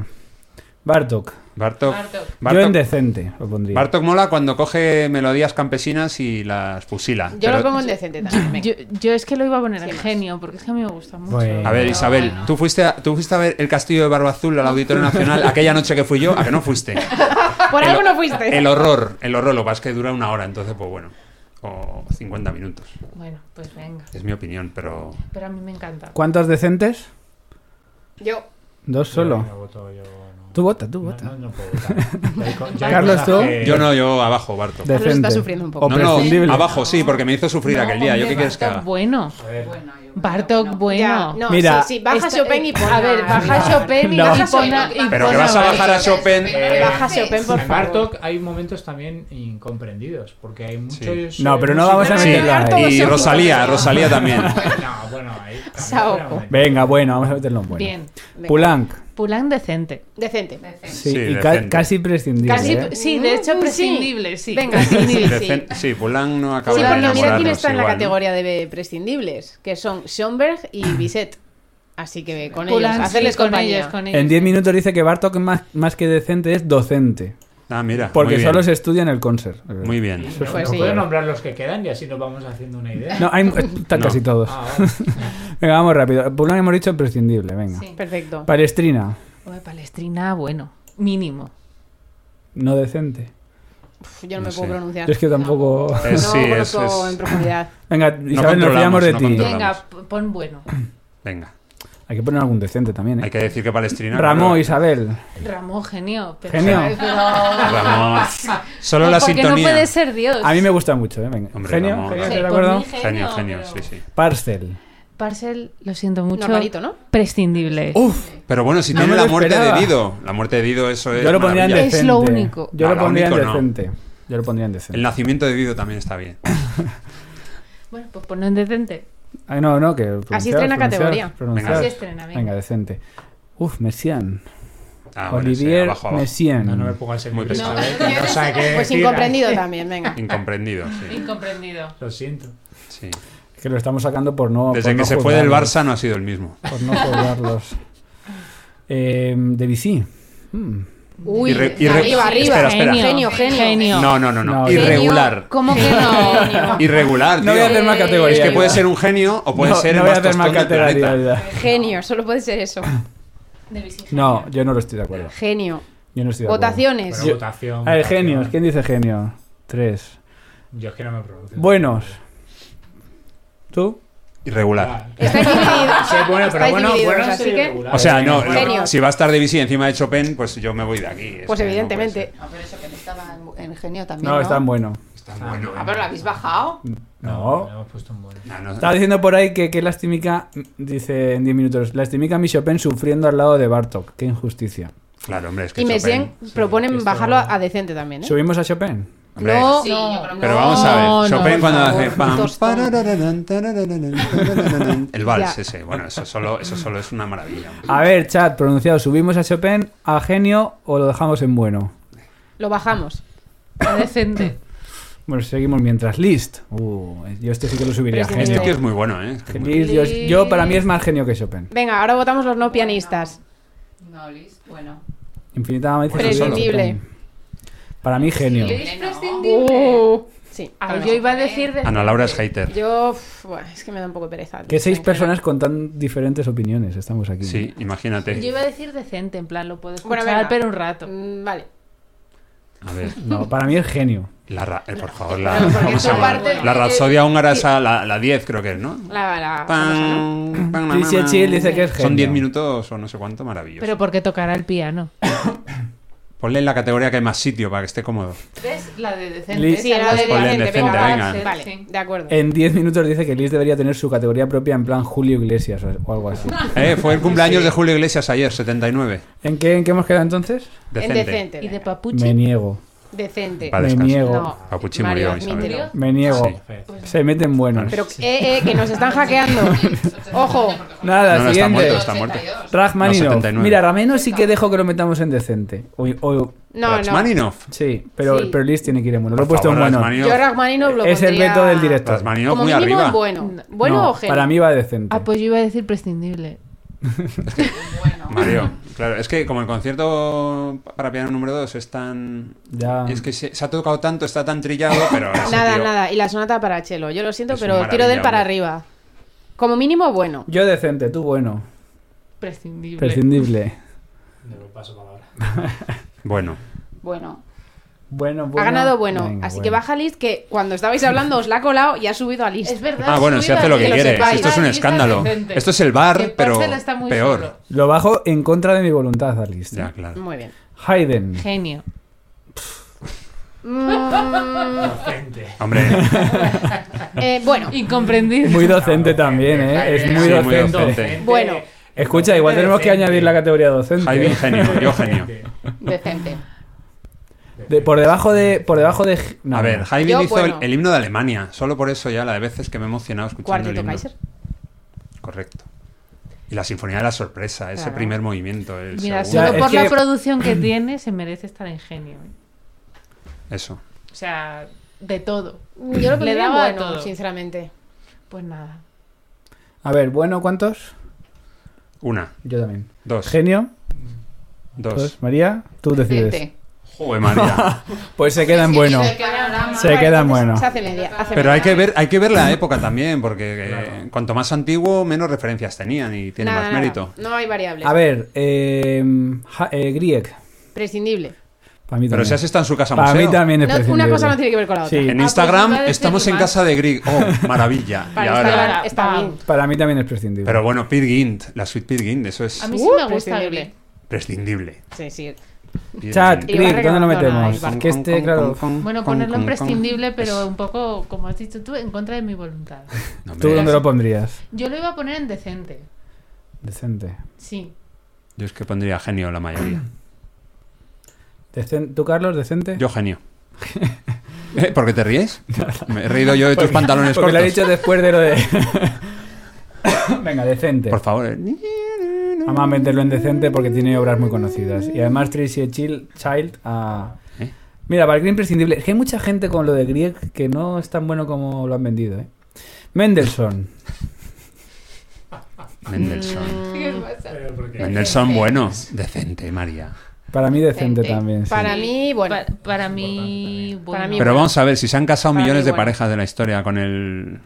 [SPEAKER 2] Bartok.
[SPEAKER 1] Bartok,
[SPEAKER 4] Bartok.
[SPEAKER 2] Yo en
[SPEAKER 1] Bartok,
[SPEAKER 2] decente lo pondría.
[SPEAKER 1] Bartok mola cuando coge melodías campesinas y las fusila.
[SPEAKER 5] Yo
[SPEAKER 1] pero-
[SPEAKER 5] lo pongo en decente también. venga.
[SPEAKER 3] Yo, yo es que lo iba a poner
[SPEAKER 5] Sí,
[SPEAKER 3] en
[SPEAKER 5] más.
[SPEAKER 3] genio, porque es que a mí me gusta mucho.
[SPEAKER 2] Bueno.
[SPEAKER 1] A ver,
[SPEAKER 2] No,
[SPEAKER 1] Isabel, ¿tú, fuiste a, tú fuiste a ver el castillo de Barba Azul al Auditorio Nacional aquella noche que fui yo, a que no fuiste.
[SPEAKER 5] Por
[SPEAKER 1] el-
[SPEAKER 5] algo no fuiste.
[SPEAKER 1] El horror, el horror, lo que pasa es que dura una hora, entonces, pues bueno, o 50 minutos.
[SPEAKER 3] Bueno, pues venga.
[SPEAKER 1] Es mi opinión, pero.
[SPEAKER 3] Pero a mí me encanta.
[SPEAKER 2] ¿Cuántos decentes?
[SPEAKER 5] Yo.
[SPEAKER 2] Dos
[SPEAKER 6] Yo
[SPEAKER 2] solo.
[SPEAKER 6] no voto, yo no.
[SPEAKER 2] Tú vota, tú
[SPEAKER 6] No,
[SPEAKER 2] vota.
[SPEAKER 6] no, no puedo votar. Ya hay co- ya hay
[SPEAKER 2] Carlos,
[SPEAKER 6] cosas
[SPEAKER 2] ¿tú?
[SPEAKER 6] que-
[SPEAKER 1] Yo no, yo abajo, Barto.
[SPEAKER 2] Decente.
[SPEAKER 5] Carlos está sufriendo un poco.
[SPEAKER 2] O
[SPEAKER 1] No,
[SPEAKER 2] prescindible.
[SPEAKER 1] no, abajo sí, porque me hizo sufrir
[SPEAKER 3] No,
[SPEAKER 1] aquel día. ¿Yo qué
[SPEAKER 3] hombre,
[SPEAKER 1] quieres que
[SPEAKER 3] Bartok
[SPEAKER 1] haga?
[SPEAKER 3] Bueno,
[SPEAKER 6] A ver,
[SPEAKER 3] Bartok,
[SPEAKER 5] Ya,
[SPEAKER 3] bueno.
[SPEAKER 5] no,
[SPEAKER 2] Mira,
[SPEAKER 5] sí, sí, baja
[SPEAKER 3] Esto-
[SPEAKER 5] Chopin y
[SPEAKER 3] eh,
[SPEAKER 5] pon
[SPEAKER 3] A ver, baja
[SPEAKER 5] Chopin.
[SPEAKER 3] Chopin y,
[SPEAKER 2] No.
[SPEAKER 3] y pon a- y
[SPEAKER 1] Pero
[SPEAKER 3] pon
[SPEAKER 1] que vas a bajar a Chopin.
[SPEAKER 6] Eh,
[SPEAKER 5] Baja Chopin, por
[SPEAKER 6] en
[SPEAKER 5] favor.
[SPEAKER 6] Bartok hay momentos también incomprendidos, porque hay muchos...
[SPEAKER 2] No,
[SPEAKER 6] eh,
[SPEAKER 2] pero no
[SPEAKER 6] muchos-
[SPEAKER 2] vamos a
[SPEAKER 1] Sí,
[SPEAKER 2] meterla ahí.
[SPEAKER 1] y Rosalía, Rosalía también.
[SPEAKER 6] No, bueno, ahí... también
[SPEAKER 5] Saoko.
[SPEAKER 6] fuera un-
[SPEAKER 2] Venga, bueno, vamos a meterlo en bueno.
[SPEAKER 3] Bien.
[SPEAKER 5] Venga.
[SPEAKER 2] Pulanc.
[SPEAKER 3] Pulán decente.
[SPEAKER 5] Decente.
[SPEAKER 2] Sí,
[SPEAKER 1] Sí,
[SPEAKER 2] y ca-
[SPEAKER 1] decente.
[SPEAKER 2] casi prescindible.
[SPEAKER 3] Casi,
[SPEAKER 2] ¿eh?
[SPEAKER 3] Ah, sí, de hecho,
[SPEAKER 5] Mm, sí.
[SPEAKER 3] prescindible, sí.
[SPEAKER 5] Venga,
[SPEAKER 3] Prescindible.
[SPEAKER 1] Decen- Sí, Polan no acaba
[SPEAKER 5] Sí,
[SPEAKER 1] de
[SPEAKER 5] porque mira quién
[SPEAKER 1] enamorarnos
[SPEAKER 5] está en la
[SPEAKER 1] igual, ¿no?
[SPEAKER 5] categoría de prescindibles, que son Schoenberg y Bisset. Así que con
[SPEAKER 3] Pulan,
[SPEAKER 5] ellos,
[SPEAKER 3] sí,
[SPEAKER 5] hacerles
[SPEAKER 3] Ah. con
[SPEAKER 5] compañía.
[SPEAKER 3] ellos, con ellos.
[SPEAKER 2] En 10 minutos dice que Bartok más, más que decente es docente.
[SPEAKER 1] Ah, mira.
[SPEAKER 2] Porque
[SPEAKER 1] muy
[SPEAKER 2] solo
[SPEAKER 1] bien,
[SPEAKER 2] se estudia en el concert.
[SPEAKER 1] Muy
[SPEAKER 6] Y
[SPEAKER 1] bien.
[SPEAKER 6] no-
[SPEAKER 5] Pues
[SPEAKER 6] no
[SPEAKER 5] sí.
[SPEAKER 6] puedo nombrar los que quedan y así nos vamos haciendo una idea.
[SPEAKER 2] No, hay, están
[SPEAKER 1] No.
[SPEAKER 2] casi todos.
[SPEAKER 6] Ah, vale.
[SPEAKER 2] Venga, vamos rápido. Pulanc hemos dicho prescindible, venga.
[SPEAKER 3] Sí.
[SPEAKER 5] Perfecto.
[SPEAKER 2] Palestrina,
[SPEAKER 3] Hombre, Palestrina, bueno, mínimo.
[SPEAKER 2] no decente.
[SPEAKER 5] Uf, yo no,
[SPEAKER 1] No
[SPEAKER 5] me
[SPEAKER 1] sé.
[SPEAKER 5] puedo pronunciar.
[SPEAKER 2] Yo es que tampoco.
[SPEAKER 5] No
[SPEAKER 1] Es- sí, es,
[SPEAKER 5] conozco
[SPEAKER 1] es-
[SPEAKER 5] en profundidad.
[SPEAKER 2] Venga, Isabel, nos
[SPEAKER 1] controlamos,
[SPEAKER 2] fiamos de
[SPEAKER 1] no
[SPEAKER 2] ti.
[SPEAKER 1] controlamos.
[SPEAKER 3] Venga, p- pon bueno.
[SPEAKER 1] Venga.
[SPEAKER 2] Hay que poner algún decente también, ¿eh?
[SPEAKER 1] Hay que decir que Palestrina.
[SPEAKER 2] Ramón,
[SPEAKER 1] claro,
[SPEAKER 2] Isabel.
[SPEAKER 3] Ramón, genio. Pero,
[SPEAKER 2] Genio.
[SPEAKER 3] pero-
[SPEAKER 1] Ramón. Solo la
[SPEAKER 7] porque
[SPEAKER 1] sintonía.
[SPEAKER 7] no puede ser Dios.
[SPEAKER 2] A mí me gusta mucho, ¿eh? Venga.
[SPEAKER 1] Hombre,
[SPEAKER 2] genio,
[SPEAKER 1] Ramón,
[SPEAKER 2] genio,
[SPEAKER 1] Ramón.
[SPEAKER 2] ¿estás de
[SPEAKER 3] por
[SPEAKER 2] acuerdo?
[SPEAKER 3] mí,
[SPEAKER 1] Genio, genio, sí, sí.
[SPEAKER 2] Parcel.
[SPEAKER 3] Parcel, lo siento mucho.
[SPEAKER 5] Normalito, ¿no?
[SPEAKER 3] Prescindible.
[SPEAKER 2] Uf,
[SPEAKER 1] Pero bueno, si
[SPEAKER 2] No
[SPEAKER 1] tiene
[SPEAKER 2] me lo
[SPEAKER 1] la muerte
[SPEAKER 2] esperaba.
[SPEAKER 1] de Dido. La muerte de Dido, eso es.
[SPEAKER 2] yo lo pondría en
[SPEAKER 1] maravilla.
[SPEAKER 2] decente.
[SPEAKER 3] Es lo único.
[SPEAKER 2] Yo
[SPEAKER 1] No,
[SPEAKER 2] lo
[SPEAKER 1] lo
[SPEAKER 2] pondría en
[SPEAKER 1] único no.
[SPEAKER 2] decente. Yo lo pondría en decente.
[SPEAKER 1] El nacimiento de Dido también está bien.
[SPEAKER 3] Bueno, pues ponlo en decente.
[SPEAKER 2] Ay, Ah, no, no, que. pronunciar,
[SPEAKER 5] estrena
[SPEAKER 2] pronunciar,
[SPEAKER 5] categoría.
[SPEAKER 2] pronunciar.
[SPEAKER 1] Venga.
[SPEAKER 3] Así estrena, venga.
[SPEAKER 2] Venga, decente. Uf, Messiaen.
[SPEAKER 1] Ah, bueno, sí,
[SPEAKER 2] Olivier
[SPEAKER 1] abajo, abajo.
[SPEAKER 2] Messiaen.
[SPEAKER 6] No, no me pongas en
[SPEAKER 1] Muy
[SPEAKER 6] mi
[SPEAKER 1] pesado.
[SPEAKER 6] no sabe qué
[SPEAKER 5] Pues
[SPEAKER 6] decir.
[SPEAKER 5] incomprendido también, venga.
[SPEAKER 1] Incomprendido, sí.
[SPEAKER 3] Incomprendido.
[SPEAKER 6] Lo siento.
[SPEAKER 1] sí.
[SPEAKER 2] Que lo estamos sacando por no.
[SPEAKER 1] Desde
[SPEAKER 2] por
[SPEAKER 1] que
[SPEAKER 2] pues no
[SPEAKER 1] se fue del
[SPEAKER 2] juzgarlos,
[SPEAKER 1] Barça no ha sido el mismo.
[SPEAKER 2] Por no juzgarlos. Eh, de Bici. Hmm.
[SPEAKER 5] Uy,
[SPEAKER 1] Y re- y re-
[SPEAKER 5] arriba, arriba.
[SPEAKER 1] Espera, espera.
[SPEAKER 5] Genio, genio.
[SPEAKER 1] No, no, no, no.
[SPEAKER 2] No,
[SPEAKER 1] Irregular.
[SPEAKER 3] ¿Cómo que no?
[SPEAKER 1] Irregular,
[SPEAKER 2] No voy
[SPEAKER 1] tío.
[SPEAKER 2] a hacer más
[SPEAKER 1] Es
[SPEAKER 2] categorías.
[SPEAKER 1] que puede ser un genio o puede
[SPEAKER 2] no,
[SPEAKER 1] ser
[SPEAKER 2] no
[SPEAKER 1] el
[SPEAKER 2] voy a
[SPEAKER 1] más
[SPEAKER 2] hacer más
[SPEAKER 1] tostón del planeta.
[SPEAKER 2] categoría.
[SPEAKER 5] Genio, solo puede ser eso.
[SPEAKER 2] No, yo no lo estoy de acuerdo.
[SPEAKER 5] Genio.
[SPEAKER 2] Yo no estoy de acuerdo.
[SPEAKER 5] Votaciones.
[SPEAKER 6] Pero
[SPEAKER 2] Yo-
[SPEAKER 6] votación.
[SPEAKER 2] A ver,
[SPEAKER 6] votación.
[SPEAKER 2] genios. ¿Quién dice genio? Tres.
[SPEAKER 6] Yo es que no me produce.
[SPEAKER 2] Buenos. ¿Tú?
[SPEAKER 1] Irregular.
[SPEAKER 6] Ah,
[SPEAKER 5] Estáis divididos.
[SPEAKER 6] sí, bueno, pero
[SPEAKER 5] Estáis
[SPEAKER 6] bueno,
[SPEAKER 5] divididos,
[SPEAKER 6] bueno,
[SPEAKER 5] así
[SPEAKER 6] sí,
[SPEAKER 5] que-
[SPEAKER 6] regular.
[SPEAKER 1] O sea, no,
[SPEAKER 6] Bueno,
[SPEAKER 5] Genio.
[SPEAKER 1] si va a estar de bici encima de Chopin, pues yo me voy de aquí. Es
[SPEAKER 5] Pues
[SPEAKER 1] que no
[SPEAKER 5] evidentemente.
[SPEAKER 4] Ah, pero eso que no estaba en- en genio también.
[SPEAKER 2] No, están buenos.
[SPEAKER 1] puede ser. Está bueno,
[SPEAKER 4] Ah, pero lo habéis bajado.
[SPEAKER 6] No,
[SPEAKER 2] No.
[SPEAKER 6] hemos puesto un buen.
[SPEAKER 1] Ah, no.
[SPEAKER 2] Estaba diciendo por ahí que, que lastimica, dice en 10 minutos, lastimica a mi Chopin sufriendo al lado de Bartok. Qué injusticia.
[SPEAKER 1] Claro, hombre, es que
[SPEAKER 5] Y Messien
[SPEAKER 1] Chopin-
[SPEAKER 5] proponen
[SPEAKER 6] esto-
[SPEAKER 5] bajarlo a, a decente también, ¿eh?
[SPEAKER 2] ¿Subimos a Chopin?
[SPEAKER 1] Hombre,
[SPEAKER 5] No,
[SPEAKER 1] Pero vamos a ver,
[SPEAKER 5] No,
[SPEAKER 1] Chopin
[SPEAKER 5] no,
[SPEAKER 1] cuando
[SPEAKER 5] por favor,
[SPEAKER 1] hace pam,
[SPEAKER 5] tostón.
[SPEAKER 1] parararán, tarararán, tarararán. el vals
[SPEAKER 5] Ya.
[SPEAKER 1] ese, bueno, eso solo eso solo es una maravilla.
[SPEAKER 2] A ver, chat, pronunciado, ¿subimos a Chopin, a genio o lo dejamos en bueno?
[SPEAKER 5] Lo bajamos.
[SPEAKER 3] A decente.
[SPEAKER 2] Bueno, seguimos mientras. Liszt. Uh, yo este sí que lo subiría.
[SPEAKER 3] Pero es
[SPEAKER 2] genio.
[SPEAKER 1] Este tío es muy bueno, ¿eh? Es que es muy-
[SPEAKER 2] Liszt, yo, yo para mí es más genio que Chopin.
[SPEAKER 5] Venga, ahora votamos los no pianistas.
[SPEAKER 4] No, Liz, bueno.
[SPEAKER 2] Infinita Amistad de
[SPEAKER 5] Prescindible.
[SPEAKER 2] Chopin. Para mí genio.
[SPEAKER 4] Liz
[SPEAKER 5] Uh, sí,
[SPEAKER 3] Ay, yo iba a decir de...
[SPEAKER 1] Ana Laura es hater.
[SPEAKER 5] Yo, uf, buah, es que me da un poco de pereza.
[SPEAKER 2] Que seis
[SPEAKER 5] En
[SPEAKER 2] personas con tan diferentes opiniones estamos aquí.
[SPEAKER 1] Sí, imagínate.
[SPEAKER 3] Yo iba a decir decente, en plan, lo puedo escuchar,
[SPEAKER 5] Bueno, venga.
[SPEAKER 3] pero un
[SPEAKER 5] general.
[SPEAKER 3] rato.
[SPEAKER 5] Mm, Vale.
[SPEAKER 1] A ver,
[SPEAKER 2] No, para mí es genio.
[SPEAKER 1] la ra- eh, por favor, la,
[SPEAKER 3] No, porque
[SPEAKER 1] ¿cómo se
[SPEAKER 3] son
[SPEAKER 1] llama?
[SPEAKER 3] partes-
[SPEAKER 1] La Rapsodia húngara esa, la, la 10 creo que es, ¿no?
[SPEAKER 5] La, la,
[SPEAKER 1] Pan, pan,
[SPEAKER 2] Tricia
[SPEAKER 1] pan,
[SPEAKER 2] Chill dice que es
[SPEAKER 1] Son
[SPEAKER 2] genio.
[SPEAKER 1] 10 minutos o no sé cuánto, maravilloso.
[SPEAKER 3] Pero porque tocará el piano.
[SPEAKER 1] Ponle en la categoría que hay más sitio para que esté cómodo.
[SPEAKER 3] ¿Ves? La de decente.
[SPEAKER 2] Liz-
[SPEAKER 5] Sí, era
[SPEAKER 1] Pues
[SPEAKER 5] de
[SPEAKER 1] ponle
[SPEAKER 5] decente,
[SPEAKER 1] decente,
[SPEAKER 5] venga.
[SPEAKER 1] venga.
[SPEAKER 5] Vale, Vale, de acuerdo.
[SPEAKER 2] En 10 minutos dice que Liszt debería tener su categoría propia en plan Julio Iglesias o o algo así.
[SPEAKER 1] Eh, fue el cumpleaños de Julio Iglesias ayer, 79.
[SPEAKER 2] ¿En qué, en qué hemos quedado entonces?
[SPEAKER 1] Decente.
[SPEAKER 5] En decente.
[SPEAKER 3] Y de
[SPEAKER 5] venga.
[SPEAKER 3] papuchi.
[SPEAKER 2] Me niego.
[SPEAKER 5] Decente.
[SPEAKER 1] Pa'
[SPEAKER 2] Me
[SPEAKER 1] descanso.
[SPEAKER 2] niego.
[SPEAKER 5] No.
[SPEAKER 1] Papuchi
[SPEAKER 5] Mario,
[SPEAKER 1] murió, Isabel.
[SPEAKER 5] admítelo.
[SPEAKER 2] Me niego.
[SPEAKER 1] Sí.
[SPEAKER 2] Se meten buenos.
[SPEAKER 5] Pero, eh, eh, que nos están hackeando. Ojo.
[SPEAKER 2] Nada,
[SPEAKER 1] No, no, está
[SPEAKER 2] siguiente.
[SPEAKER 1] muerto, está muerto. No,
[SPEAKER 2] Rachmaninoff.
[SPEAKER 1] 79.
[SPEAKER 2] Mira, Rameno sí que dejo que lo metamos en decente. O, o-
[SPEAKER 5] No, no.
[SPEAKER 1] Rachmaninoff.
[SPEAKER 2] sí, pero,
[SPEAKER 5] Sí.
[SPEAKER 2] pero Liszt tiene que ir en bueno. Lo he
[SPEAKER 1] Por
[SPEAKER 2] puesto en
[SPEAKER 1] favor,
[SPEAKER 2] bueno.
[SPEAKER 1] Rachmaninoff.
[SPEAKER 5] Yo Rachmaninoff lo
[SPEAKER 2] Es el
[SPEAKER 5] pondría-
[SPEAKER 2] veto del director.
[SPEAKER 1] Rachmaninoff
[SPEAKER 5] Como
[SPEAKER 1] muy
[SPEAKER 5] mínimo
[SPEAKER 1] arriba.
[SPEAKER 5] en bueno. ¿Bueno
[SPEAKER 2] No,
[SPEAKER 5] o genio?
[SPEAKER 2] Para mí va decente.
[SPEAKER 3] Ah, pues yo iba a decir prescindible.
[SPEAKER 1] Mario, claro, es que como el concierto para piano número 2 es tan...
[SPEAKER 2] Ya.
[SPEAKER 1] Es que se, se ha tocado tanto, está tan trillado, pero... ese
[SPEAKER 5] Nada,
[SPEAKER 1] tío-
[SPEAKER 5] nada. Y la sonata para Chelo. Yo lo siento,
[SPEAKER 1] Es
[SPEAKER 5] pero
[SPEAKER 1] un
[SPEAKER 5] tiro del
[SPEAKER 1] maravilla,
[SPEAKER 5] para
[SPEAKER 1] hombre.
[SPEAKER 5] arriba. Como mínimo, bueno.
[SPEAKER 2] Yo decente, tú bueno.
[SPEAKER 3] Prescindible.
[SPEAKER 2] Prescindible.
[SPEAKER 1] Bueno,
[SPEAKER 4] Bueno.
[SPEAKER 2] Bueno, bueno.
[SPEAKER 5] ha ganado bueno.
[SPEAKER 2] Venga,
[SPEAKER 5] así
[SPEAKER 2] bueno.
[SPEAKER 5] que baja Liz, que cuando estabais hablando os la ha colado y ha subido a Liz.
[SPEAKER 3] Es verdad.
[SPEAKER 1] ah, bueno,
[SPEAKER 3] sube
[SPEAKER 1] se hace lo que,
[SPEAKER 5] que lo
[SPEAKER 1] quiere.
[SPEAKER 5] sepáis.
[SPEAKER 1] Esto es un
[SPEAKER 3] Ah,
[SPEAKER 1] escándalo.
[SPEAKER 3] decente.
[SPEAKER 1] Esto es el
[SPEAKER 3] Que
[SPEAKER 1] bar, pero
[SPEAKER 3] Porcel está muy
[SPEAKER 1] peor.
[SPEAKER 3] solo.
[SPEAKER 2] Lo bajo en contra de mi voluntad, Alice.
[SPEAKER 1] Ya, claro.
[SPEAKER 5] Muy bien.
[SPEAKER 2] Haydn.
[SPEAKER 3] Genio.
[SPEAKER 1] Hombre,
[SPEAKER 5] Mm, Eh, bueno,
[SPEAKER 3] Incomprendido.
[SPEAKER 2] Muy docente también, ¿eh? Es
[SPEAKER 1] sí,
[SPEAKER 2] muy
[SPEAKER 1] muy
[SPEAKER 2] docente.
[SPEAKER 1] docente.
[SPEAKER 5] bueno,
[SPEAKER 2] Escucha, igual tenemos que
[SPEAKER 6] Decente.
[SPEAKER 2] añadir la categoría docente. ¿eh?
[SPEAKER 1] Jaime genio, yo genio.
[SPEAKER 5] decente.
[SPEAKER 2] De- por debajo de. Por debajo de. no,
[SPEAKER 1] A
[SPEAKER 2] no.
[SPEAKER 1] ver, Jaime
[SPEAKER 5] Yo,
[SPEAKER 1] hizo
[SPEAKER 5] bueno.
[SPEAKER 1] el, el himno de Alemania. Solo por eso ya la de veces que me he emocionado escuchando el
[SPEAKER 5] Cuarteto
[SPEAKER 1] himno.
[SPEAKER 5] Kaiser.
[SPEAKER 1] Correcto. Y la Sinfonía de la Sorpresa, ese
[SPEAKER 5] Claro.
[SPEAKER 1] primer movimiento, el
[SPEAKER 3] Mira,
[SPEAKER 2] Ya,
[SPEAKER 1] segundo.
[SPEAKER 3] solo
[SPEAKER 2] es
[SPEAKER 3] por
[SPEAKER 2] que-
[SPEAKER 3] la producción que tiene se merece estar en genio. ¿eh?
[SPEAKER 1] Eso.
[SPEAKER 3] O sea, de todo.
[SPEAKER 5] Mm, Yo lo
[SPEAKER 3] Le
[SPEAKER 5] pondría
[SPEAKER 3] daba a
[SPEAKER 5] bueno,
[SPEAKER 3] todo.
[SPEAKER 5] sinceramente.
[SPEAKER 3] Pues nada.
[SPEAKER 2] A ver, bueno, ¿cuántos?
[SPEAKER 1] Una,
[SPEAKER 2] Yo también.
[SPEAKER 1] dos,
[SPEAKER 2] Genio,
[SPEAKER 1] dos.
[SPEAKER 2] pues, María, tú decides.
[SPEAKER 4] Gente.
[SPEAKER 1] Joder, María.
[SPEAKER 2] Pues se quedan bueno. Se
[SPEAKER 5] Vale,
[SPEAKER 2] quedan
[SPEAKER 5] entonces
[SPEAKER 2] bueno.
[SPEAKER 5] Se hace media. hace
[SPEAKER 1] Pero
[SPEAKER 5] media.
[SPEAKER 1] hay que ver, hay que ver la época también, porque eh, cuanto más antiguo, menos referencias tenían y tiene
[SPEAKER 5] Nada,
[SPEAKER 1] más
[SPEAKER 5] nada.
[SPEAKER 1] mérito.
[SPEAKER 5] No hay variables.
[SPEAKER 2] A ver, eh, ja- eh, Grieg.
[SPEAKER 5] Prescindible.
[SPEAKER 2] Para mí también.
[SPEAKER 1] Pero si has estado en su casa
[SPEAKER 2] Para
[SPEAKER 1] museo.
[SPEAKER 2] mí también es
[SPEAKER 5] No, una
[SPEAKER 2] prescindible.
[SPEAKER 5] cosa no tiene que ver con la otra.
[SPEAKER 2] Sí.
[SPEAKER 1] En
[SPEAKER 3] pues
[SPEAKER 1] Instagram
[SPEAKER 3] iba a decir
[SPEAKER 1] estamos en
[SPEAKER 3] más.
[SPEAKER 1] casa de Grieg. Oh, maravilla. Y
[SPEAKER 5] Para
[SPEAKER 1] ahora-
[SPEAKER 5] Instagram está
[SPEAKER 3] Pam.
[SPEAKER 5] bien.
[SPEAKER 2] Para mí también es prescindible.
[SPEAKER 1] Pero bueno, Pete Gint, la suite Pete Gint, eso es
[SPEAKER 3] A mí sí
[SPEAKER 5] Uh,
[SPEAKER 3] me gusta
[SPEAKER 5] prescindible.
[SPEAKER 3] Glee.
[SPEAKER 1] prescindible.
[SPEAKER 2] Ah.
[SPEAKER 5] Sí, sí.
[SPEAKER 1] Pete
[SPEAKER 2] Chat,
[SPEAKER 1] Gint.
[SPEAKER 5] Y va
[SPEAKER 2] Grieg, ¿dónde lo
[SPEAKER 5] regalando, no,
[SPEAKER 2] metemos?
[SPEAKER 5] ahí va.
[SPEAKER 2] que este, claro.
[SPEAKER 3] Bueno, ponerlo en
[SPEAKER 1] con- con-
[SPEAKER 3] prescindible, pero
[SPEAKER 1] Es-
[SPEAKER 3] un poco, como has dicho tú, en contra de mi voluntad.
[SPEAKER 1] No,
[SPEAKER 2] ¿Tú
[SPEAKER 1] hombre,
[SPEAKER 2] dónde lo pondrías?
[SPEAKER 3] Yo lo iba a poner en decente.
[SPEAKER 2] Decente.
[SPEAKER 3] Sí.
[SPEAKER 1] Yo es que pondría genio la mayoría.
[SPEAKER 2] Decen- ¿Tú, Carlos, decente?
[SPEAKER 1] Yo genio. Eh, ¿Por qué te ríes? Me he reído yo de tus
[SPEAKER 2] Porque-
[SPEAKER 1] pantalones
[SPEAKER 2] porque
[SPEAKER 1] cortos.
[SPEAKER 2] lo he dicho después de lo de. Venga, decente.
[SPEAKER 1] Por favor. eh.
[SPEAKER 2] Vamos a meterlo en decente porque tiene obras muy conocidas. Y además Tracy Chil- Child a...
[SPEAKER 1] ¿Eh?
[SPEAKER 2] Mira, para el Grieg imprescindible. Es que hay mucha gente con lo de Grieg que no es tan bueno como lo han vendido, ¿eh? Mendelssohn.
[SPEAKER 3] Mm.
[SPEAKER 1] Mendelssohn.
[SPEAKER 5] Mm.
[SPEAKER 6] Pero
[SPEAKER 1] Mendelssohn, bueno. Decente, María.
[SPEAKER 2] Para mí decente también. sí.
[SPEAKER 5] Para
[SPEAKER 3] Sí.
[SPEAKER 5] mí, bueno.
[SPEAKER 3] Pa- para mí, bueno.
[SPEAKER 5] Para mí,
[SPEAKER 1] Pero vamos a ver, si se han casado
[SPEAKER 5] Para
[SPEAKER 1] millones
[SPEAKER 5] mí,
[SPEAKER 1] de
[SPEAKER 5] bueno.
[SPEAKER 1] parejas de la historia con el...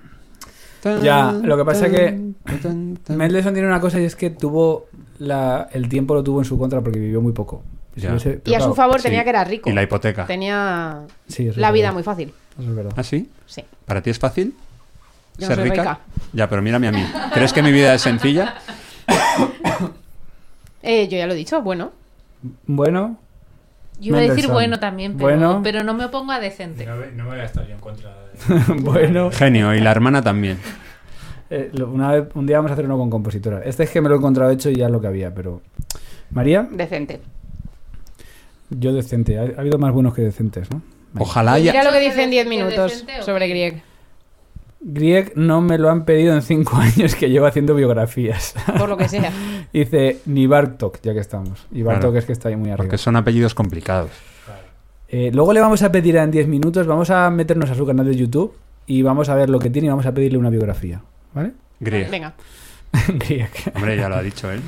[SPEAKER 2] Ya, lo que pasa que
[SPEAKER 1] que...
[SPEAKER 2] Mendelssohn tiene una cosa y es que tuvo la... el tiempo lo tuvo en su contra porque vivió muy poco. Si
[SPEAKER 1] Ya.
[SPEAKER 2] hubiese-
[SPEAKER 5] Y
[SPEAKER 2] pero
[SPEAKER 5] a su
[SPEAKER 2] claro,
[SPEAKER 5] favor
[SPEAKER 1] sí.
[SPEAKER 5] tenía que era rico.
[SPEAKER 1] Y la hipoteca.
[SPEAKER 5] Tenía
[SPEAKER 2] sí, eso
[SPEAKER 5] la
[SPEAKER 2] es
[SPEAKER 5] vida
[SPEAKER 2] verdad.
[SPEAKER 5] muy fácil.
[SPEAKER 2] Eso es verdad.
[SPEAKER 1] ¿Ah, sí?
[SPEAKER 5] Sí.
[SPEAKER 1] ¿Para ti es fácil?
[SPEAKER 5] Yo no
[SPEAKER 1] ¿Ser
[SPEAKER 5] soy
[SPEAKER 1] rica?
[SPEAKER 5] rica.
[SPEAKER 1] Ya, pero mírame a mí. ¿Crees que mi vida es sencilla?
[SPEAKER 5] Eh, yo ya lo he dicho, bueno.
[SPEAKER 2] Bueno,
[SPEAKER 3] Yo iba a decir
[SPEAKER 2] Mendelssohn.
[SPEAKER 3] bueno también, pero,
[SPEAKER 2] Bueno.
[SPEAKER 3] pero no me opongo a decente.
[SPEAKER 6] No, no me voy a estar yo en contra de...
[SPEAKER 2] bueno.
[SPEAKER 1] Genio, y la hermana también.
[SPEAKER 2] Eh, lo- una vez- un día vamos a hacer uno con compositora. Este es que me lo he encontrado hecho y ya es lo que había, pero. María,
[SPEAKER 4] Decente.
[SPEAKER 2] yo decente. Ha, ha habido más buenos que decentes, ¿no?
[SPEAKER 1] Ojalá
[SPEAKER 5] Mira
[SPEAKER 1] haya...
[SPEAKER 5] lo que dice en 10
[SPEAKER 3] ¿Qué
[SPEAKER 5] minutos
[SPEAKER 3] decente o
[SPEAKER 5] sobre
[SPEAKER 3] qué?
[SPEAKER 5] Grieg.
[SPEAKER 2] Grieg no me lo han pedido en cinco años que llevo haciendo biografías.
[SPEAKER 5] Por lo que sea.
[SPEAKER 2] Dice ni Bartok, ya que estamos. Y Bartok
[SPEAKER 1] Claro.
[SPEAKER 2] es que está ahí muy arriba.
[SPEAKER 1] Porque son apellidos complicados.
[SPEAKER 2] Eh, luego le vamos a pedir en 10 minutos, vamos a meternos a su canal de YouTube y vamos a ver lo que tiene y vamos a pedirle una biografía. ¿Vale?
[SPEAKER 1] Grieg.
[SPEAKER 5] Venga.
[SPEAKER 2] Grieg.
[SPEAKER 1] Hombre, ya lo ha dicho él.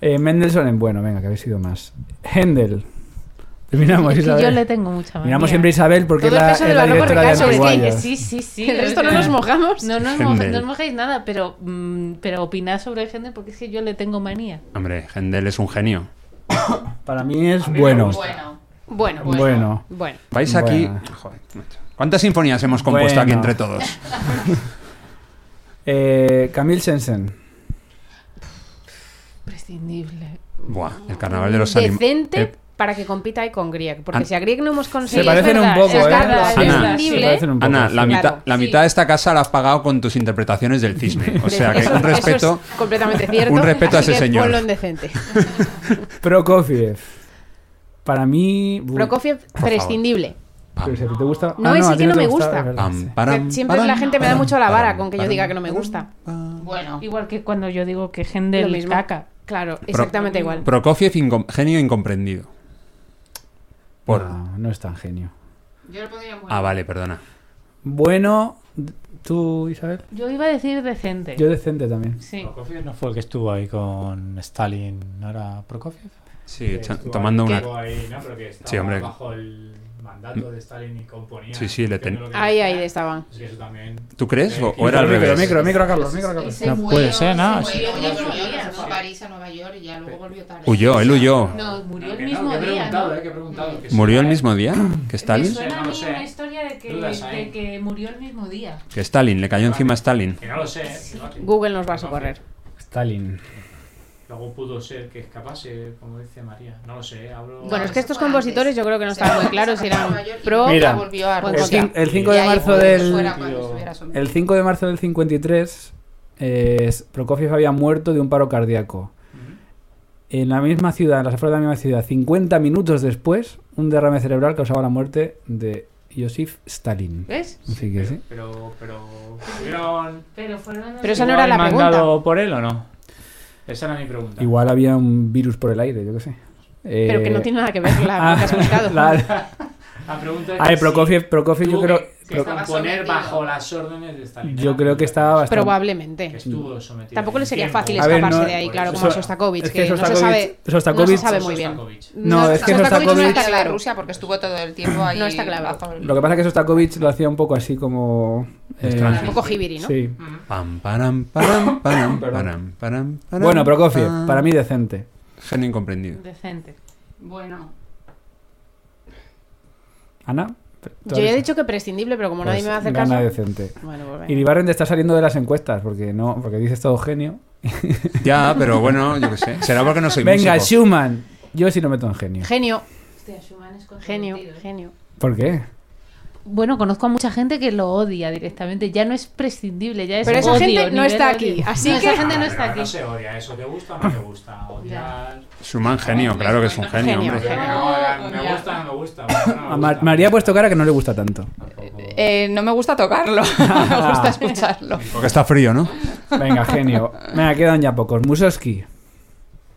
[SPEAKER 2] Eh, Mendelssohn, en- bueno, venga, que habéis sido más. Händel. Terminamos,
[SPEAKER 7] Es que
[SPEAKER 2] Isabel.
[SPEAKER 7] yo le tengo mucha manía.
[SPEAKER 2] Miramos siempre a Isabel porque es
[SPEAKER 5] Todo el
[SPEAKER 2] la,
[SPEAKER 5] peso
[SPEAKER 2] es
[SPEAKER 5] del
[SPEAKER 2] la
[SPEAKER 5] balón
[SPEAKER 2] directora de
[SPEAKER 5] recae sobre ti,
[SPEAKER 3] Sí,
[SPEAKER 2] Antiguayas.
[SPEAKER 3] sí, sí, sí.
[SPEAKER 5] El resto no nos mojamos.
[SPEAKER 3] No, no os moja-
[SPEAKER 1] Händel.
[SPEAKER 3] no os mojáis nada, pero, mm, pero opinad sobre Händel porque es que yo le tengo manía.
[SPEAKER 1] Hombre, Gendel es un genio.
[SPEAKER 2] Para mí es bueno.
[SPEAKER 4] Bueno.
[SPEAKER 5] Bueno, bueno.
[SPEAKER 2] Bueno.
[SPEAKER 5] Bueno.
[SPEAKER 1] Vais aquí.
[SPEAKER 2] Bueno.
[SPEAKER 1] Joder, macho. ¿Cuántas sinfonías hemos compuesto aquí
[SPEAKER 2] Bueno.
[SPEAKER 1] entre todos?
[SPEAKER 2] Eh, Camille Sensen.
[SPEAKER 3] Prescindible.
[SPEAKER 1] Buah, el carnaval de los eh, animales.
[SPEAKER 5] Decente para que compita ahí con Grieg. Porque
[SPEAKER 1] An-
[SPEAKER 5] si a Grieg no hemos conseguido.
[SPEAKER 2] Se parecen
[SPEAKER 5] es
[SPEAKER 2] un
[SPEAKER 5] verdad,
[SPEAKER 2] poco,
[SPEAKER 5] es
[SPEAKER 2] ¿eh?
[SPEAKER 5] verdad, es
[SPEAKER 1] Ana.
[SPEAKER 5] verdad,
[SPEAKER 2] Se
[SPEAKER 5] sí.
[SPEAKER 2] parecen un poco.
[SPEAKER 1] Ana, la,
[SPEAKER 5] Claro,
[SPEAKER 1] mitad, la
[SPEAKER 5] sí.
[SPEAKER 1] mitad de esta casa la has pagado con tus interpretaciones del cisne. O sea que
[SPEAKER 5] Eso-
[SPEAKER 1] un
[SPEAKER 5] eso es
[SPEAKER 1] respeto.
[SPEAKER 5] completamente cierto.
[SPEAKER 1] un respeto a
[SPEAKER 5] así
[SPEAKER 1] ese
[SPEAKER 5] que
[SPEAKER 1] señor.
[SPEAKER 5] ponlo en decente.
[SPEAKER 2] Prokofiev. Para mí. bu-
[SPEAKER 5] Prokofiev,
[SPEAKER 1] favor.
[SPEAKER 5] prescindible.
[SPEAKER 2] Pero si a ti ¿Te gusta?
[SPEAKER 5] No,
[SPEAKER 2] Ah,
[SPEAKER 5] es
[SPEAKER 2] a
[SPEAKER 5] el
[SPEAKER 2] ti
[SPEAKER 5] que no
[SPEAKER 2] te
[SPEAKER 5] me
[SPEAKER 2] gustaba,
[SPEAKER 5] gusta.
[SPEAKER 2] es verdad, sí.
[SPEAKER 1] Pam, param,
[SPEAKER 5] Siempre
[SPEAKER 1] param,
[SPEAKER 5] la gente me da
[SPEAKER 1] param,
[SPEAKER 5] mucho la vara
[SPEAKER 1] param,
[SPEAKER 5] con que yo
[SPEAKER 1] param,
[SPEAKER 5] diga que no me
[SPEAKER 1] param.
[SPEAKER 5] gusta.
[SPEAKER 4] Bueno.
[SPEAKER 7] Igual que cuando yo digo que
[SPEAKER 5] Lo
[SPEAKER 7] Händel
[SPEAKER 5] mismo.
[SPEAKER 7] caca.
[SPEAKER 5] Claro, exactamente igual.
[SPEAKER 1] Prokofiev, incom- genio incomprendido. Por...
[SPEAKER 2] No, no es tan genio.
[SPEAKER 4] Yo le pondría bueno.
[SPEAKER 1] Ah, vale, perdona.
[SPEAKER 2] Bueno, tú, Isabel.
[SPEAKER 7] Yo iba a decir decente.
[SPEAKER 2] Yo decente también.
[SPEAKER 7] Sí.
[SPEAKER 6] Prokofiev no fue el que estuvo ahí con Stalin, ¿no era Prokofiev?
[SPEAKER 1] Sí,
[SPEAKER 6] Que
[SPEAKER 1] cha-
[SPEAKER 6] estuvo
[SPEAKER 1] tomando
[SPEAKER 6] ahí,
[SPEAKER 1] una.
[SPEAKER 6] estuvo ahí, ¿no? Pero que estaba
[SPEAKER 1] Sí, hombre.
[SPEAKER 6] bajo el mandato de Stalin y componía.
[SPEAKER 1] Sí, sí, le ten-
[SPEAKER 6] haciendo lo que
[SPEAKER 5] Ahí,
[SPEAKER 6] quería.
[SPEAKER 5] ahí estaban.
[SPEAKER 6] Es que eso también-
[SPEAKER 1] ¿Tú crees? ¿O, o
[SPEAKER 6] Micro,
[SPEAKER 1] era al
[SPEAKER 2] micro,
[SPEAKER 1] revés?
[SPEAKER 2] micro, micro, Carlos, micro, Carlos.
[SPEAKER 4] Se
[SPEAKER 6] No
[SPEAKER 4] fue,
[SPEAKER 6] puede ser, ¿no?
[SPEAKER 4] se
[SPEAKER 6] Sí.
[SPEAKER 4] fue, huyó con ellas, ¿no? A París, a Nueva York y ya luego volvió tarde.
[SPEAKER 1] Huyó, él huyó.
[SPEAKER 3] No, murió
[SPEAKER 6] No,
[SPEAKER 3] el
[SPEAKER 6] que no,
[SPEAKER 3] mismo
[SPEAKER 6] que he
[SPEAKER 3] día,
[SPEAKER 6] preguntado,
[SPEAKER 3] ¿no?
[SPEAKER 6] eh, que he preguntado, que sí.
[SPEAKER 1] ¿Murió el mismo día que Stalin?
[SPEAKER 6] sé,
[SPEAKER 3] Suena a
[SPEAKER 6] no
[SPEAKER 3] mí
[SPEAKER 6] lo sé.
[SPEAKER 3] una historia de que,
[SPEAKER 6] Dudas hay.
[SPEAKER 3] de que murió el mismo día.
[SPEAKER 1] Que Stalin, le cayó encima a Stalin.
[SPEAKER 6] Que no lo sé, eh, que no, que-
[SPEAKER 5] Google nos va a socorrer.
[SPEAKER 2] Stalin.
[SPEAKER 6] Luego pudo ser que escapase, como dice María. No lo sé, eh, hablo.
[SPEAKER 5] Bueno, es que
[SPEAKER 4] eso
[SPEAKER 5] estos
[SPEAKER 4] fue
[SPEAKER 5] compositores
[SPEAKER 4] antes.
[SPEAKER 5] yo creo que no
[SPEAKER 4] O sea,
[SPEAKER 5] estaban muy claros si eran pro.
[SPEAKER 2] Mira,
[SPEAKER 4] Ya volvió a
[SPEAKER 5] Pues
[SPEAKER 2] El,
[SPEAKER 5] contra.
[SPEAKER 2] cin- el 5
[SPEAKER 4] Y
[SPEAKER 2] de
[SPEAKER 4] ahí
[SPEAKER 2] marzo
[SPEAKER 4] volvió
[SPEAKER 2] del.
[SPEAKER 4] fuera cuando se hubiera asumido.
[SPEAKER 2] El 5 de marzo del 53, eh, Prokofiev había muerto de un paro cardíaco. En la misma ciudad, en las afueras de la misma ciudad, 50 minutos después, un derrame cerebral causaba la muerte de Joseph Stalin.
[SPEAKER 5] ¿Ves?
[SPEAKER 2] Así que sí.
[SPEAKER 6] Pero, pero. ¿Hubieron.
[SPEAKER 3] Pero fueron
[SPEAKER 5] Pero esa no era la pregunta.
[SPEAKER 6] mandado por él o no? Esa era mi pregunta.
[SPEAKER 2] Igual había un virus por el aire, yo qué sé. Eh,
[SPEAKER 5] Pero que no tiene nada que ver
[SPEAKER 2] ah,
[SPEAKER 5] la lo que has buscado.
[SPEAKER 2] la-
[SPEAKER 6] La pregunta es.
[SPEAKER 2] Ah,
[SPEAKER 6] que
[SPEAKER 2] el Prokofiev,
[SPEAKER 6] sí,
[SPEAKER 2] Prokofiev yo
[SPEAKER 6] tuvo
[SPEAKER 2] creo,
[SPEAKER 6] que- que
[SPEAKER 2] Pro-
[SPEAKER 4] estaba
[SPEAKER 6] componer
[SPEAKER 4] sometido.
[SPEAKER 6] bajo las órdenes de Stalin.
[SPEAKER 2] yo
[SPEAKER 6] Era
[SPEAKER 2] creo que estaba bastante...
[SPEAKER 6] Que
[SPEAKER 5] Probablemente.
[SPEAKER 6] estuvo sometido.
[SPEAKER 5] Tampoco le sería
[SPEAKER 6] Tiempo.
[SPEAKER 5] fácil
[SPEAKER 2] A ver,
[SPEAKER 5] escaparse
[SPEAKER 2] no-
[SPEAKER 5] de ahí,
[SPEAKER 6] por
[SPEAKER 5] claro,
[SPEAKER 6] eso-
[SPEAKER 5] como
[SPEAKER 2] Sosta-
[SPEAKER 5] Sostakovich,
[SPEAKER 2] es
[SPEAKER 5] que, no se
[SPEAKER 2] Sostakovich-
[SPEAKER 5] sabe, no se
[SPEAKER 2] Sostakovich-
[SPEAKER 5] sabe muy bien.
[SPEAKER 6] Sostakovich.
[SPEAKER 2] No, es que
[SPEAKER 5] Sostakovich no
[SPEAKER 2] Sostakovich-
[SPEAKER 5] está claro.
[SPEAKER 4] Rusia porque estuvo todo el tiempo ahí.
[SPEAKER 5] No está claro.
[SPEAKER 4] bajo el-
[SPEAKER 2] Lo que pasa es que Sostakovich lo hacía un poco así como... eh,
[SPEAKER 1] Extraño.
[SPEAKER 5] Un poco hibiri, ¿no?
[SPEAKER 2] Sí.
[SPEAKER 1] Pam, param, param, param,
[SPEAKER 2] Perdón.
[SPEAKER 1] param, param, param,
[SPEAKER 2] Bueno, Prokofiev,
[SPEAKER 1] pam.
[SPEAKER 2] para mí decente.
[SPEAKER 1] Genio incomprendido.
[SPEAKER 7] Decente.
[SPEAKER 4] Bueno.
[SPEAKER 2] Ana.
[SPEAKER 5] Yo ya he dicho que prescindible, pero como nadie me va a hacer
[SPEAKER 2] gana
[SPEAKER 5] caso.
[SPEAKER 2] decente.
[SPEAKER 5] Bueno, pues venga.
[SPEAKER 2] Iribarren te está saliendo de las encuestas porque no, porque dices todo genio.
[SPEAKER 1] Ya, pero bueno, yo qué sé. Será porque no soy
[SPEAKER 2] Venga,
[SPEAKER 1] músico.
[SPEAKER 2] Schumann. Yo sí no meto en genio.
[SPEAKER 5] Genio,
[SPEAKER 3] Hostia, Schumann es
[SPEAKER 5] genio,
[SPEAKER 3] controvertido.
[SPEAKER 5] genio.
[SPEAKER 2] ¿Por qué?
[SPEAKER 3] Bueno, conozco a mucha gente que lo odia directamente. Ya no es prescindible, ya es
[SPEAKER 5] Pero esa
[SPEAKER 3] odio,
[SPEAKER 5] gente no
[SPEAKER 3] nivel
[SPEAKER 5] está
[SPEAKER 3] odio.
[SPEAKER 5] aquí, así
[SPEAKER 3] No,
[SPEAKER 5] que-
[SPEAKER 3] esa gente no
[SPEAKER 6] Ah,
[SPEAKER 3] está
[SPEAKER 6] pero
[SPEAKER 3] aquí.
[SPEAKER 6] No se odia, eso te gusta o no te gusta. Odiar.
[SPEAKER 1] Schumann, genio, claro que es un genio,
[SPEAKER 5] Genio.
[SPEAKER 6] Pero
[SPEAKER 1] hombre.
[SPEAKER 6] que no, hagan, me gusta, no me gusta. bueno, no me
[SPEAKER 2] A Ma-
[SPEAKER 6] gusta.
[SPEAKER 2] María pues, ha puesto cara que no le gusta tanto.
[SPEAKER 6] Tampoco.
[SPEAKER 4] Eh, no me gusta tocarlo, me gusta escucharlo.
[SPEAKER 1] Porque está frío, ¿no?
[SPEAKER 2] Venga, genio. Venga, quedan ya pocos. Musoski.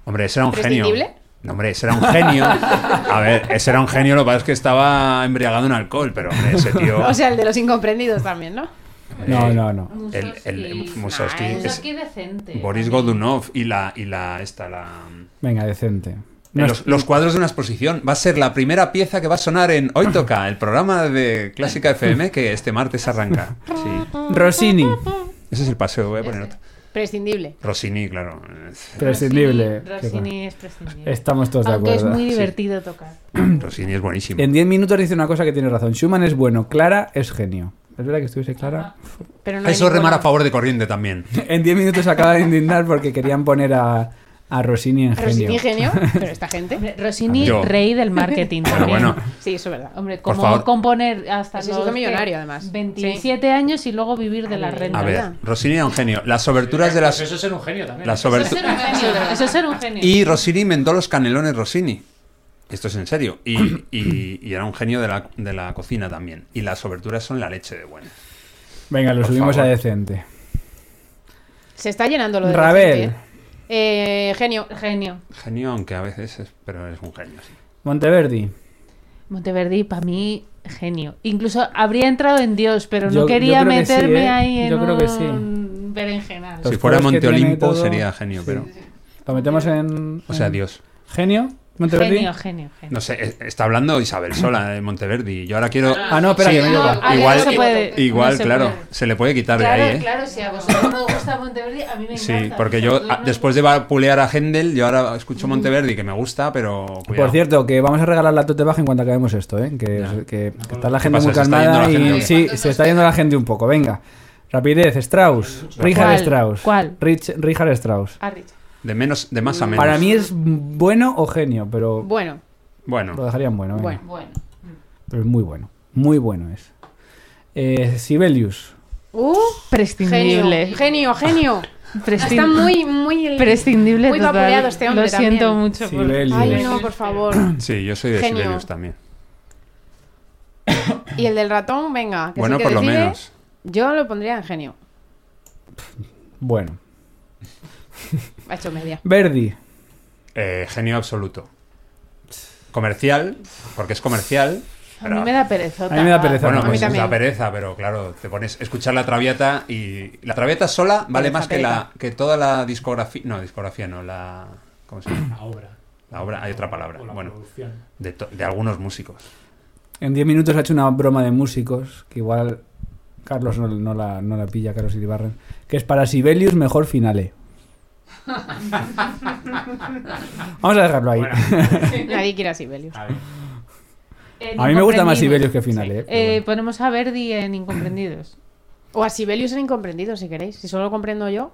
[SPEAKER 1] Hombre, ese era un genio.
[SPEAKER 5] ¿Prescindible?
[SPEAKER 1] No, hombre, ese era un genio. A ver, ese era un genio, lo que pasa es que estaba embriagado en alcohol, pero hombre, ese tío. Eh,
[SPEAKER 5] O sea, el de los incomprendidos también, ¿no?
[SPEAKER 2] No, no, no.
[SPEAKER 1] El, el- el
[SPEAKER 3] Mussorgsky.
[SPEAKER 1] Mussorgsky
[SPEAKER 5] Ah,
[SPEAKER 1] es
[SPEAKER 3] Mussorgsky decente.
[SPEAKER 1] Boris Godunov y la. Y la esta, la.
[SPEAKER 2] Venga, decente. No,
[SPEAKER 1] Los, los cuadros de una exposición. Va a ser la primera pieza que va a sonar en Hoy Toca, el programa de Clásica FM que este martes arranca. Sí.
[SPEAKER 2] Rossini.
[SPEAKER 1] Ese es el paseo, voy a poner otro.
[SPEAKER 5] Prescindible.
[SPEAKER 1] Rossini, claro.
[SPEAKER 2] Prescindible.
[SPEAKER 3] Rossini es prescindible.
[SPEAKER 2] Estamos todos de
[SPEAKER 3] Aunque es
[SPEAKER 2] acuerdo.
[SPEAKER 3] muy divertido tocar.
[SPEAKER 1] Rossini es buenísimo.
[SPEAKER 2] En 10 minutos dice una cosa que tiene razón. Schumann es bueno, Clara es genio. ¿Es verdad que estuviese Clara?
[SPEAKER 5] Pero no hay
[SPEAKER 1] Eso remar
[SPEAKER 5] ninguna-
[SPEAKER 1] a favor de corriente también.
[SPEAKER 2] En 10 minutos se acaba de indignar porque querían poner a, a Rossini en
[SPEAKER 5] Rossini
[SPEAKER 2] genio.
[SPEAKER 5] genio, pero esta gente.
[SPEAKER 3] Hombre, Rossini,
[SPEAKER 1] Yo.
[SPEAKER 3] rey del marketing.
[SPEAKER 1] Pero
[SPEAKER 3] también.
[SPEAKER 1] bueno,
[SPEAKER 5] Sí, eso es verdad.
[SPEAKER 3] Hombre,
[SPEAKER 1] Por
[SPEAKER 3] como
[SPEAKER 1] favor.
[SPEAKER 3] componer hasta
[SPEAKER 5] Sí, se
[SPEAKER 3] los
[SPEAKER 5] hizo
[SPEAKER 3] que-
[SPEAKER 5] millonario, además.
[SPEAKER 3] 27 años y luego vivir de la renta.
[SPEAKER 1] a ver,
[SPEAKER 5] Nada.
[SPEAKER 1] Rossini era un genio. Las oberturas de
[SPEAKER 6] Pues
[SPEAKER 1] las.
[SPEAKER 6] eso es ser un genio también. ¿eh?
[SPEAKER 1] las
[SPEAKER 3] Eso es
[SPEAKER 1] obertu-
[SPEAKER 3] ser un genio. Eso es ser un genio.
[SPEAKER 1] Y Rossini inventó los canelones Rossini. Esto es en serio. Y, y- y era un genio de la, de la cocina también. Y las oberturas son la leche de buena.
[SPEAKER 2] Venga, lo
[SPEAKER 1] Por
[SPEAKER 2] subimos
[SPEAKER 1] favor.
[SPEAKER 2] a decente.
[SPEAKER 5] Se está llenando lo de.
[SPEAKER 2] Ravel,
[SPEAKER 5] decente, ¿eh? Eh, genio.
[SPEAKER 3] Genio.
[SPEAKER 1] Genio, aunque a veces es, pero es un genio. sí.
[SPEAKER 2] Monteverdi.
[SPEAKER 3] Monteverdi, para mí, genio. Incluso habría entrado en Dios, pero
[SPEAKER 2] Yo- yo
[SPEAKER 3] no quería
[SPEAKER 2] creo que sí,
[SPEAKER 3] meterme
[SPEAKER 2] ¿eh?
[SPEAKER 3] ahí en
[SPEAKER 2] Yo creo que sí. Pues,
[SPEAKER 3] un berenjenal.
[SPEAKER 2] Los
[SPEAKER 1] si fuera
[SPEAKER 2] puros que
[SPEAKER 1] Monte
[SPEAKER 2] tiene
[SPEAKER 1] Olimpo
[SPEAKER 2] todo-
[SPEAKER 1] sería genio, pero.
[SPEAKER 2] Lo metemos en.
[SPEAKER 1] O sea,
[SPEAKER 2] en-
[SPEAKER 1] Dios.
[SPEAKER 2] Genio, Monteverdi.
[SPEAKER 3] Genio, genio, genio.
[SPEAKER 1] No sé, es- está hablando Isabel Sola de Monteverdi. Yo ahora quiero.
[SPEAKER 2] Ah, no, espera,
[SPEAKER 1] Sí,
[SPEAKER 2] que me
[SPEAKER 3] no,
[SPEAKER 2] equivoco.
[SPEAKER 3] a mí
[SPEAKER 1] igual,
[SPEAKER 3] no se puede,
[SPEAKER 1] igual
[SPEAKER 3] no se
[SPEAKER 1] claro,
[SPEAKER 3] puede.
[SPEAKER 1] se le puede quitar
[SPEAKER 3] Claro,
[SPEAKER 1] de ahí, ¿eh?
[SPEAKER 3] claro, si a vosotros no os gusta Monteverdi, a mí me
[SPEAKER 1] Sí,
[SPEAKER 3] encanta.
[SPEAKER 1] porque
[SPEAKER 3] O sea,
[SPEAKER 1] yo
[SPEAKER 3] no-
[SPEAKER 1] ah, después de vapulear a Händel, yo ahora escucho Monteverdi que me gusta, pero cuidado.
[SPEAKER 2] Por cierto, que vamos a regalar la tote bag en cuanto acabemos esto, ¿eh? Que, que- que está la gente
[SPEAKER 1] pasa?
[SPEAKER 2] muy
[SPEAKER 1] Se está
[SPEAKER 2] calmada
[SPEAKER 1] yendo la
[SPEAKER 2] y
[SPEAKER 1] gente.
[SPEAKER 2] sí, se está yendo la gente un poco. Venga, rapidez, Strauss, Richard
[SPEAKER 3] ¿Cuál?
[SPEAKER 2] Strauss.
[SPEAKER 3] ¿Cuál?
[SPEAKER 2] Rich- Richard Strauss.
[SPEAKER 3] Ah, Richard.
[SPEAKER 1] De menos, de más a menos.
[SPEAKER 2] Para mí es bueno o genio, pero
[SPEAKER 5] Bueno,
[SPEAKER 2] lo
[SPEAKER 1] bueno,
[SPEAKER 2] dejarían bueno. venga.
[SPEAKER 5] Bueno.
[SPEAKER 3] Bueno.
[SPEAKER 2] Pero es muy bueno, muy bueno es. Eh, Sibelius.
[SPEAKER 5] uh,
[SPEAKER 7] Prescindible.
[SPEAKER 5] genio, genio, genio.
[SPEAKER 7] Prescin-
[SPEAKER 5] Está muy, muy.
[SPEAKER 7] prescindible
[SPEAKER 5] Muy
[SPEAKER 7] total.
[SPEAKER 5] vapuleado este hombre
[SPEAKER 7] Lo siento
[SPEAKER 5] también.
[SPEAKER 7] mucho. por-
[SPEAKER 2] Sibelius.
[SPEAKER 5] Ay, no, por favor.
[SPEAKER 1] sí, yo soy de
[SPEAKER 5] Genio.
[SPEAKER 1] Sibelius también.
[SPEAKER 5] Y el del ratón, venga. Que
[SPEAKER 1] Bueno,
[SPEAKER 5] sí que
[SPEAKER 1] por lo
[SPEAKER 5] decide.
[SPEAKER 1] menos.
[SPEAKER 5] Yo lo pondría en genio.
[SPEAKER 2] Bueno.
[SPEAKER 5] Ha hecho media.
[SPEAKER 2] Verdi.
[SPEAKER 1] Eh, genio absoluto. Comercial, porque es comercial.
[SPEAKER 3] A
[SPEAKER 1] pero-
[SPEAKER 3] mí me da perezota.
[SPEAKER 2] A mí me da pereza.
[SPEAKER 1] Bueno,
[SPEAKER 2] A mí
[SPEAKER 1] pues es
[SPEAKER 5] también.
[SPEAKER 1] la pereza, pero claro, te pones a escuchar la traviata y la traviata sola vale más que la que toda la discografía, no, discografía no, la ¿cómo se llama?
[SPEAKER 6] La obra.
[SPEAKER 1] La obra, hay otra palabra,
[SPEAKER 6] O la
[SPEAKER 1] bueno,
[SPEAKER 6] producción.
[SPEAKER 1] de, to- de algunos músicos.
[SPEAKER 2] En 10 minutos ha hecho una broma de músicos que igual Carlos no, no la, no la pilla, Carlos Iribarren. Que es para Sibelius mejor finale. Vamos a dejarlo ahí.
[SPEAKER 6] Bueno,
[SPEAKER 5] Nadie quiere a Sibelius.
[SPEAKER 6] a ver.
[SPEAKER 7] Eh,
[SPEAKER 2] a mí me gusta más
[SPEAKER 7] incomprendidos.
[SPEAKER 2] Sibelius que finale. eh, pero
[SPEAKER 7] Eh,
[SPEAKER 2] bueno.
[SPEAKER 7] Ponemos a Verdi en Incomprendidos.
[SPEAKER 5] O a Sibelius en incomprendido, si queréis. Si solo lo comprendo yo.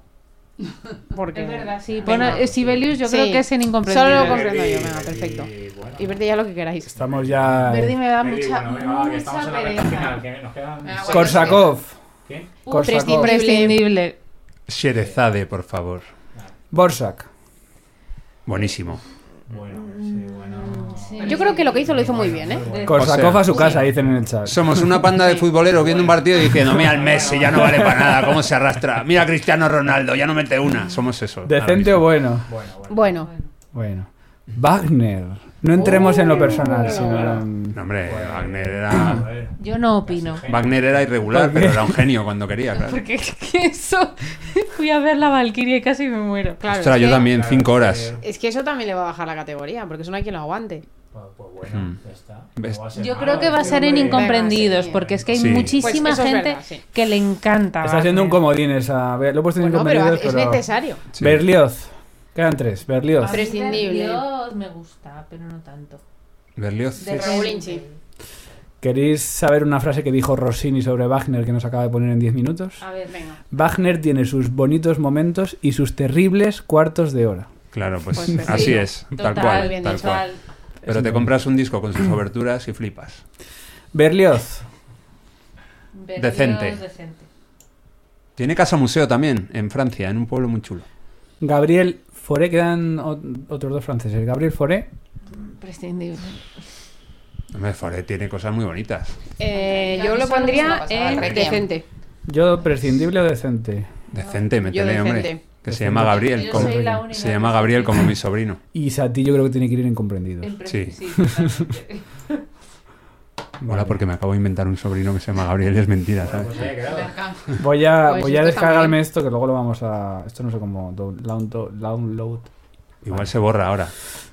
[SPEAKER 5] Porque.
[SPEAKER 7] Es verdad, sí.
[SPEAKER 5] Venga.
[SPEAKER 7] Bueno, eh, Sibelius yo
[SPEAKER 5] Sí.
[SPEAKER 7] creo que es en Incomprendidos.
[SPEAKER 5] Solo lo comprendo yo, venga, perfecto.
[SPEAKER 6] bueno.
[SPEAKER 5] Y verte ya lo que queráis.
[SPEAKER 2] Estamos ya.
[SPEAKER 3] Verdi me da
[SPEAKER 6] Verdi,
[SPEAKER 3] mucha,
[SPEAKER 6] bueno, venga, va, que estamos en la
[SPEAKER 3] mucha
[SPEAKER 6] recta
[SPEAKER 3] pereza.
[SPEAKER 6] final, que nos quedan
[SPEAKER 4] Venga,
[SPEAKER 6] seis.
[SPEAKER 2] Korsakov.
[SPEAKER 6] ¿Quién?
[SPEAKER 5] Uh,
[SPEAKER 2] Korsakov.
[SPEAKER 5] prescindible.
[SPEAKER 7] Prescindible.
[SPEAKER 1] Sherezade, por favor.
[SPEAKER 2] Borsak.
[SPEAKER 1] Buenísimo.
[SPEAKER 6] Bueno, sí, bueno.
[SPEAKER 5] Yo creo que lo que hizo lo hizo muy bien, ¿eh?
[SPEAKER 2] Korsakov
[SPEAKER 1] O sea,
[SPEAKER 2] a su casa, dicen en el chat.
[SPEAKER 1] Somos una panda de futboleros viendo un partido y diciendo, mira el Messi, ya no vale para nada, cómo se arrastra. Mira a Cristiano Ronaldo, ya no mete una. Somos eso.
[SPEAKER 2] ¿Decente o
[SPEAKER 1] ahora mismo.
[SPEAKER 2] bueno?
[SPEAKER 6] Bueno, bueno.
[SPEAKER 5] Bueno,
[SPEAKER 2] Bueno. Wagner. No entremos en lo personal,
[SPEAKER 3] Uh.
[SPEAKER 2] sino en-
[SPEAKER 1] No, hombre, Wagner era
[SPEAKER 6] Joder.
[SPEAKER 7] Yo Ah. no opino.
[SPEAKER 1] Wagner era irregular, pero era un genio cuando quería, claro.
[SPEAKER 7] Porque es que eso. Fui a ver la Valkyrie y casi me muero.
[SPEAKER 5] claro.
[SPEAKER 1] Ostras,
[SPEAKER 5] es
[SPEAKER 1] yo
[SPEAKER 5] que-
[SPEAKER 1] también,
[SPEAKER 6] Claro,
[SPEAKER 1] cinco
[SPEAKER 6] es
[SPEAKER 2] Eh,
[SPEAKER 1] horas.
[SPEAKER 6] que-
[SPEAKER 5] Es que eso también le va a bajar la categoría, porque eso no hay quien lo aguante.
[SPEAKER 6] Pues, pues bueno,
[SPEAKER 1] Mm.
[SPEAKER 6] ya está.
[SPEAKER 1] ¿Ves?
[SPEAKER 6] No va ser
[SPEAKER 7] Yo
[SPEAKER 6] malo,
[SPEAKER 7] creo que va a
[SPEAKER 6] este
[SPEAKER 7] ser en
[SPEAKER 6] hombre.
[SPEAKER 7] Incomprendidos,
[SPEAKER 5] sí.
[SPEAKER 7] porque es que hay
[SPEAKER 1] Sí.
[SPEAKER 7] muchísima
[SPEAKER 5] Pues eso es
[SPEAKER 7] gente
[SPEAKER 5] verdad, sí.
[SPEAKER 7] que le encanta.
[SPEAKER 2] Está siendo un
[SPEAKER 7] Wagner.
[SPEAKER 2] comodín esa. Lo he puesto en
[SPEAKER 5] Bueno, pero
[SPEAKER 2] incomprendidos,
[SPEAKER 5] es este
[SPEAKER 2] pero-
[SPEAKER 5] necesario.
[SPEAKER 1] Sí.
[SPEAKER 2] Berlioz. Quedan tres. Berlioz.
[SPEAKER 5] Vale. Prescindible.
[SPEAKER 7] Dios me gusta, pero no tanto.
[SPEAKER 1] Berlioz
[SPEAKER 7] De
[SPEAKER 1] es-
[SPEAKER 5] Raúl Inchi.
[SPEAKER 2] ¿Queréis saber una frase que dijo Rossini sobre Wagner que nos acaba de poner en 10
[SPEAKER 5] Ah.
[SPEAKER 2] minutos?
[SPEAKER 7] A ver,
[SPEAKER 5] Venga.
[SPEAKER 2] Wagner tiene sus bonitos momentos y sus terribles cuartos de hora.
[SPEAKER 1] Claro, pues,
[SPEAKER 5] Pues sí.
[SPEAKER 1] así es,
[SPEAKER 7] total,
[SPEAKER 1] tal cual,
[SPEAKER 5] bien
[SPEAKER 1] tal
[SPEAKER 5] dicho.
[SPEAKER 1] cual. Pero te compras un disco con sus oberturas y flipas.
[SPEAKER 2] Berlioz.
[SPEAKER 7] Berlioz,
[SPEAKER 1] Decente. Tiene casa museo también en Francia, en un pueblo muy chulo.
[SPEAKER 2] Gabriel Foré. Quedan ot- otros dos franceses. Gabriel Foré.
[SPEAKER 3] Prescindible.
[SPEAKER 1] Hombre, Fauré tiene cosas muy bonitas.
[SPEAKER 5] Eh,
[SPEAKER 4] Ya,
[SPEAKER 5] yo
[SPEAKER 4] eso
[SPEAKER 5] lo
[SPEAKER 4] no se lo
[SPEAKER 5] pondría
[SPEAKER 4] pasaba al
[SPEAKER 5] en
[SPEAKER 4] Requiem.
[SPEAKER 5] decente.
[SPEAKER 2] Yo, prescindible o decente.
[SPEAKER 1] Decente,
[SPEAKER 5] Yo
[SPEAKER 1] métele, hombre.
[SPEAKER 5] decente.
[SPEAKER 1] Que se llama Gabriel,
[SPEAKER 7] Yo
[SPEAKER 1] como,
[SPEAKER 7] soy la única
[SPEAKER 1] se llama Gabriel como mi sobrino.
[SPEAKER 2] Y Sati yo creo que tiene que ir en incomprendidos.
[SPEAKER 5] Em,
[SPEAKER 1] Sí. Mola porque me acabo de inventar un sobrino que se llama Gabriel y es mentira,
[SPEAKER 6] Bueno,
[SPEAKER 1] ¿sabes?
[SPEAKER 6] pues oye, creo.
[SPEAKER 2] Voy a,
[SPEAKER 5] Pues
[SPEAKER 2] voy a
[SPEAKER 5] esto
[SPEAKER 2] descargarme
[SPEAKER 5] también.
[SPEAKER 2] esto que luego lo vamos a... Esto no sé cómo... down- down- Download.
[SPEAKER 1] Igual se borra ahora.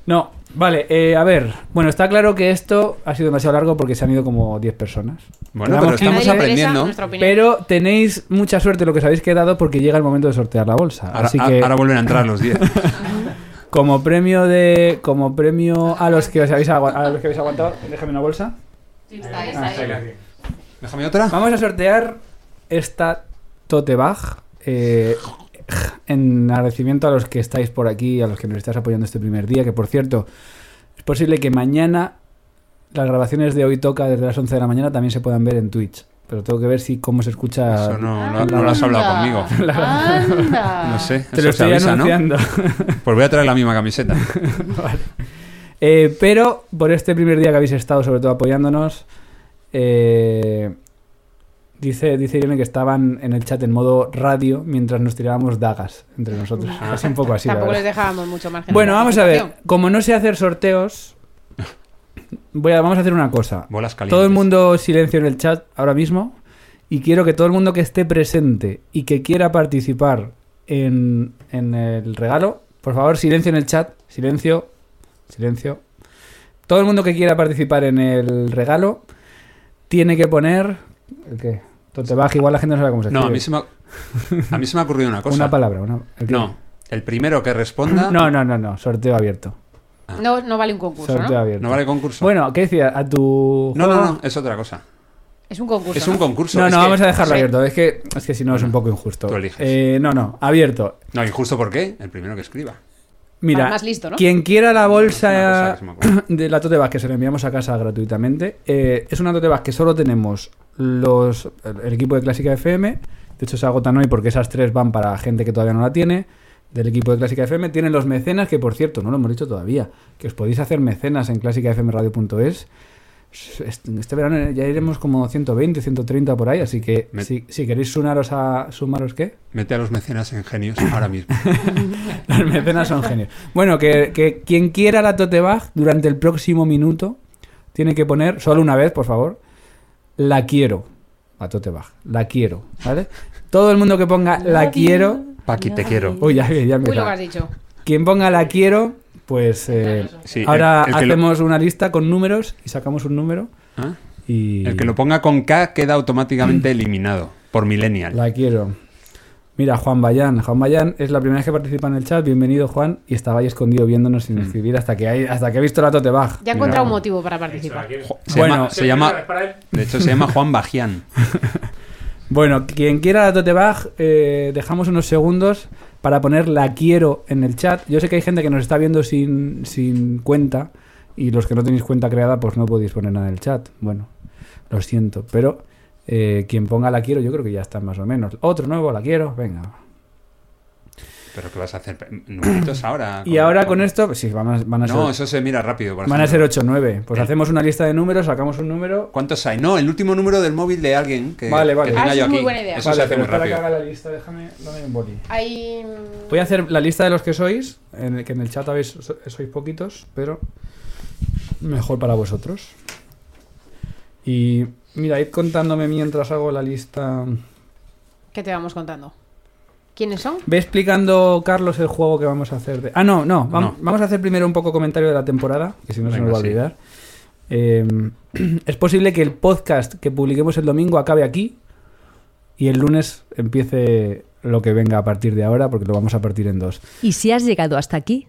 [SPEAKER 2] No, vale, eh, a ver. Bueno, está claro que esto ha sido demasiado largo porque se han ido como 10 personas.
[SPEAKER 1] Bueno, pero
[SPEAKER 2] Tenemos pues que-
[SPEAKER 5] A
[SPEAKER 1] estamos
[SPEAKER 5] nadie le interesa
[SPEAKER 1] aprendiendo.
[SPEAKER 5] nuestra opinión.
[SPEAKER 2] Pero tenéis mucha suerte lo que os habéis quedado porque llega el momento de sortear la bolsa.
[SPEAKER 1] Ahora,
[SPEAKER 2] Así
[SPEAKER 1] a-
[SPEAKER 2] que
[SPEAKER 1] ahora vuelven a entrar los 10.
[SPEAKER 2] como premio de como premio a los que os habéis agua- a los que habéis aguantado, déjame una bolsa.
[SPEAKER 6] Ah, está aquí.
[SPEAKER 1] Déjame otra.
[SPEAKER 2] Vamos a sortear esta tote bag eh, en agradecimiento a los que estáis por aquí, a los que nos estáis apoyando este primer día, que por cierto, es posible que mañana las grabaciones de hoy toca desde las 11 de la mañana también se puedan ver en Twitch, pero tengo que ver si cómo se escucha.
[SPEAKER 1] Eso
[SPEAKER 3] Ah,
[SPEAKER 1] no, no, no lo has hablado conmigo.
[SPEAKER 3] Anda.
[SPEAKER 1] No sé,
[SPEAKER 2] Te lo
[SPEAKER 1] eso se
[SPEAKER 2] estoy
[SPEAKER 1] avisa, ¿no?
[SPEAKER 2] anunciando.
[SPEAKER 1] Pues voy a traer la misma camiseta.
[SPEAKER 2] Eh, pero por este primer día que habéis estado, sobre todo apoyándonos, eh, dice, dice Irene que estaban en el chat en modo radio mientras nos tirábamos dagas entre nosotros. Es un poco así. la
[SPEAKER 5] Tampoco les
[SPEAKER 2] verdad.
[SPEAKER 5] dejábamos mucho margen. de
[SPEAKER 2] Bueno, vamos a ver.
[SPEAKER 5] participación.
[SPEAKER 2] Como no sé hacer sorteos, voy a, vamos a hacer una cosa.
[SPEAKER 1] Bolas calientes.
[SPEAKER 2] Todo el mundo silencio en el chat ahora mismo y quiero que todo el mundo que esté presente y que quiera participar en, en el regalo, por favor, silencio en el chat, silencio, silencio. Todo el mundo que quiera participar en el regalo tiene que poner... ¿El qué? Te baja, igual la gente no sabe cómo se
[SPEAKER 1] No, a
[SPEAKER 2] escribe.
[SPEAKER 1] mí se me ha, a mí se me ha ocurrido una cosa.
[SPEAKER 2] Una palabra, una... ¿el qué?
[SPEAKER 1] No, el primero que responda no,
[SPEAKER 2] No, no, no, no, sorteo abierto.
[SPEAKER 5] No, no vale un concurso,
[SPEAKER 2] Sorteo
[SPEAKER 5] ¿no?
[SPEAKER 2] abierto.
[SPEAKER 1] vale concurso.
[SPEAKER 2] Bueno, ¿qué decía? A tu.
[SPEAKER 1] no,
[SPEAKER 2] juego?
[SPEAKER 1] no, no, es otra cosa.
[SPEAKER 5] Es un concurso.
[SPEAKER 1] Es un
[SPEAKER 5] ¿no?
[SPEAKER 1] concurso.
[SPEAKER 2] No,
[SPEAKER 1] es
[SPEAKER 2] no,
[SPEAKER 1] que-
[SPEAKER 2] vamos a dejarlo
[SPEAKER 1] Sí.
[SPEAKER 2] abierto. Es que, es que si no es un poco injusto.
[SPEAKER 1] Tú eliges.
[SPEAKER 2] Eh, no, no, abierto.
[SPEAKER 1] No, injusto por qué? El primero que escriba.
[SPEAKER 2] Mira,
[SPEAKER 5] Para más listo, ¿no?
[SPEAKER 2] quien quiera la
[SPEAKER 1] Una cosa
[SPEAKER 2] bolsa
[SPEAKER 1] que se me ocurre.
[SPEAKER 2] de la tote bag que se la enviamos a casa gratuitamente, eh, es una tote bag que solo tenemos los el, el equipo de Clásica FM. De hecho, se agotan hoy porque esas tres van para gente que todavía no la tiene. Del equipo de Clásica FM tienen los mecenas, que por cierto, no lo hemos dicho todavía, que os podéis hacer mecenas en clásicafmradio.es. Este este verano ya iremos como 120, 130 por ahí, así que
[SPEAKER 1] Me-
[SPEAKER 2] si, si queréis sumaros a. ¿Sumaros qué?
[SPEAKER 1] Mete a los mecenas en genios ahora mismo.
[SPEAKER 2] Las mecenas son genios. Bueno, que, que quien quiera la tote bag durante el próximo minuto tiene que poner, solo una vez, por favor, la quiero. La tote bag, la quiero, ¿vale? Todo el mundo que ponga la quiero.
[SPEAKER 1] Paqui, te quiero.
[SPEAKER 2] Uy, ya, ya
[SPEAKER 5] Uy, lo que
[SPEAKER 2] empezaba.
[SPEAKER 5] has dicho.
[SPEAKER 2] Quien ponga la quiero, pues eh,
[SPEAKER 1] Sí, el-
[SPEAKER 2] ahora
[SPEAKER 1] el, que lo-
[SPEAKER 2] hacemos una lista con números y sacamos un número
[SPEAKER 1] ¿Ah?
[SPEAKER 2] y
[SPEAKER 1] El que lo ponga con K queda automáticamente eliminado por Millennial.
[SPEAKER 2] la quiero. Mira, Juan Bayán. Juan Bayán es la primera vez que participa en el chat. Bienvenido, Juan. Y estaba ahí escondido viéndonos sin escribir hasta que, hay, hasta que he visto la tote bag.
[SPEAKER 5] Ya he encontrado un
[SPEAKER 1] Mira.
[SPEAKER 5] motivo para participar.
[SPEAKER 1] Jo- Se
[SPEAKER 2] Bueno,
[SPEAKER 1] llama, se llama- de hecho se llama Juan Bajián.
[SPEAKER 2] Bueno, quien quiera la tote bag, eh, dejamos unos segundos para poner la quiero en el chat. Yo sé que hay gente que nos está viendo sin, sin cuenta y los que no tenéis cuenta creada pues no podéis poner nada en el chat. Bueno, lo siento, pero eh, quien ponga la quiero yo creo que ya está más o menos. Otro nuevo, la quiero, venga.
[SPEAKER 1] Pero ¿qué vas a hacer? Numeritos ahora.
[SPEAKER 2] Y ahora con esto, pues sí, van a, van a
[SPEAKER 1] No,
[SPEAKER 2] ser,
[SPEAKER 1] eso se mira rápido. por
[SPEAKER 2] van a ser
[SPEAKER 1] ejemplo.
[SPEAKER 2] 8 9. Pues
[SPEAKER 1] El-
[SPEAKER 2] hacemos una lista de números, sacamos un número.
[SPEAKER 1] ¿Cuántos hay? No, el último número del móvil de alguien que,
[SPEAKER 2] Vale, vale.
[SPEAKER 1] que tenga
[SPEAKER 5] Ah,
[SPEAKER 1] yo
[SPEAKER 5] eso es
[SPEAKER 1] aquí.
[SPEAKER 5] muy buena idea.
[SPEAKER 1] Eso
[SPEAKER 2] Vale,
[SPEAKER 1] se hace
[SPEAKER 2] pero
[SPEAKER 1] muy
[SPEAKER 2] espera que
[SPEAKER 1] rápido.
[SPEAKER 2] haga la lista, déjame, dame un boli.
[SPEAKER 5] Hay...
[SPEAKER 2] Voy a hacer la lista de los que sois, en el que en el chat habéis, so- sois poquitos, pero mejor para vosotros. Y mira, id contándome mientras hago la lista.
[SPEAKER 5] ¿Qué te vamos contando? ¿Quiénes son?
[SPEAKER 2] Ve explicando, Carlos, el juego que vamos a hacer. de- Ah, no, no, vam-
[SPEAKER 1] No.
[SPEAKER 2] Vamos a hacer primero un poco comentario de la temporada, que si no se
[SPEAKER 1] Venga,
[SPEAKER 2] nos va a
[SPEAKER 1] sí.
[SPEAKER 2] olvidar. Eh, es posible que el podcast que publiquemos el domingo acabe aquí y el lunes empiece lo que venga a partir de ahora, porque lo vamos a partir en dos.
[SPEAKER 8] Y si has llegado hasta aquí,